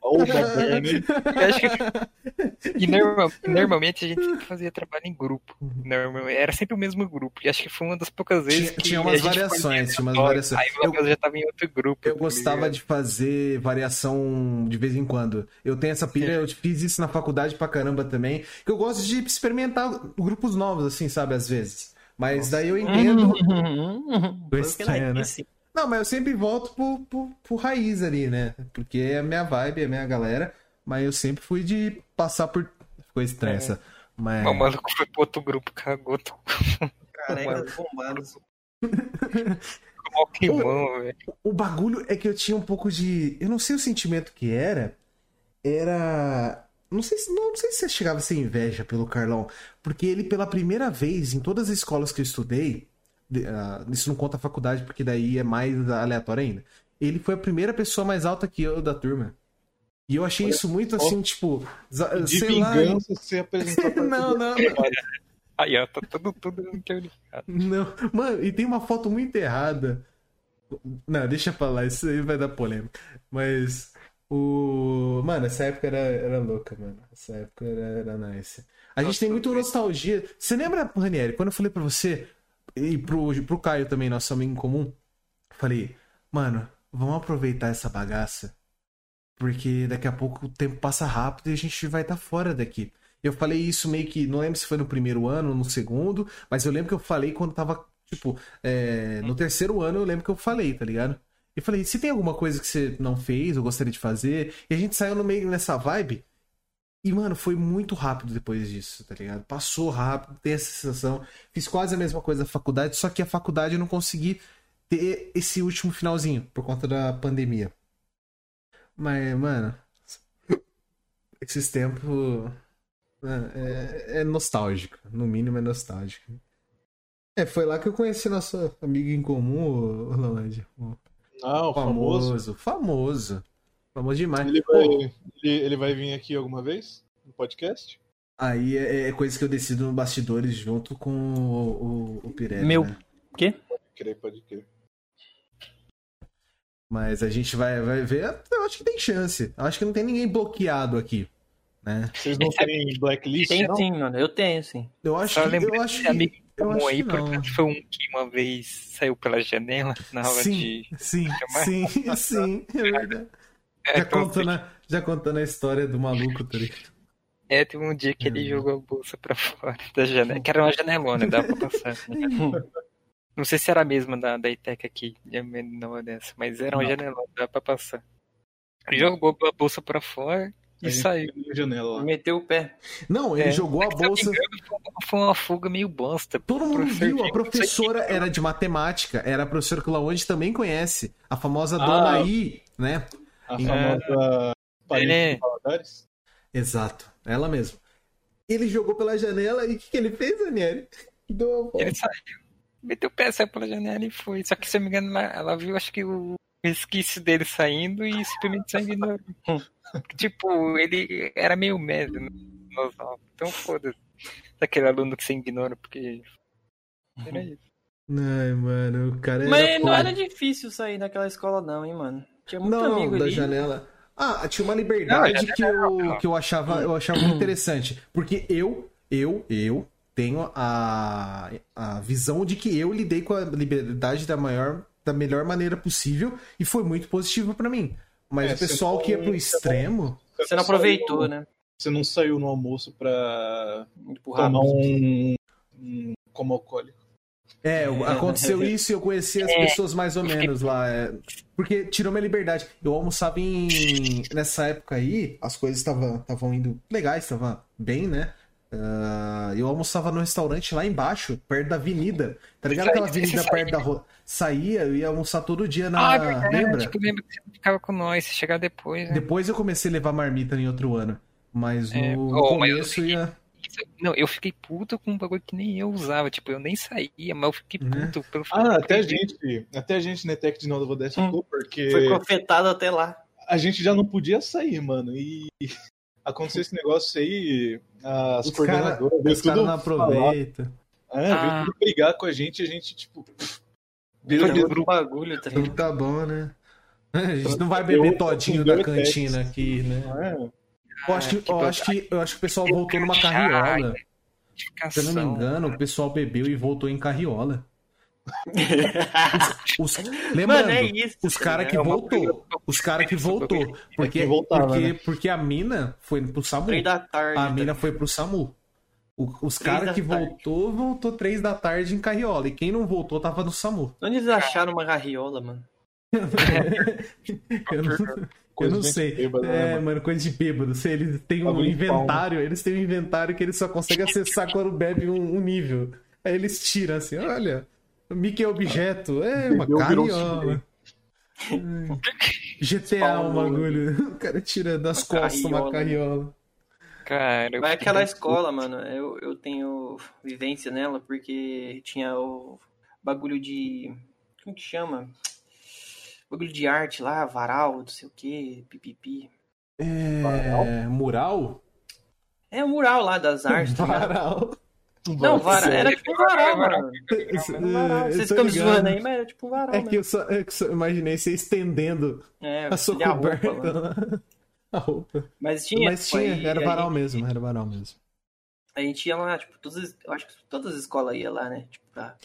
Ó, o né? Moderna, hein? [laughs] Eu acho que- E normal- normalmente a gente fazia trabalho em grupo. Normal- Era sempre o mesmo grupo. E acho que foi uma das poucas vezes Tinha- que. é tinha a umas gente fazia variações, tinha umas só. variações. Aí o Matheus já tava em outro grupo. Eu gostava de fazer variação de vez em quando. Eu tenho essa pilha, eu fiz isso na faculdade pra caramba também. Que eu gosto de experimentar grupos novos, assim, sabe, às vezes. Mas daí Uhum. eu entendo. Foi o que ela Estranho, né? disse. Não, mas eu sempre volto pro, pro, pro raiz ali, né? Porque é a minha vibe, é a minha galera. Mas eu sempre fui de passar por. Ficou É. estranha essa. Mas. Mas O maluco foi pro outro grupo, cagou. Tô Carecas bombadas. com o climão, velho. O bagulho é que eu tinha um pouco de. Eu não sei o sentimento que era. Era. Não sei, se- não, não sei se chegava a ser inveja pelo Carlão. Porque ele, pela primeira vez, em todas as escolas que eu estudei. de- ah, isso não conta a faculdade, porque daí é mais aleatório ainda. Ele foi a primeira pessoa mais alta que eu da turma. E eu achei isso muito assim, tipo. za- De sei lá. vingança, você apresentou a partir Não, não, dele. Aí, ó, tá tudo, tudo teorizado. Não, [laughs] mano, e tem uma foto muito errada. Não, deixa pra lá, isso aí vai dar polêmica. Mas o. Mano, essa época era, era louca, mano. Essa época era, era nice. A gente Nossa, tem muito eu- nostalgia. Você lembra, Ranieri, quando eu falei pra você e pro, pro Caio também, nosso amigo em comum? eu Falei, mano, vamos aproveitar essa bagaça. Porque daqui a pouco o tempo passa rápido e a gente vai estar fora daqui. Eu falei isso meio que, não lembro se foi no primeiro ano ou no segundo, mas eu lembro que eu falei quando tava, tipo, é, no terceiro ano eu lembro que eu falei, tá ligado? E falei, se tem alguma coisa que você não fez ou gostaria de fazer, e a gente saiu no meio nessa vibe. E, mano, foi muito rápido depois disso, tá ligado? Passou rápido, tem essa sensação. Fiz quase a mesma coisa na faculdade, só que a faculdade eu não consegui ter esse último finalzinho, por conta da pandemia. Mas, mano, esses tempos. né, É, é nostálgico. No mínimo é nostálgico. É, foi lá que eu conheci nosso amigo em comum, o o Lalande. O Ah, o famoso. famoso. Famoso. Famoso demais. Ele vai, ele, ele vai vir aqui alguma vez? No podcast? Aí é, é coisa que eu decido no bastidores junto com o, o, o Pirelli. Meu. né? Pode crer, pode crer. Mas a gente vai, vai ver. Eu acho que tem chance. Eu acho que não tem ninguém bloqueado aqui. Né? Vocês não têm blacklist, Tem não? sim, mano. Eu tenho, sim. Eu acho Só que. lembrei Eu de acho que- amigo eu acho comum aí, que não. [laughs] porque foi um que uma vez saiu pela janela na aula Sim. de. Sim, Chamar? sim, sim. é verdade. [laughs] É, [laughs] Já então, contando, a- já contando a história do maluco, tá ligado? é, teve um dia que ele Uhum. jogou a bolsa pra [laughs] fora da janela, que era uma janelona, dava pra passar. né? Não sei se era a mesma da, da ITEC aqui, eu me- não é dessa, mas era uma Não. janelona, dava pra passar. Jogou a bolsa pra fora e A gente saiu. tem uma janela lá. [laughs] Meteu o pé. Não, ele É. jogou a Se eu não me bolsa. engano, foi uma- foi uma fuga meio bosta. Todo mundo Professor viu, a Dick, não sei professora era de matemática, era a professora que o Laonde também conhece, a famosa Dona I, né? A É. famosa parente É. de Valadares. Exato, ela mesmo. Ele jogou pela janela e o que, que ele fez, Daniel? Deu uma volta. Ele saiu. Meteu o pé, saiu pela janela e foi. Só que, se eu não me engano, ela, ela viu, acho que o resquício dele saindo e simplesmente sangue ignorou. [laughs] tipo, ele era meio médio. né? Nós não. Então, foda-se. Daquele aluno que você ignora, porque. Era isso. Ai, mano, o cara Mas era não foda. era difícil sair daquela escola, não, hein, mano. Tinha muito Não, amigo da ali. janela. Ah, tinha uma Não, a liberdade janela que, eu, que eu achava, eu achava muito interessante. Porque eu, eu, eu tenho a, a visão de que eu lidei com a liberdade da maior, da melhor maneira possível e foi muito positivo pra mim. Mas É, o pessoal você que é pro não- extremo, Você não aproveitou, né? Você não saiu no almoço pra Empurrar. tomar um, um como alcoólico. é, aconteceu isso e eu conheci as É. pessoas mais ou menos lá. é, Porque tirou minha liberdade. Eu almoçava em. Nessa época aí, as coisas estavam indo legais, estavam bem, né? Ah, eu almoçava num restaurante lá embaixo, perto da avenida. Tá ligado aquela Saía, avenida saía. perto da rua? Saía, eu ia almoçar todo dia na. ah, é verdade. Lembra? Tu lembra que você ficava com nós, você chegava depois. Né? Depois eu comecei a levar marmita em outro ano. Mas no É, no oh, mas eu começo ia. isso- não, eu fiquei puto com um bagulho que nem eu usava. Tipo, eu nem saía, mas eu fiquei puto pelo fato Ah, de- até a gente, até a gente na Tech de Nova Odessa Hum. ficou, porque Foi confetado até lá. a gente já não podia sair, mano. E [laughs] aconteceu esse negócio aí, as Os cara- tá coordenadoras, veio Os caras tudo não falar, aproveitam. é, veio Ah. tudo brigar com a gente, e a gente, tipo, Deu do outro grupo. um bagulho, tá [laughs] ligado? Então tá bom, né? A gente não vai beber todinho da cantina aqui, né? não é? Eu Ah, acho que, eu acho que, eu acho que o pessoal voltou numa carriola. Se eu não me engano, o pessoal bebeu e voltou em carriola. Os, Mano, lembrando, é isso. os tá caras ligado? que voltou. Os caras que voltou. Porque, que voltava, né? porque, porque a mina foi pro SAMU. Três da tarde. A tá mina foi pro SAMU. O- os Três caras da que tarde. voltou, voltou três da tarde em carriola. E quem não voltou tava no SAMU. Onde eles acharam uma garriola, mano? Tá Eu não, eu não sei. Bêbada, né, É, mano? mano, coisa de bêbado. Se eles têm um Bagulho de inventário, eles têm um inventário que eles só conseguem acessar quando bebe um, um nível. Aí eles tiram assim, olha, o Mickey é objeto, é uma Bebeu, virou um carriola. Hum. GTA um né? Spawn, bagulho. [laughs] O cara tira das costas uma carriola. Cara, eu é Mas fiquei aquela muito escola, mano, eu, eu tenho vivência nela porque tinha o bagulho de. Como que chama? Bagulho de arte lá, varal, não sei o que, pipipi. É, mural? É o mural lá das artes, tá ligado? Um Varal. Não, varal. Era tipo um varal, Varal. mano. Isso, Um varal. é, eu Vocês tô ficam me ligado. zoando aí, mas era tipo um varal, É né? que eu só, eu só imaginei você estendendo É, a sua de arroba, coberta. mano. né? [laughs] A roupa. Mas tinha. Mas pô, tinha, aí era a varal gente- mesmo, era varal mesmo. A gente ia lá, tipo, todas, as- eu acho que todas as escolas iam lá, né? Tipo, pra-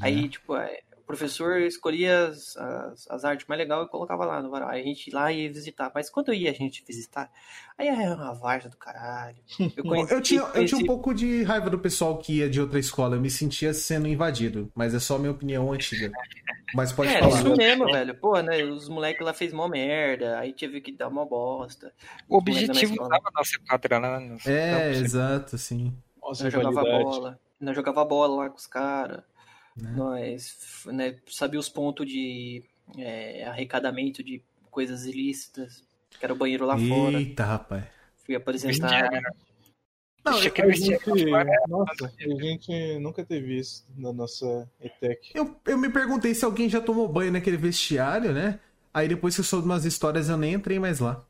Aí, tipo, é, o professor escolhia as, as, as artes mais legais e colocava lá no varal. Aí a gente ia lá e ia visitar. Mas quando ia a gente visitar, aí era uma varja do caralho. [laughs] Eu, conheci, Eu tinha, eu conheci- tinha um pouco de raiva do pessoal que ia de outra escola. Eu me sentia sendo invadido. Mas é só minha opinião antiga. Mas pode É, falar. isso mesmo, velho. Pô, né? Os moleques lá fez mó merda. Aí tive que dar uma bosta. O Moleque na objetivo escola. tava nossa quadra lá. no- É, né? não, exato, sim. Nossa, Nós jogava rivalidade. bola. Nós jogava bola lá com os caras. Né? Nós f- né, sabia os pontos de é, arrecadamento de coisas ilícitas. Que era o banheiro lá fora. Eita, rapaz. Fui apresentar. Vestiário. Não, Deixa eu, aquele A vestiário gente, fora. nossa, a gente nunca teve isso na nossa ETEC. eu, eu me perguntei se alguém já tomou banho naquele vestiário, né? Aí depois que eu soube umas histórias, eu nem entrei mais lá.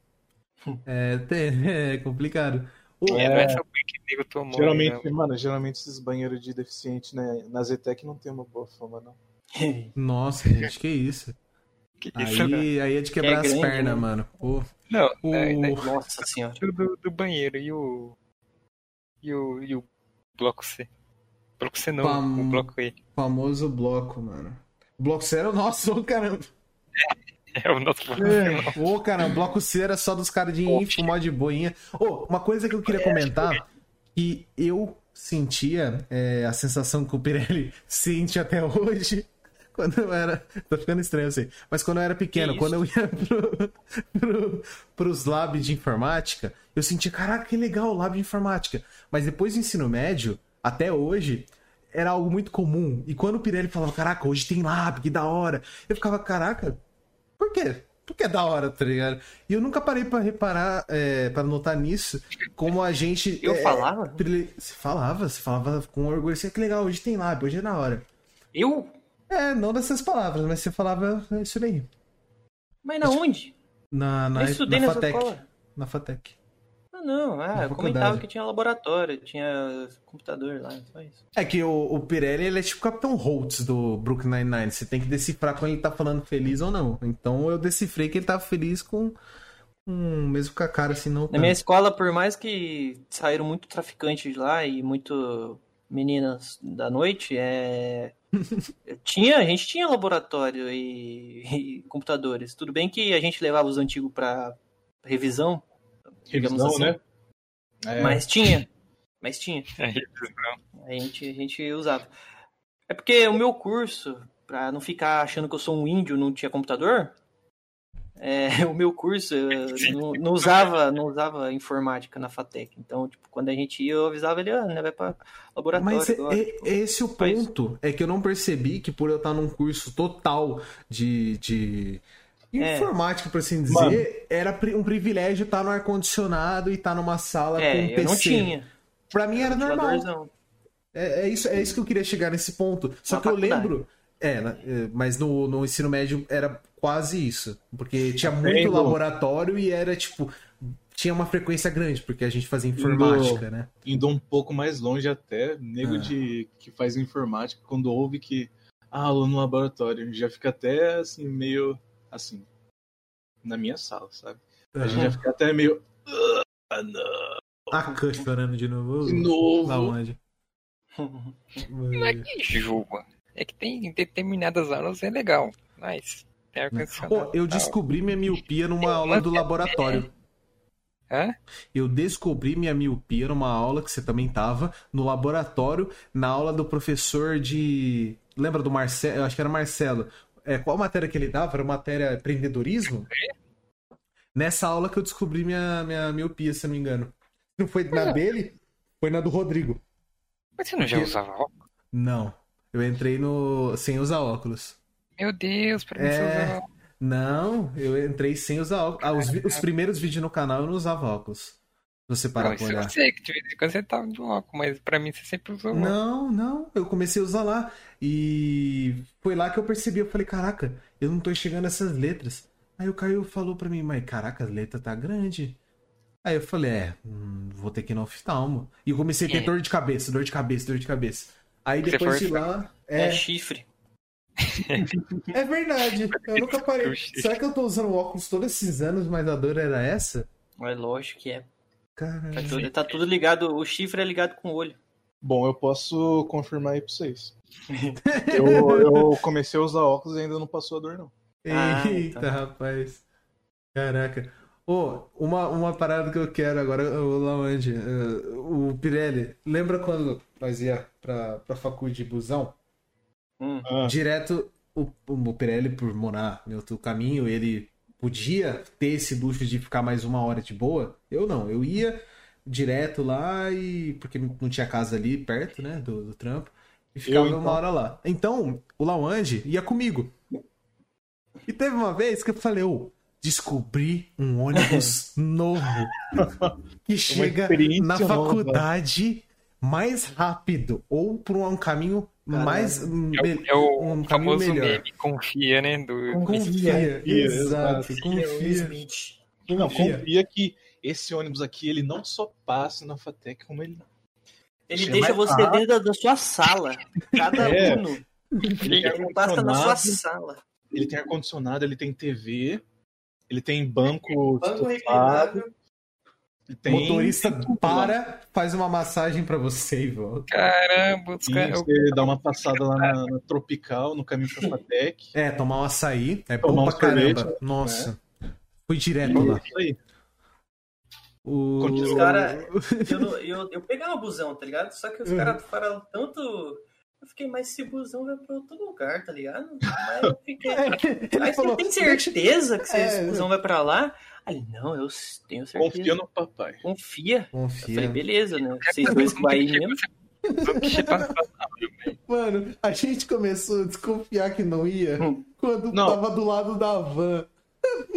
É, [laughs] tem- é complicado. O- É, não é só porque o nego tomou. Geralmente, né? mano, geralmente esses banheiros de deficiente né, nas ETEC não tem uma boa fama, não. Nossa, gente, que isso. Que isso, né? Aí, aí é de quebrar É as grande, pernas, né? mano. Pô, Não, o- é, né? [laughs] Nossa senhora. do, do banheiro e o. E o. E o bloco C. Bloco C não, Pam. o bloco E. [laughs] famoso bloco, mano. Bloco C era o nosso, ô, caramba. É o nosso bloco C. não. É. Ô, cara, o bloco C era só dos caras de info, mó de boinha. Ô, uma coisa que eu queria comentar, que eu sentia é, a sensação que o Pirelli [laughs] sente até hoje. [laughs] Quando eu era. Tá ficando estranho assim. Mas quando eu era pequeno, Que quando eu ia [laughs] pro, pro, pros labs de informática, eu sentia, caraca, que legal o lab de informática. Mas depois do ensino médio, até hoje, era algo muito comum. E quando o Pirelli falava, caraca, hoje tem lab, que da hora. Eu ficava, caraca, por quê? Porque é da hora, tá ligado? E eu nunca parei pra reparar, é, para notar nisso, como a gente. Eu é, falava? trile- Você falava, você falava com orgulho, assim, que legal, hoje tem lab, hoje é da hora. Eu? É, não dessas palavras, mas você falava é isso daí. Mas na onde? Na, na, Eu estudei na nessa Fatec. escola. Na Fatec. Ah, não. Ah, Na eu faculdade. comentava que tinha laboratório, tinha computador lá, só isso. É que o, o Pirelli, ele é tipo o Capitão Holtz do Brook 99. Você tem que decifrar quando ele tá falando feliz ou não. Então eu decifrei que ele tava feliz com. com- mesmo com a cara assim, não. Na minha escola, por mais que saíram muito traficantes de lá e muito meninas da noite, é... eu tinha, a gente tinha laboratório e, e computadores. Tudo bem que a gente levava os antigos pra revisão, digamos Revisão, assim, né? É, mas tinha, mas tinha. Aí, A gente, a gente usava. É porque o meu curso, pra não ficar achando que eu sou um índio, não tinha computador. é, [laughs] o meu curso eu não, não usava, não usava informática na Fatec. Então, tipo, quando a gente ia, eu avisava ele, ah, né, vai pra laboratório tipo Mas é, agora. é- é esse o só isso. ponto. É que eu não percebi que por eu estar num curso total de, de É. informática, por assim dizer, Mano. tá era pri- um privilégio estar no ar-condicionado e estar tá numa sala com um É, PC. eu não tinha. Pra mim era normal. [laughs] Ventiladorzão. É, é isso, é isso que eu queria chegar nesse ponto. Só Na que eu faculdade. lembro. É, na- é, mas no, no ensino médio era quase isso. Porque tinha muito Vendo. laboratório e era tipo. Tinha uma frequência grande, porque a gente fazia informática, né? indo um pouco mais longe até, nego Ah. de que faz informática, quando ouve que ah, aluno no laboratório, já fica até assim, meio assim, na minha sala, sabe? A gente já fica até meio. Ah, não, Ah, Cush chorando de novo. de novo. Lá onde? Não é que enjoa. É que tem em determinadas aulas é legal. Mas tem Pô, ar-condicionado. eu e tal. descobri minha miopia numa aula do laboratório. Hã? Eu descobri minha miopia numa aula que você também tava, no laboratório, na aula do professor de. Lembra do Marcelo? Eu acho que era Marcelo. É, qual matéria que ele dava? Era matéria empreendedorismo? Nessa aula que eu descobri minha, minha miopia, se eu não me engano. Não foi na dele, foi na do Rodrigo. Mas você não já Porque- usava óculos? Não. Eu entrei no. sem usar óculos. Meu Deus, pra mim É. você usava óculos. Não, eu entrei sem usar óculos. Ah, os, vi- os primeiros vídeos no canal eu não usava óculos. Se você parar Não, pra isso olhar. eu sei que de vez em quando você tava de óculos, mas pra mim você sempre usou óculos. Não, não, eu comecei a usar lá. E foi lá que eu percebi, eu falei, caraca, eu não tô enxergando essas letras. Aí o Caio falou pra mim, mas caraca, a letra tá grande. Aí eu falei, é, hum, vou ter que ir no oftalmo. E eu comecei a ter É. dor de cabeça, dor de cabeça, dor de cabeça. Aí Você depois foi de lá. É. É, chifre. é verdade, eu nunca parei. Será que eu tô usando óculos todos esses anos, mas a dor era essa? É lógico que é. Caramba. Tá tudo, tá tudo ligado, o chifre é ligado com o olho. Bom, eu posso confirmar aí pra [laughs] vocês. eu, eu comecei a usar óculos e ainda não passou a dor, não. Ah, Eita, então. rapaz. Caraca. Ô, uma, uma parada que eu quero agora, ô Laonde, eh, o Pirelli, lembra quando nós ia pra, pra faculdade de busão? Hum. Ah, Direto, o, o Pirelli, por morar em outro caminho, ele podia ter esse luxo de ficar mais uma hora de boa? Eu não, eu ia direto lá e... porque não tinha casa ali perto, né, do, do trampo, e ficava então. uma hora lá. Então, o Laonde ia comigo. E teve uma vez que eu falei, ô, descobri um ônibus novo que chega experiência na nova. faculdade mais rápido ou por um caminho Caralho. mais... É me- o, é o um caminho famoso melhor. meme, confia, né? Do... Confia, confia, exato, exato. confia. Smith. não, confia. confia que esse ônibus aqui, ele não só passa na FATEC, como ele Ele Você deixa vai você parar. dentro da, da sua sala. Cada É. aluno Ele tem ele passa na sua ar-condicionado, sala. ele tem ar-condicionado, ele tem TV, ele tem banco, um Banco estofado, reclinável. O ele tem motorista tudo lá. para, faz uma massagem pra você e volta. Caramba, os Sim, caras. eu- você dá uma passada lá na, na Tropical, no caminho pra Fatec. É, tomar um açaí, é Tomar bom um pra caramba. sorvete, Nossa. Fui direto E lá. é isso aí. O... Continua. Os cara- Eu, não- eu, eu pegava busão, tá ligado? Só Hum. que os caras falaram tanto. Eu fiquei, mas esse busão vai pra outro lugar, tá ligado? Mas eu [laughs] fiquei. É, Ele Mas você falou, tem certeza que É, esse busão vai pra lá? Aí, não, eu tenho certeza. Confia no papai. Confia. Eu falei, Confia. beleza, né? Quero Vocês saber dois como é vai que aí chegou mesmo. essa- como que chegou essa- Mano, a gente começou a desconfiar que não ia Hum. quando Não. tava do lado da van.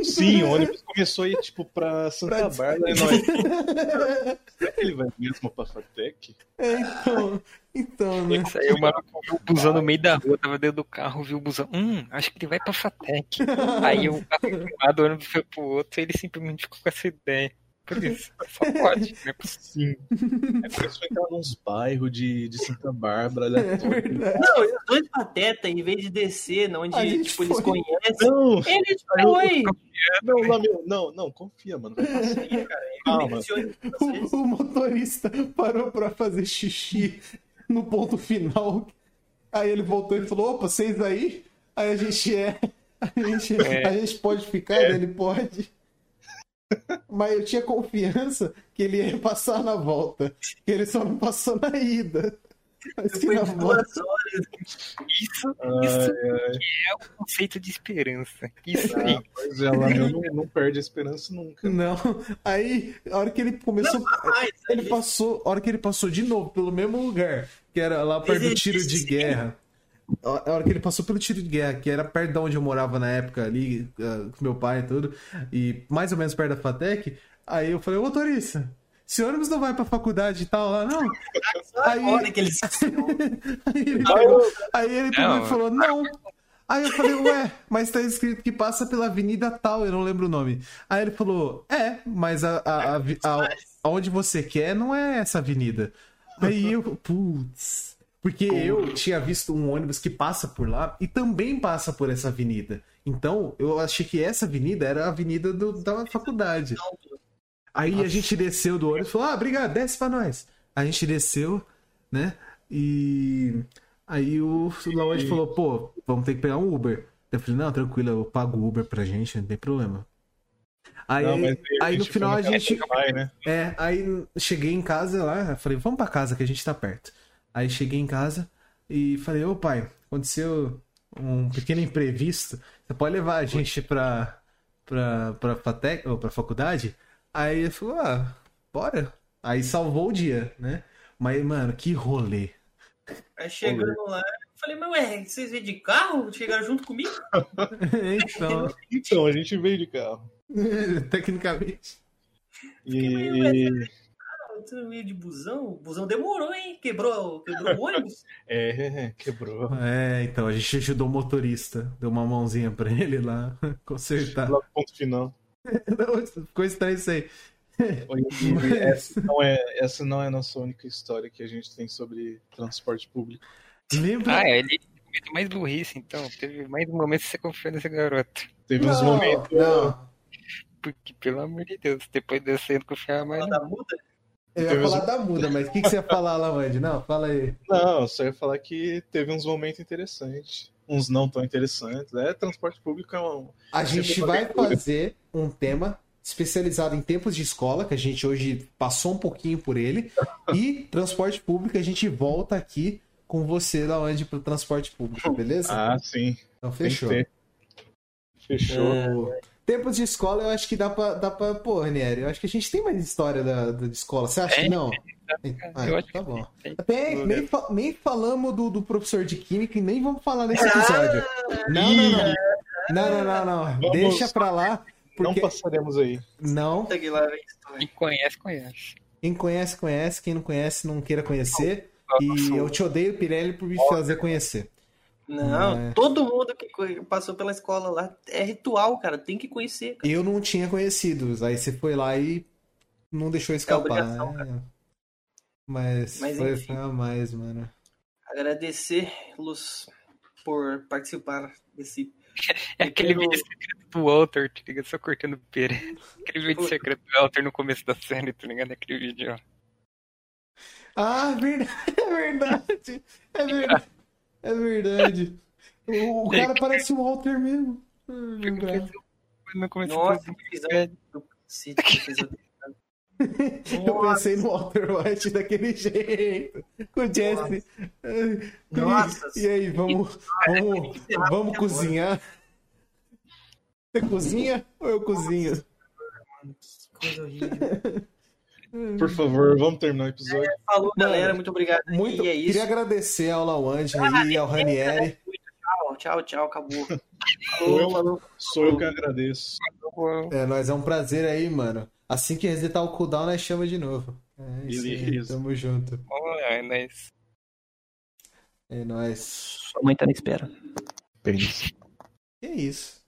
Sim, o ônibus começou a ir, tipo, pra Santa Bárbara. E nós, [laughs] será que ele vai mesmo pra Fatec? É, então, então, [laughs] né? Isso aí, o maluco viu o busão no meio da rua, tava dentro do carro, viu o busão. Hum, acho que ele vai pra Fatec. Aí eu passei de um lado, o ônibus foi pro outro, e ele simplesmente ficou com essa ideia. Por isso, só pode, né? Sim. É preciso entrar nos bairros de, de Santa Bárbara. É aleatório. verdade. Não, os dois pateta, em vez de descer, na A onde gente tipo, eles foi. conhecem, tipo, Não, eles foi. não, lá, meu, não, não, confia, mano. Vai passar, É calma. Vocês- O, o motorista parou pra fazer xixi no ponto final. Aí ele voltou e falou: opa, vocês aí? Aí a gente é. A gente, É. a gente pode ficar, É. né? ele pode. Mas eu tinha confiança que ele ia passar na volta. Que ele só não passou na ida. Mas que Depois na de volta. duas horas, Isso, isso Ai, é o conceito de esperança. Isso aí. pois é, lá, meu, não, não perde a esperança nunca. Não. Aí, a hora que ele começou. mais. Ele passou, a hora que ele passou de novo pelo mesmo lugar, que era lá perto do tiro de guerra. A a hora que ele passou pelo tiro de guerra, que era perto de onde eu morava na época ali, ah, com meu pai e tudo, e mais ou menos perto da Fatec, aí eu falei, ô motorista, Esse ônibus não vai pra faculdade e tal lá, não. [laughs] Aí... Olha que eles... Aí ele, Aí pegou- eu- aí ele pegou Não. e falou, não. Aí eu falei, ué, mas tá escrito que passa pela avenida tal, eu não lembro o nome. Aí ele falou, é, mas a, a, a, a- aonde você quer não é essa avenida. Aí eu, putz. Porque eu tinha visto um ônibus que passa por lá e também passa por essa avenida. Então, eu achei que essa avenida era a avenida do- da faculdade. Aí a gente desceu do ônibus e falou: Ah, obrigado, desce pra nós. A gente desceu, né? E aí o Laonde falou: Pô, vamos ter que pegar um Uber. Eu falei: Não, tranquilo, eu pago o Uber pra gente, não tem problema. Aí, Não, mas aí a no gente final foi a naquela gente. Vai, né? É, aí cheguei em casa lá, eu falei, vamos pra casa que a gente tá perto. Aí cheguei em casa e falei, ô pai, aconteceu um pequeno imprevisto, você pode levar a gente pra, pra, pra, fatec, ou pra faculdade? Aí ele falou, ah, bora. Aí salvou o dia, né? Mas, mano, que rolê. [laughs] Aí chegando lá, eu falei, mas ué, vocês vêm de carro? Chegaram junto comigo? então, [laughs] Então, a gente veio de carro. tecnicamente. E, e- Ah, tu veio de busão? O busão demorou, hein? Quebrou, quebrou o ônibus? É, quebrou. É, então, a gente ajudou o motorista, deu uma mãozinha pra ele lá, [laughs] consertar. Lá, ponto final. Ficou estranho isso aí. [laughs] Oi, e essa, não é, essa não é a nossa única história que a gente tem sobre transporte público. Lembra? Ah, é, ele cometeu mais burrice, então. Teve mais um momento que você confiou nesse garoto. Teve uns Não, momentos. né? não. Porque, pelo amor de Deus, depois dessa eu não confiava mais. Lá não. da muda? Eu ia Teve falar da muda, mas o que, que você ia falar, Lamande? Não, fala aí. Não, só ia falar que teve uns momentos interessantes. Uns não tão interessantes. É, transporte público é um. A Você gente foi vai leitura. fazer um tema especializado em tempos de escola, que a gente hoje passou um pouquinho por ele, e transporte público, a gente volta aqui com você, Lamande, pro transporte público, beleza? Ah, sim. então tem que fechou. É. ter. Fechou. O- Tempos de escola, eu acho que dá pra, dá pra. Pô, Ranieri, eu acho que a gente tem mais história da, da- de escola. Você acha que Tem, não? Ah, Eu acho tá bom. que tem. Até nem, fa- nem falamos do, do professor de química e nem vamos falar nesse episódio. Ah! Não, não, não. Não, não, não, não. Vamos. Deixa pra lá, Não porque passaremos aí. não. Segue lá, vem a história. Quem conhece, conhece. Quem conhece, conhece. Quem não conhece, não queira conhecer. Nossa, E eu te odeio, Pirelli, por me fazer conhecer. Não, É. todo mundo que co- passou pela escola lá é ritual, cara. Tem que conhecer. Cara. Eu não tinha conhecidos. Aí você foi lá e não deixou escapar. É obrigação, né? Mas, Mas foi, enfim. foi a mais, mano. Agradecer, Luz, por participar desse. [laughs] É aquele Pelo- vídeo secreto do Walter, tá ligado? Só cortando o pera. Aquele vídeo Puta. secreto do Walter no começo da série, tá ligado? Aquele vídeo, ó. Ah, verdade, [laughs] é verdade. É verdade. É verdade. O, o cara parece o Walter mesmo. Ah, verdade. No começo Nossa, do que visão velho. do cacete que vocês odeio. Eu pensei no Walter White daquele jeito. Com o Jesse. Nossa. E aí, vamos, vamos, vamos cozinhar? Você cozinha ou eu cozinho? Que coisa horrível. Por favor, vamos terminar o episódio. [laughs] Falou, Mano, galera. Muito obrigado. aí, Muito. E é isso. Ah, Queria agradecer ao Lawand e ao Ranieri. Tchau, tchau, tchau. Acabou. Falou, falou. Sou eu que agradeço. É, nós é um prazer aí, mano. Assim que resetar o cooldown, nós chama de novo. É isso aí, Beleza. Tamo junto. Bom, é nóis. É nóis. Sua mãe tá na espera. Que é isso.